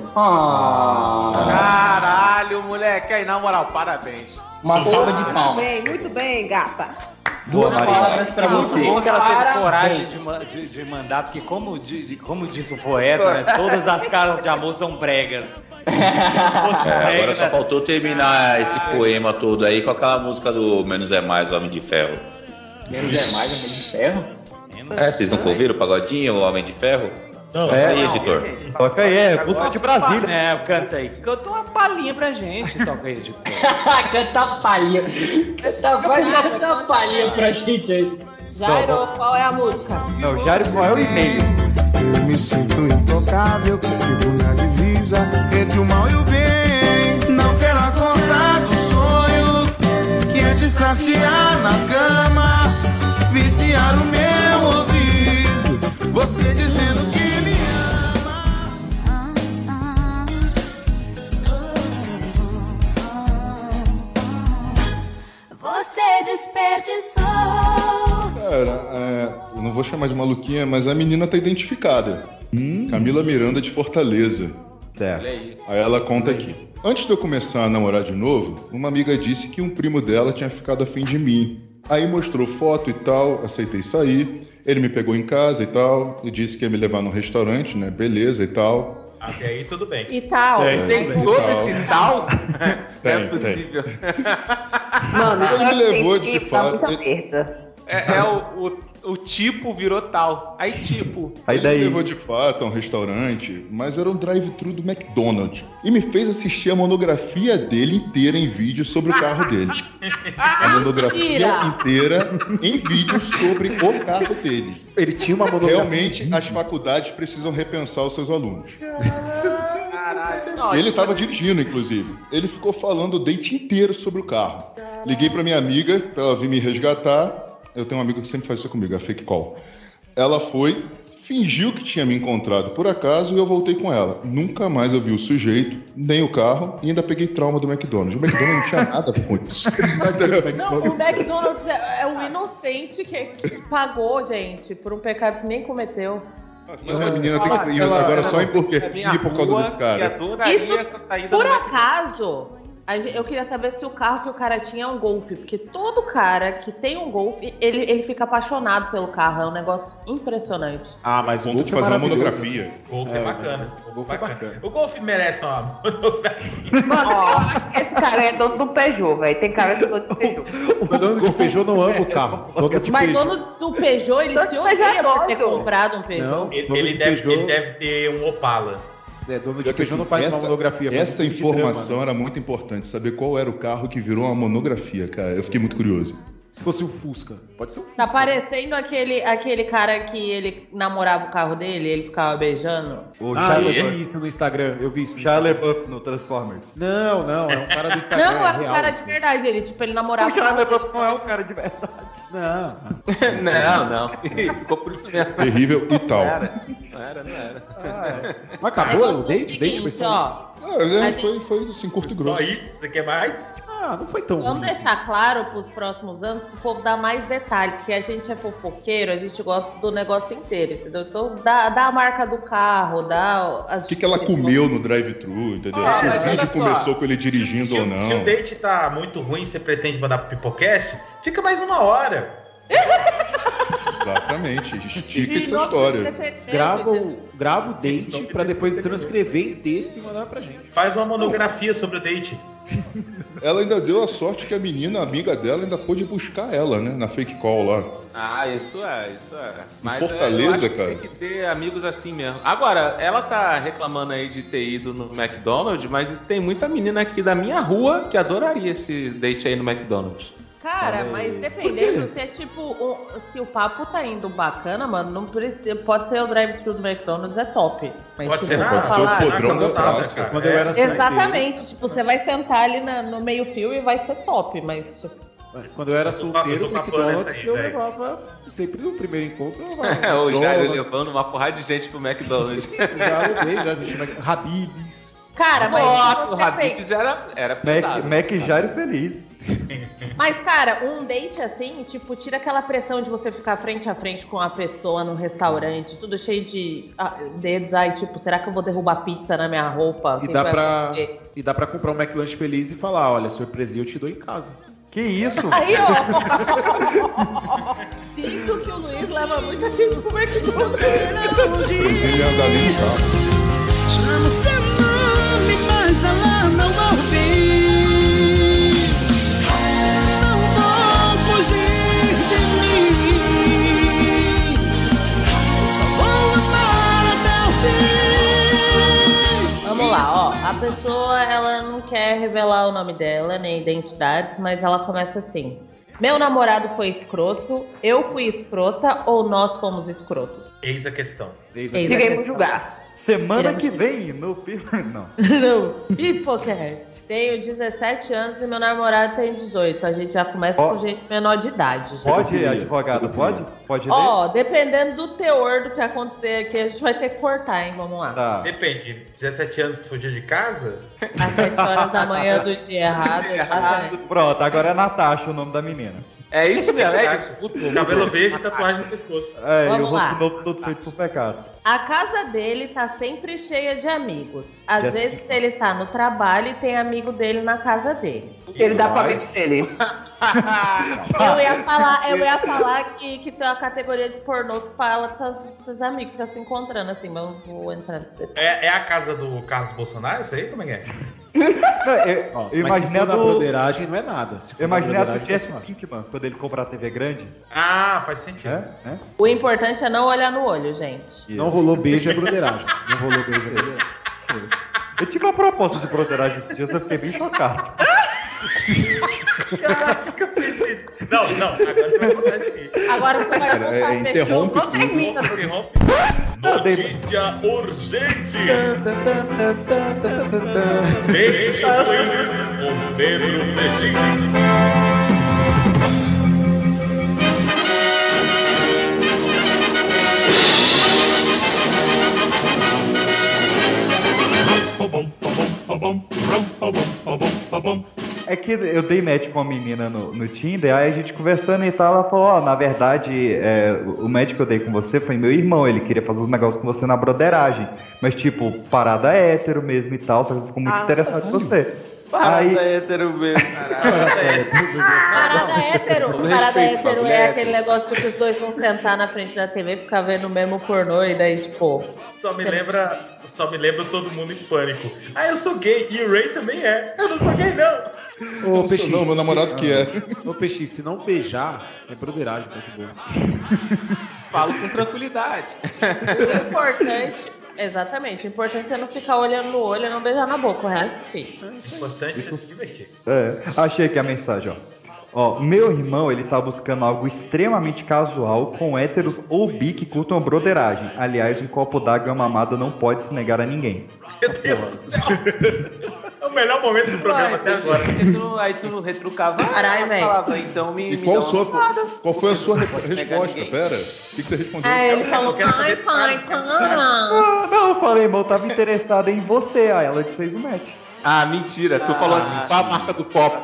[SPEAKER 13] Ah,
[SPEAKER 6] Caralho, moleque. Aí, na moral, parabéns.
[SPEAKER 13] uma salva de palmas.
[SPEAKER 10] Bem, muito bem, gata.
[SPEAKER 13] Duas
[SPEAKER 17] Maria.
[SPEAKER 13] palavras pra
[SPEAKER 17] Muito
[SPEAKER 13] você.
[SPEAKER 17] bom que ela teve
[SPEAKER 13] Parabéns.
[SPEAKER 17] coragem de, ma- de- de mandar, porque como, di- de- como diz o poeta, né, todas as casas de amor são pregas.
[SPEAKER 15] É, agora só faltou terminar esse poema todo aí com aquela música do Menos é Mais, Homem de Ferro.
[SPEAKER 13] Menos é mais, é menos ferro.
[SPEAKER 15] É, vocês nunca ouviram o Pagodinho, o Homem de Ferro?
[SPEAKER 3] Não.
[SPEAKER 15] Toca aí,
[SPEAKER 3] É, não.
[SPEAKER 15] editor.
[SPEAKER 3] Toca aí, é música de Brasília.
[SPEAKER 17] É, canta aí. Canta uma palhinha pra gente, toca aí, editor.
[SPEAKER 13] canta palha. Canta palha, canta palha pra gente aí.
[SPEAKER 17] Tá
[SPEAKER 10] Jairo, qual é a música?
[SPEAKER 3] Não, Jairo, qual é o e-mail?
[SPEAKER 18] Eu me sinto intocável, fico na divisa entre o mal e o bem. Não quero acordar do sonho que é te saciar na cama, viciar o meu ouvido. Você dizendo que me
[SPEAKER 19] Você desperdiçou.
[SPEAKER 7] Cara, é, eu não vou chamar de maluquinha, mas a menina tá identificada. Camila Miranda de Fortaleza.
[SPEAKER 3] Certo.
[SPEAKER 7] Aí ela conta aqui. Antes de eu começar a namorar de novo, uma amiga disse que um primo dela tinha ficado afim de mim. Aí mostrou foto e tal, aceitei sair. Ele me pegou em casa e tal, e disse que ia me levar num restaurante, né? Beleza e tal.
[SPEAKER 11] Até aí tudo bem.
[SPEAKER 10] E tal.
[SPEAKER 7] Tem, tem Tem todo tal. esse
[SPEAKER 6] tal?
[SPEAKER 7] Tem,
[SPEAKER 6] não é possível.
[SPEAKER 10] Mano,
[SPEAKER 7] Ele
[SPEAKER 10] eu
[SPEAKER 7] levou,
[SPEAKER 10] sei
[SPEAKER 7] de
[SPEAKER 10] que
[SPEAKER 7] fato,
[SPEAKER 10] Tá muita
[SPEAKER 7] ele-
[SPEAKER 10] perda.
[SPEAKER 6] É, é o, o, o tipo virou tal. Aí, tipo.
[SPEAKER 7] Ele me levou de fato a um restaurante, mas era um drive-thru do McDonald's. E me fez assistir a monografia dele inteira em vídeo sobre o carro dele. A monografia
[SPEAKER 18] Mentira!
[SPEAKER 7] inteira em vídeo sobre o carro dele. Ele tinha uma monografia. Realmente, as faculdades precisam repensar os seus alunos.
[SPEAKER 18] Caralho.
[SPEAKER 7] Não, ele estava dirigindo, inclusive. Ele ficou falando o date inteiro sobre o carro. Liguei para minha amiga para ela vir me resgatar. Eu tenho um amigo que sempre faz isso comigo, a fake call. Ela foi, fingiu que tinha me encontrado por acaso e eu voltei com ela. Nunca mais eu vi o sujeito, nem o carro, e ainda peguei trauma do McDonald's. O McDonald's não tinha nada com isso.
[SPEAKER 5] Não, o McDonald's é, é o inocente que, que pagou, gente, por um pecado que nem cometeu.
[SPEAKER 7] Mas a menina tem que sair agora só em porque
[SPEAKER 5] é
[SPEAKER 7] e por causa desse cara.
[SPEAKER 5] Isso, por acaso, a gen- eu queria saber se o carro que o cara tinha é um golfe, porque todo cara que tem um golfe, ele, ele fica apaixonado pelo carro, é um negócio impressionante.
[SPEAKER 9] Ah, mas o
[SPEAKER 7] Ponto
[SPEAKER 9] Golf
[SPEAKER 7] de
[SPEAKER 9] é
[SPEAKER 7] fazer uma
[SPEAKER 9] maravilhoso.
[SPEAKER 7] monografia.
[SPEAKER 12] Golf é, bacana. O Golf
[SPEAKER 9] é
[SPEAKER 12] bacana. O Golf merece uma
[SPEAKER 10] Esse cara é dono do Peugeot, velho. Tem cara de dono do Peugeot.
[SPEAKER 9] O dono de Peugeot não ama o carro. Dono de
[SPEAKER 5] Mas
[SPEAKER 9] Peugeot.
[SPEAKER 5] dono do Peugeot, ele
[SPEAKER 10] Dono
[SPEAKER 5] se
[SPEAKER 10] do Peugeot é
[SPEAKER 5] odeia por ter
[SPEAKER 10] doido.
[SPEAKER 5] comprado um Peugeot.
[SPEAKER 12] Ele,
[SPEAKER 9] dono
[SPEAKER 12] ele
[SPEAKER 9] de
[SPEAKER 12] deve,
[SPEAKER 9] Peugeot.
[SPEAKER 12] ele deve ter um Opala.
[SPEAKER 9] É, dono
[SPEAKER 7] Pior
[SPEAKER 9] de
[SPEAKER 7] que,
[SPEAKER 9] Peugeot não
[SPEAKER 7] assim,
[SPEAKER 9] faz
[SPEAKER 7] essa-
[SPEAKER 9] uma monografia. faz
[SPEAKER 7] Essa
[SPEAKER 9] um tipo de drama,
[SPEAKER 7] informação
[SPEAKER 9] né?
[SPEAKER 7] era muito importante, saber qual era o carro que virou uma monografia, cara. Eu fiquei muito curioso.
[SPEAKER 9] Se fosse o Fusca, pode ser o
[SPEAKER 5] Tá parecendo aquele, aquele cara que ele namorava o carro dele, ele ficava beijando.
[SPEAKER 9] O
[SPEAKER 5] Ah,
[SPEAKER 9] ah, eu
[SPEAKER 5] é?
[SPEAKER 9] vi isso no Instagram, eu vi isso. no
[SPEAKER 3] Charlie
[SPEAKER 9] Instagram.
[SPEAKER 3] Buff no Transformers.
[SPEAKER 9] Não, não, é um cara do Instagram.
[SPEAKER 5] Não, é
[SPEAKER 9] é
[SPEAKER 5] um
[SPEAKER 9] real,
[SPEAKER 5] cara de
[SPEAKER 9] assim.
[SPEAKER 5] verdade, ele, tipo, ele namorava o carro dele.
[SPEAKER 3] Não é um cara de verdade.
[SPEAKER 9] Não.
[SPEAKER 6] não, não. Ficou por isso mesmo.
[SPEAKER 7] Terrível e tal.
[SPEAKER 6] Não era, não era.
[SPEAKER 12] é.
[SPEAKER 9] Mas
[SPEAKER 5] É
[SPEAKER 9] acabou o date? Date foi só
[SPEAKER 5] ó,
[SPEAKER 9] isso?
[SPEAKER 7] Ah,
[SPEAKER 5] a
[SPEAKER 7] é,
[SPEAKER 5] gente-
[SPEAKER 7] foi, foi assim, curto e
[SPEAKER 12] Só
[SPEAKER 7] grosso.
[SPEAKER 12] isso? Você quer mais?
[SPEAKER 9] Ah, não foi tão
[SPEAKER 5] Vamos
[SPEAKER 9] ruim. assim.
[SPEAKER 5] deixar claro para os próximos anos, pro povo dar mais detalhe, porque a gente é fofoqueiro, a gente gosta do negócio inteiro, entendeu? Então dá, dá a marca do carro, dá as...
[SPEAKER 7] O que, que ela comeu no drive-thru, entendeu?
[SPEAKER 12] Ah,
[SPEAKER 7] se
[SPEAKER 12] mas
[SPEAKER 7] o
[SPEAKER 12] olha
[SPEAKER 7] vídeo
[SPEAKER 12] só,
[SPEAKER 7] conversou com ele dirigindo
[SPEAKER 12] Se,
[SPEAKER 7] ou
[SPEAKER 12] o- se o
[SPEAKER 7] não.
[SPEAKER 12] date tá muito ruim e você pretende mandar pro Pipocast, fica mais uma hora.
[SPEAKER 7] Exatamente, estica
[SPEAKER 12] E
[SPEAKER 7] essa
[SPEAKER 12] nós
[SPEAKER 7] história.
[SPEAKER 5] pretendemos-
[SPEAKER 9] Grava o, grava o date pra depois transcrever em texto e mandar pra gente.
[SPEAKER 12] Faz uma monografia sobre o date.
[SPEAKER 7] Ela ainda deu a sorte que a menina, a amiga dela, ainda pôde buscar ela, né? Na fake call lá.
[SPEAKER 6] Ah, isso é, isso é. é,
[SPEAKER 7] Fortaleza,
[SPEAKER 6] eu acho que
[SPEAKER 7] cara.
[SPEAKER 6] Tem que ter amigos assim mesmo. Agora, ela tá reclamando aí de ter ido no McDonald's, mas tem muita menina aqui da minha rua que adoraria esse date aí no McDonald's.
[SPEAKER 5] Cara, mas dependendo se é tipo, um- se o papo tá indo bacana, mano, não precisa, pode ser o drive-thru do McDonald's, é top. Mas,
[SPEAKER 12] Pode
[SPEAKER 5] tipo,
[SPEAKER 12] ser na-
[SPEAKER 5] vou
[SPEAKER 7] Pode ser o
[SPEAKER 5] falar-
[SPEAKER 7] podrão da
[SPEAKER 6] tá
[SPEAKER 12] calçada,
[SPEAKER 7] praça.
[SPEAKER 12] cara.
[SPEAKER 9] Quando eu
[SPEAKER 6] É.
[SPEAKER 10] É.
[SPEAKER 9] era CLT,
[SPEAKER 5] Exatamente, tipo, você vai sentar ali na- no meio fio e vai ser top, mas... tipo,
[SPEAKER 9] Quando eu era
[SPEAKER 12] tô- eu
[SPEAKER 9] solteiro,
[SPEAKER 12] tô
[SPEAKER 9] o
[SPEAKER 12] papando
[SPEAKER 9] McDonald's
[SPEAKER 12] essa aí,
[SPEAKER 9] eu
[SPEAKER 12] velho.
[SPEAKER 9] levava sempre no primeiro encontro. Eu levava
[SPEAKER 6] É, o Jairo
[SPEAKER 9] McDonald's,
[SPEAKER 6] levando uma porrada de gente pro McDonald's.
[SPEAKER 9] Já levei, já vesti Mac- Habib's.
[SPEAKER 5] Cara, mas...
[SPEAKER 6] Nossa, o
[SPEAKER 5] você pensa-
[SPEAKER 6] Habibs era, era pesado.
[SPEAKER 3] Mac, Mac Jairo feliz.
[SPEAKER 5] Mas, cara, um date assim, tipo, tira aquela pressão de você ficar frente a frente com a pessoa num restaurante, tudo cheio de ah, dedos. Ai, tipo, será que eu vou derrubar pizza na minha roupa? O que
[SPEAKER 9] E dá,
[SPEAKER 5] que vai
[SPEAKER 9] pra,
[SPEAKER 5] acontecer?
[SPEAKER 9] e dá pra comprar um McLanche feliz e falar: olha, surpresinha eu te dou em casa.
[SPEAKER 3] Que isso?
[SPEAKER 5] Aí, ó. Sinto
[SPEAKER 2] Então,
[SPEAKER 5] que o Luiz leva muito aqui como é que
[SPEAKER 7] Precisa andar ali no carro.
[SPEAKER 2] Chamo seu nome, mas ela não ouve. Não vou fugir de mim. Só vou amar até o fim.
[SPEAKER 5] Vamos lá, ó. A pessoa, ela não quer revelar o nome dela, nem identidades, mas ela começa assim. Meu namorado foi escroto, eu fui escrota ou nós fomos escrotos?
[SPEAKER 12] Eis a questão.
[SPEAKER 9] Eis
[SPEAKER 5] Eis a
[SPEAKER 10] Iremos
[SPEAKER 5] questão.
[SPEAKER 10] julgar.
[SPEAKER 3] Semana
[SPEAKER 5] Iremos
[SPEAKER 3] que vem, no pi- Não.
[SPEAKER 5] Não, hipocast. Tenho 17 anos e meu namorado tem 18. A gente já começa
[SPEAKER 3] Ó.
[SPEAKER 5] com gente menor de idade. já.
[SPEAKER 3] Pode,
[SPEAKER 9] Pedofilia,
[SPEAKER 3] advogado, pode?
[SPEAKER 9] pedofilia.
[SPEAKER 3] Pode ler?
[SPEAKER 5] Ó, dependendo do teor do que acontecer aqui, a gente vai ter que cortar, hein? Vamos lá.
[SPEAKER 3] Tá.
[SPEAKER 12] Depende, 17 anos tu fugiu de casa?
[SPEAKER 5] Às 7 horas da manhã do dia errado. tá exatamente.
[SPEAKER 3] Pronto, agora é Natasha o nome da menina.
[SPEAKER 6] É isso mesmo, é isso.
[SPEAKER 12] Cabelo verde e tatuagem no pescoço.
[SPEAKER 3] É, e o
[SPEAKER 5] Vamos lá.
[SPEAKER 3] rosto novo todo feito por pecado.
[SPEAKER 5] A casa dele tá sempre cheia de amigos. Às
[SPEAKER 3] Yes.
[SPEAKER 5] vezes ele tá no trabalho e tem amigo dele na casa dele.
[SPEAKER 10] Ele dá pra ver dele. Ah.
[SPEAKER 5] Eu ia falar, eu ia falar que, que tem uma categoria de pornô que fala dos seus amigos que tá se encontrando, assim, mas eu não vou entrar nesse detalhe.
[SPEAKER 12] É, é a casa do Carlos Bolsonaro, isso aí? Como é que é?
[SPEAKER 3] Não, eu,
[SPEAKER 9] Ó,
[SPEAKER 3] eu
[SPEAKER 9] mas se
[SPEAKER 3] imaginei a
[SPEAKER 9] for na
[SPEAKER 3] do,
[SPEAKER 9] broderagem, não é nada. Se for
[SPEAKER 3] eu
[SPEAKER 9] na
[SPEAKER 3] imaginei a do
[SPEAKER 9] broderagem, tá
[SPEAKER 3] Jesse
[SPEAKER 9] suave.
[SPEAKER 3] Pinkman, quando ele comprar a TV grande.
[SPEAKER 12] Ah, faz sentido.
[SPEAKER 3] É? Né?
[SPEAKER 5] O importante é não olhar no olho, gente.
[SPEAKER 9] Não rolou beijo, é broderagem. Não rolou beijo, é broderagem.
[SPEAKER 3] Eu tive uma proposta de broderagem esses dias, eu fiquei bem chocado.
[SPEAKER 12] Caraca, prejuízo. Não, não, agora
[SPEAKER 1] é
[SPEAKER 12] você vai contar de mim.
[SPEAKER 10] Agora você vai
[SPEAKER 5] tá
[SPEAKER 12] Cara,
[SPEAKER 10] contar
[SPEAKER 12] é,
[SPEAKER 10] o
[SPEAKER 12] interrompe
[SPEAKER 10] Não
[SPEAKER 12] tudo.
[SPEAKER 10] termina, Dudu.
[SPEAKER 1] Notícia urgente. Dente ruim com Pedro Teixeira.
[SPEAKER 3] É que eu dei match com uma menina no, no Tinder, aí a gente conversando e tal, ela falou, ó, na verdade, é, o o match que eu dei com você foi meu irmão, ele queria fazer uns negócios com você na broderagem. Mas, tipo, parada hétero mesmo e tal, só que ficou muito
[SPEAKER 6] Ah,
[SPEAKER 3] interessado em você.
[SPEAKER 6] Parada
[SPEAKER 3] Aí-
[SPEAKER 6] hétero mesmo.
[SPEAKER 12] Ah,
[SPEAKER 10] Parada hétero.
[SPEAKER 6] Todo
[SPEAKER 10] Parada
[SPEAKER 6] respeito,
[SPEAKER 10] hétero
[SPEAKER 6] bagulho
[SPEAKER 10] é
[SPEAKER 6] hétero.
[SPEAKER 10] aquele negócio que os dois vão sentar na frente da TV e ficar vendo o mesmo pornô e daí, tipo.
[SPEAKER 12] Só me lembra, só me lembra todo mundo em pânico. Ah, eu sou gay e o Ray também é. Eu não sou gay não.
[SPEAKER 9] Ô,
[SPEAKER 7] Não sou não, meu namorado que é.
[SPEAKER 9] Ô, Peixe, se não beijar, é broderagem, tá de boa.
[SPEAKER 6] Falo com tranquilidade.
[SPEAKER 12] né?
[SPEAKER 10] O importante. Exatamente. O importante é não ficar olhando no olho e não beijar na boca. O resto, é fica.
[SPEAKER 12] O importante é se divertir.
[SPEAKER 3] É, achei aqui a mensagem, ó. Ó, meu irmão, ele tá buscando algo extremamente casual com héteros ou bi que curtam a broderagem. Aliás, um copo d'água e uma mamada não pode se negar a ninguém.
[SPEAKER 12] É o melhor momento do programa até agora.
[SPEAKER 6] Aí tu, aí tu não retrucava.
[SPEAKER 10] Caralho, velho.
[SPEAKER 6] Falava, então me.
[SPEAKER 7] E
[SPEAKER 6] me
[SPEAKER 7] qual,
[SPEAKER 6] dá uma
[SPEAKER 7] sua,
[SPEAKER 6] porrada.
[SPEAKER 7] qual foi a sua re-
[SPEAKER 6] negar
[SPEAKER 7] resposta?
[SPEAKER 6] ninguém.
[SPEAKER 7] Pera, o que, que você respondeu?
[SPEAKER 5] Ah,
[SPEAKER 10] Aí Ah, ele falou, pai, pai, pai.
[SPEAKER 3] Ah, não, eu falei, irmão, eu tava interessado em você. Aí ela te fez o match.
[SPEAKER 6] Ah, mentira. Tu
[SPEAKER 3] Ah,
[SPEAKER 6] falou assim, qual a marca do copo?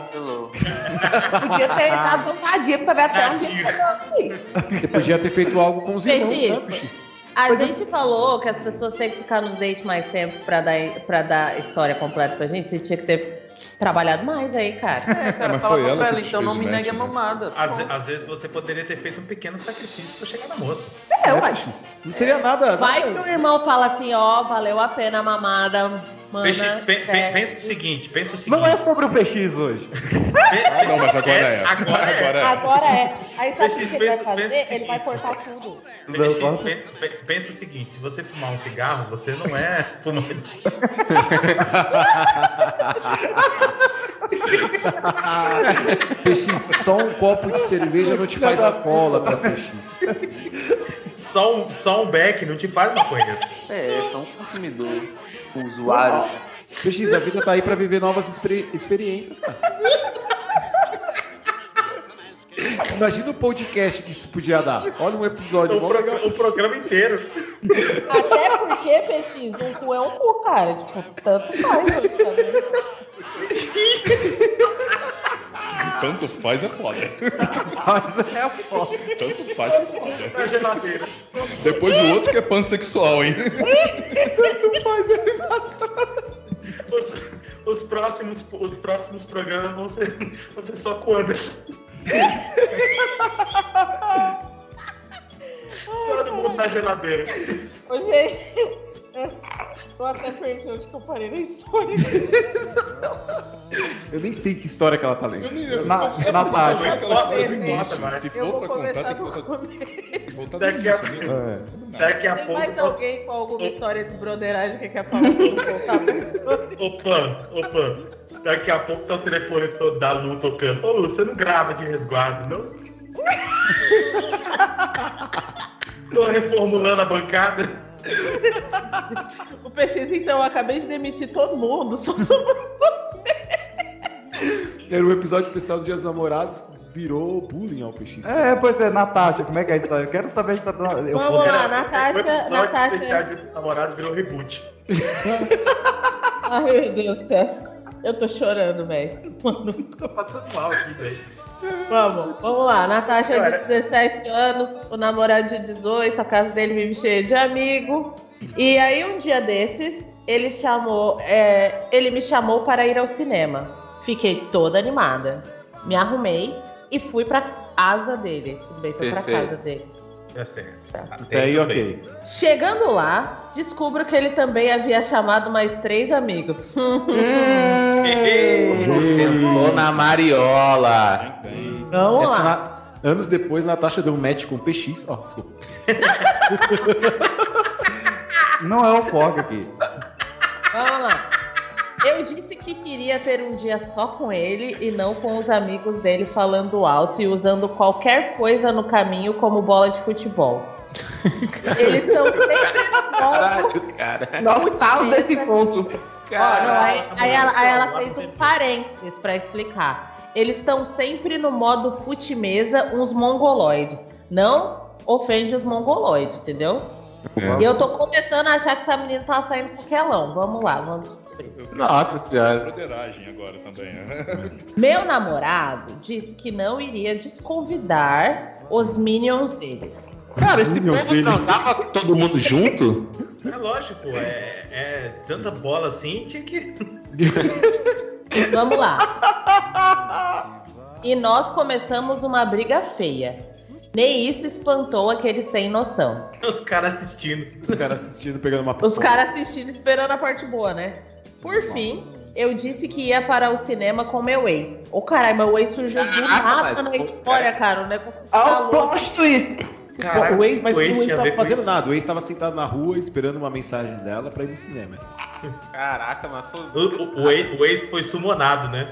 [SPEAKER 5] Podia ter dado um tadinho pra ver até onde ele chegou aqui.
[SPEAKER 9] Você podia ter feito algo com os irmãos,
[SPEAKER 10] Peixe.
[SPEAKER 9] né, Peixe?
[SPEAKER 10] A
[SPEAKER 6] é.
[SPEAKER 10] gente falou que as pessoas têm que ficar nos dates mais tempo pra dar, pra dar história completa pra gente. Você tinha que ter trabalhado mais aí, cara.
[SPEAKER 6] É, cara,
[SPEAKER 12] Mas
[SPEAKER 6] falava
[SPEAKER 12] foi ela
[SPEAKER 6] pra
[SPEAKER 12] que
[SPEAKER 6] ela,
[SPEAKER 12] te
[SPEAKER 6] então
[SPEAKER 12] fez
[SPEAKER 6] não
[SPEAKER 12] o
[SPEAKER 6] me
[SPEAKER 12] match,
[SPEAKER 6] negue a
[SPEAKER 12] né?
[SPEAKER 6] mamada.
[SPEAKER 12] Às,
[SPEAKER 6] Pô.
[SPEAKER 12] às vezes você poderia ter feito um pequeno sacrifício pra chegar na moça.
[SPEAKER 9] É, eu acho. Não seria nada.
[SPEAKER 10] Vai
[SPEAKER 9] nada-
[SPEAKER 10] que o irmão fala assim, ó, valeu a pena a mamada. Mana,
[SPEAKER 12] Peixe, pe- pe-
[SPEAKER 10] é.
[SPEAKER 12] pensa o seguinte, pensa o seguinte.
[SPEAKER 3] Não é sobre o PX hoje.
[SPEAKER 12] Ah,
[SPEAKER 7] não, mas agora é.
[SPEAKER 12] Agora é.
[SPEAKER 5] Agora é. Aí sabe o que
[SPEAKER 12] Deixa
[SPEAKER 5] ele vai
[SPEAKER 12] isso, pensa- pensa
[SPEAKER 5] fazer?
[SPEAKER 12] o
[SPEAKER 5] Ele vai cortar tudo.
[SPEAKER 12] Peixe, pensa, pe- pensa o seguinte, se você fumar um cigarro, você não é fumante.
[SPEAKER 9] Peixe, só um copo de cerveja não te faz a cola, tá, Peixe?
[SPEAKER 12] Só um, só um beck não te faz maconheiro.
[SPEAKER 6] É, são consumidores, usuários.
[SPEAKER 9] Peixe, a vida tá aí pra viver novas experi- experiências, cara. Imagina o podcast que isso podia dar. Olha um episódio.
[SPEAKER 12] O, pro- o programa inteiro.
[SPEAKER 5] Até porque, Peixinho, um cu é um cu, cara. Tipo, tanto faz. mano, tá
[SPEAKER 7] Tanto faz é foda.
[SPEAKER 3] Mas é foda.
[SPEAKER 7] Tanto faz é foda.
[SPEAKER 12] Na geladeira.
[SPEAKER 7] Depois do outro que é pansexual, hein?
[SPEAKER 12] Tanto faz é os, os, próximos, os próximos programas vão ser, vão ser só com o Anderson. Todo mundo tá- na geladeira.
[SPEAKER 5] vendo? Ô, gente. Tô até perdendo que eu parei na história.
[SPEAKER 9] Eu nem sei que história que ela tá lendo.
[SPEAKER 3] Na, na página.
[SPEAKER 7] Se
[SPEAKER 5] Eu
[SPEAKER 7] for
[SPEAKER 5] vou
[SPEAKER 7] pra contar, tem
[SPEAKER 5] começar
[SPEAKER 7] que
[SPEAKER 5] do
[SPEAKER 7] contar.
[SPEAKER 5] começo.
[SPEAKER 7] Voltar
[SPEAKER 12] Daqui
[SPEAKER 7] do
[SPEAKER 12] a-
[SPEAKER 7] início, né?
[SPEAKER 12] Daqui a
[SPEAKER 5] Tem
[SPEAKER 12] pouco.
[SPEAKER 5] mais alguém com alguma história de broderagem que quer falar? Vamos voltar pra história.
[SPEAKER 12] Opa, opa. Daqui a pouco tá o telefone todo da Lu tocando. Ô Lu, você não grava de resguardo, não? Tô reformulando a bancada.
[SPEAKER 5] O Peixinho, então, eu acabei de demitir todo mundo. Só sobrou você.
[SPEAKER 9] Era um episódio especial do Dia dos Namorados, virou bullying ao Peixe.
[SPEAKER 3] É, pois é, Natasha, como é que é a história? Eu quero saber a história da. eu-
[SPEAKER 5] Vamos lá, né?
[SPEAKER 12] Foi pro
[SPEAKER 5] Natasha. Natasha.
[SPEAKER 12] episódio especial de Dia dos namorados virou reboot.
[SPEAKER 5] Ai, meu Deus do céu. Eu tô chorando, velho. Mano,
[SPEAKER 12] Tô
[SPEAKER 3] Tá
[SPEAKER 12] passando mal aqui, velho.
[SPEAKER 5] Vamos, vamos lá. Natasha é
[SPEAKER 12] Cara.
[SPEAKER 5] de 17 anos, o namorado de 18, a casa dele vive cheia de amigo. E aí, um dia desses, ele chamou, é, ele me chamou para ir ao cinema. Fiquei toda animada. Me arrumei e fui pra casa dele. Tudo bem, foi pra
[SPEAKER 12] Perfeito.
[SPEAKER 5] casa dele. Tá.
[SPEAKER 12] É certo.
[SPEAKER 9] Até aí, ok.
[SPEAKER 5] Chegando lá, descubro que ele também havia chamado mais três amigos.
[SPEAKER 6] Sentou na mariola.
[SPEAKER 5] Vamos
[SPEAKER 9] Essa
[SPEAKER 5] lá.
[SPEAKER 9] na- Anos depois, Natasha deu um match com o PX. Ó, desculpa.
[SPEAKER 3] Não é o foco aqui.
[SPEAKER 5] Vamos lá. Eu disse que que queria ter um dia só com ele e não com os amigos dele falando alto e usando qualquer coisa no caminho como bola de futebol. Eles são sempre
[SPEAKER 14] Caralho, cara.
[SPEAKER 6] Nós tal desse ponto.
[SPEAKER 5] Ó, não, aí, aí ela, aí ela fez um parênteses pra explicar. Eles estão sempre no modo fute-mesa, uns mongoloides. Não ofende os mongoloides, entendeu?
[SPEAKER 14] É.
[SPEAKER 5] E eu tô começando a achar que essa menina tá saindo com o Quelão. Vamos lá, vamos descobrir.
[SPEAKER 14] Nossa senhora.
[SPEAKER 7] Broderagem agora também. né?
[SPEAKER 5] Meu namorado disse que não iria desconvidar os minions dele.
[SPEAKER 14] Cara, esse povo transava com Tá todo mundo junto?
[SPEAKER 12] É lógico, é, é tanta bola assim, tinha que.
[SPEAKER 5] Vamos lá. E nós começamos uma briga feia. Nem isso espantou aquele sem noção.
[SPEAKER 12] Os caras assistindo.
[SPEAKER 9] Os caras assistindo, pegando uma
[SPEAKER 5] Os caras assistindo, esperando a parte boa, né? Por fim, eu disse que ia para o cinema com meu ex. Ô caralho, meu ex surgiu do nada na história, cara. O negócio
[SPEAKER 9] Ah,
[SPEAKER 5] está
[SPEAKER 6] Ao
[SPEAKER 5] louco.
[SPEAKER 6] posto isso.
[SPEAKER 9] Caraca, o ex, mas o
[SPEAKER 5] o ex
[SPEAKER 9] ex
[SPEAKER 5] tinha a ver
[SPEAKER 9] estava
[SPEAKER 5] com
[SPEAKER 9] fazendo
[SPEAKER 5] isso.
[SPEAKER 9] nada. O ex estava sentado na rua esperando uma mensagem dela pra ir no cinema.
[SPEAKER 14] Caraca, mas foi.
[SPEAKER 12] O, o- o ex, o ex foi sumonado, né?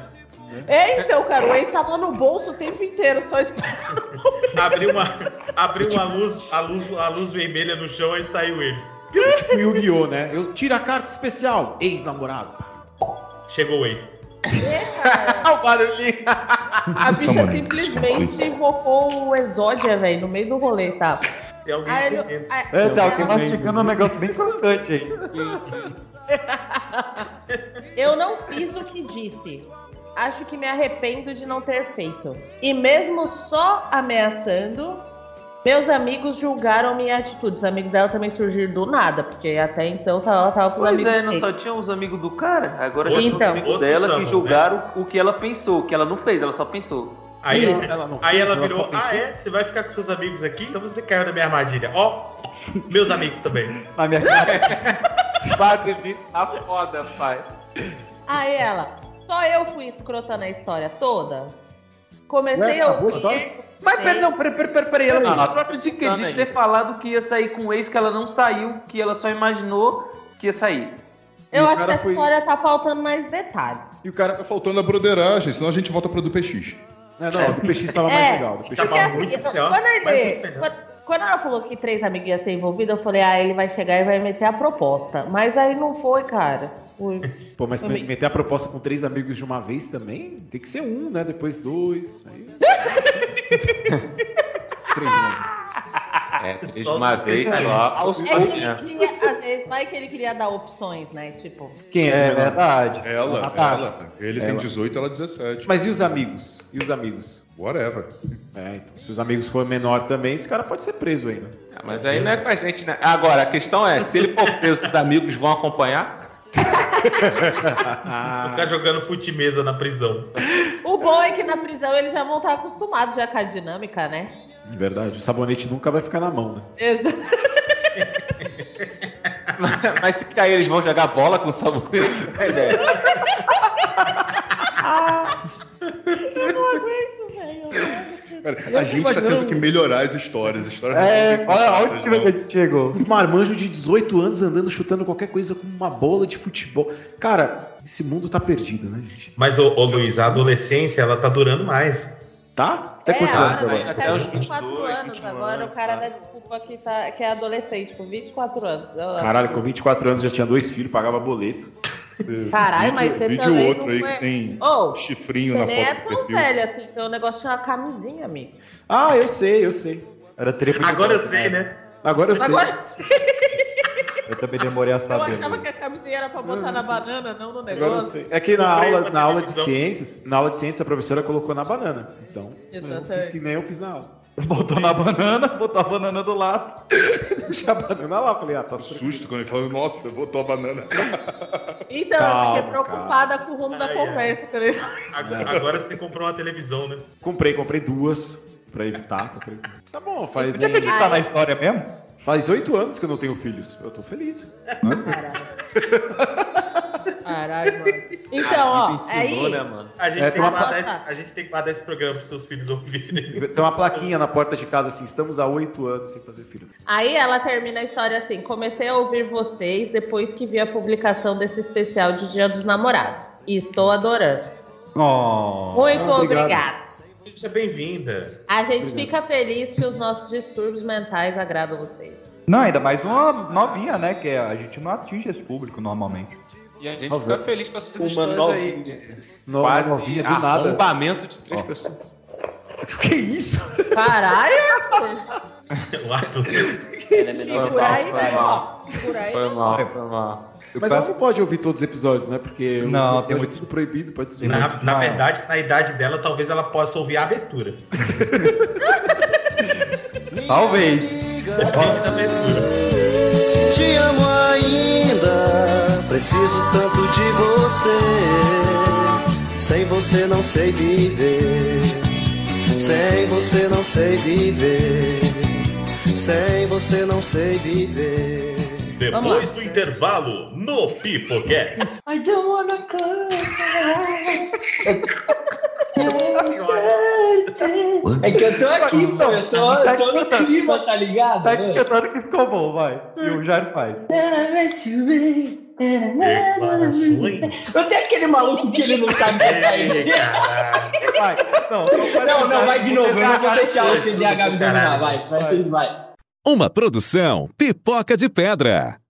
[SPEAKER 5] É, então, cara, o ex tava no bolso o tempo inteiro, só esperando.
[SPEAKER 12] Abriu uma, abriu uma luz, a luz, a luz vermelha no chão e saiu ele.
[SPEAKER 9] Tipo Yu-Gi-Oh, né? Eu tiro a carta especial, ex-namorado.
[SPEAKER 12] Chegou o ex.
[SPEAKER 14] o barulhinho.
[SPEAKER 5] A bicha simplesmente invocou o Exódia, velho, no meio do rolê, tá?
[SPEAKER 12] Tem alguém
[SPEAKER 5] Aí ele-
[SPEAKER 12] comendo.
[SPEAKER 5] aí-
[SPEAKER 3] É, tá, alguém
[SPEAKER 5] eu-
[SPEAKER 3] mastigando um negócio bem importante aí.
[SPEAKER 5] Eu não fiz o que disse. Acho que me arrependo de não ter feito. E mesmo só ameaçando, meus amigos julgaram minha atitude. Os amigos dela também surgiram do nada, porque até então tá- ela tava com os
[SPEAKER 14] Pois
[SPEAKER 5] amigos.
[SPEAKER 14] é, não
[SPEAKER 5] dele. Então.
[SPEAKER 14] só tinha uns amigos do cara, agora
[SPEAKER 5] Outro-
[SPEAKER 14] tinha uns amigos
[SPEAKER 5] outro
[SPEAKER 14] dela
[SPEAKER 5] samba,
[SPEAKER 14] que julgaram o que ela pensou, o que ela não fez, ela só pensou.
[SPEAKER 12] né? Aí, aí ela
[SPEAKER 14] ela só
[SPEAKER 12] virou,
[SPEAKER 14] pensou.
[SPEAKER 12] ah
[SPEAKER 5] Né?
[SPEAKER 12] é? Você vai ficar com seus amigos aqui? Então você caiu na minha armadilha. Ó, meus amigos também.
[SPEAKER 3] Na minha cara.
[SPEAKER 14] Padre Vitor tá foda, pai.
[SPEAKER 5] Aí ela, só eu fui escrota na história toda? Comecei a ouvir-
[SPEAKER 14] Mas peraí, não, peraí, peraí, peraí, peraí. Ela
[SPEAKER 5] Ah,
[SPEAKER 14] ficou própria de, que- de ter falado que ia sair com o ex que ela não saiu, que ela só imaginou que ia sair.
[SPEAKER 5] Eu acho que a história tá faltando mais detalhes.
[SPEAKER 9] E o cara
[SPEAKER 7] tá faltando a broderagem, senão a gente volta pro do PX.
[SPEAKER 9] Não, não, do PX estava
[SPEAKER 5] É, porque assim, quando, ele, quando, quando ela falou que três amigos iam ser envolvidos, eu falei, ah, ele vai chegar e vai meter a proposta. Mas aí não foi, cara. Foi.
[SPEAKER 9] Pô, mas
[SPEAKER 5] Também.
[SPEAKER 9] meter a proposta com três amigos de uma vez também? Tem que ser um, né? Depois dois. Aí... três, né?
[SPEAKER 14] É, fez
[SPEAKER 9] Só
[SPEAKER 14] uma
[SPEAKER 9] se
[SPEAKER 14] vez
[SPEAKER 9] pegar,
[SPEAKER 14] só. aos
[SPEAKER 9] gente.
[SPEAKER 5] É que ele
[SPEAKER 14] pouquinhos.
[SPEAKER 5] queria, às vezes, vai que ele queria dar opções, né? Tipo,
[SPEAKER 9] Quem é?
[SPEAKER 3] É verdade.
[SPEAKER 7] Ela,
[SPEAKER 9] Ah, tá.
[SPEAKER 7] ela. Ele tem
[SPEAKER 9] Ela.
[SPEAKER 7] 18, ela 17.
[SPEAKER 9] Mas e os amigos? E os amigos?
[SPEAKER 7] Whatever.
[SPEAKER 9] É, então, se os amigos forem menor também, esse cara pode ser preso ainda.
[SPEAKER 14] Mas aí não é com a gente, né? Agora, a questão é, se ele for preso, os amigos vão acompanhar?
[SPEAKER 6] Ah.
[SPEAKER 12] Ficar jogando fute mesa na prisão.
[SPEAKER 5] o bom é que na prisão eles já vão estar acostumados já com a dinâmica, né?
[SPEAKER 9] De verdade, o sabonete nunca vai ficar na mão, né?
[SPEAKER 5] Exato.
[SPEAKER 14] Mas se cair, eles vão jogar bola com sabonete? Não é ideia.
[SPEAKER 5] Ah! Eu não aguento, velho.
[SPEAKER 7] Cara, a gente tá tendo que melhorar as histórias. As histórias
[SPEAKER 3] É, olha olha o nível que a gente chegou.
[SPEAKER 9] Os marmanjos de 18 anos andando chutando qualquer coisa com uma bola de futebol. Cara, esse mundo tá perdido, né, gente?
[SPEAKER 12] Mas, ô, ô Luiz, a adolescência, ela tá durando mais.
[SPEAKER 9] Tá?
[SPEAKER 5] É,
[SPEAKER 12] cortado
[SPEAKER 5] agora, até os 24 um anos, agora o cara dá desculpa que, tá, que é adolescente, com 24 anos. Eu-
[SPEAKER 9] Caralho, com 24 anos já tinha dois filhos, pagava boleto.
[SPEAKER 5] Caralho, mas você
[SPEAKER 7] vídeo
[SPEAKER 5] também
[SPEAKER 7] outro
[SPEAKER 5] não
[SPEAKER 7] aí
[SPEAKER 5] foi-
[SPEAKER 7] que tem
[SPEAKER 5] Ô,
[SPEAKER 7] chifrinho
[SPEAKER 9] um
[SPEAKER 5] Você
[SPEAKER 7] na
[SPEAKER 5] nem
[SPEAKER 7] foto
[SPEAKER 5] é
[SPEAKER 7] do
[SPEAKER 5] tão
[SPEAKER 7] perfil.
[SPEAKER 5] velho assim, teu negócio tinha uma camisinha, amigo.
[SPEAKER 9] Ah, eu sei, eu sei.
[SPEAKER 3] Era triplo de
[SPEAKER 12] Agora eu
[SPEAKER 3] bola.
[SPEAKER 12] sei, né?
[SPEAKER 9] Agora eu sei. Ah,
[SPEAKER 5] Agora
[SPEAKER 3] Eu também demorei a
[SPEAKER 5] eu
[SPEAKER 3] saber.
[SPEAKER 5] achava que a camisinha era pra botar na banana, não no
[SPEAKER 9] Agora eu
[SPEAKER 5] negócio.
[SPEAKER 9] sei. É que na
[SPEAKER 3] Comprei
[SPEAKER 9] aula,
[SPEAKER 3] uma
[SPEAKER 9] na aula de
[SPEAKER 3] televisão.
[SPEAKER 9] ciências,
[SPEAKER 5] um
[SPEAKER 9] na aula de ciências a professora colocou na banana. Então, eu
[SPEAKER 5] Exatamente.
[SPEAKER 9] fiz que nem eu fiz na aula.
[SPEAKER 3] Botou na banana, botou a banana do lado.
[SPEAKER 9] Deixa a banana lá, falei, ah, tá
[SPEAKER 7] Susto quando ele falou, nossa, botou a banana.
[SPEAKER 5] Então,
[SPEAKER 9] Calma,
[SPEAKER 5] eu fiquei preocupada com o rumo da conversa, tá ligado?
[SPEAKER 12] Agora, agora você comprou uma televisão, né?
[SPEAKER 9] Comprei, comprei duas pra evitar. comprei- Tá bom, faz.
[SPEAKER 3] Você tem que
[SPEAKER 9] em-
[SPEAKER 5] tá
[SPEAKER 3] estar na história mesmo?
[SPEAKER 9] Faz oito anos que eu não tenho filhos. Eu tô feliz.
[SPEAKER 5] Caralho, mano. Então,
[SPEAKER 12] A
[SPEAKER 5] ó,
[SPEAKER 12] vida ensinou,
[SPEAKER 5] aí,
[SPEAKER 12] né,
[SPEAKER 6] mano?
[SPEAKER 12] A gente,
[SPEAKER 9] Né? É,
[SPEAKER 12] tem
[SPEAKER 9] tem uma
[SPEAKER 12] que guardar esse,
[SPEAKER 5] placa.
[SPEAKER 12] a gente tem que guardar esse programa pros seus filhos ouvirem.
[SPEAKER 9] Tem uma plaquinha na porta de casa assim, estamos há oito anos sem fazer filho.
[SPEAKER 5] Aí ela termina a história assim: comecei a ouvir vocês depois que vi a publicação desse especial de Dia dos Namorados. E estou adorando.
[SPEAKER 9] Ah,
[SPEAKER 5] Muito obrigada.
[SPEAKER 3] é
[SPEAKER 12] Seja bem-vinda.
[SPEAKER 5] A gente fica feliz que os nossos distúrbios mentais agradam vocês.
[SPEAKER 3] Não, ainda mais uma novinha, né? Que a gente não atinge esse público normalmente.
[SPEAKER 6] E a gente
[SPEAKER 3] Por
[SPEAKER 6] fica
[SPEAKER 3] favor.
[SPEAKER 6] feliz com as suas
[SPEAKER 3] Uma
[SPEAKER 6] histórias aí.
[SPEAKER 3] Nova-
[SPEAKER 6] Quase
[SPEAKER 3] novinha do nada.
[SPEAKER 6] arrombamento de três pessoas.
[SPEAKER 9] Que isso?
[SPEAKER 5] Caralho!
[SPEAKER 12] O ato.
[SPEAKER 6] Ele é
[SPEAKER 5] menor Por aí,
[SPEAKER 9] foi mal.
[SPEAKER 5] Por aí.
[SPEAKER 6] Foi mal, foi mal.
[SPEAKER 9] Mas ela não pode ouvir todos os episódios, né? Porque o
[SPEAKER 3] Não,
[SPEAKER 9] episódio
[SPEAKER 3] tem
[SPEAKER 9] é
[SPEAKER 3] muito-
[SPEAKER 9] tudo proibido, pode ser.
[SPEAKER 12] Na, na verdade, na idade dela, talvez ela possa ouvir a abertura.
[SPEAKER 3] Talvez.
[SPEAKER 12] Depende da abertura.
[SPEAKER 2] Te amo ainda, preciso tanto de você. Sem você não sei viver. Sem você não sei viver. Sem você não sei viver.
[SPEAKER 1] Depois do intervalo, no Pipocast.
[SPEAKER 2] I don't wanna close
[SPEAKER 13] É que eu tô aqui, pô, eu tô, eu tô no clima, tá ligado?
[SPEAKER 3] Tá aqui cantando que ficou bom, vai. E o Jairo faz.
[SPEAKER 13] Eu tenho aquele maluco que ele não sabe cantar ele.
[SPEAKER 3] Vai, não,
[SPEAKER 13] não, não, vai de novo, eu não vou deixar o TDAH me dominar, vai, vai, vocês vai.
[SPEAKER 27] Uma produção pipoca de pedra.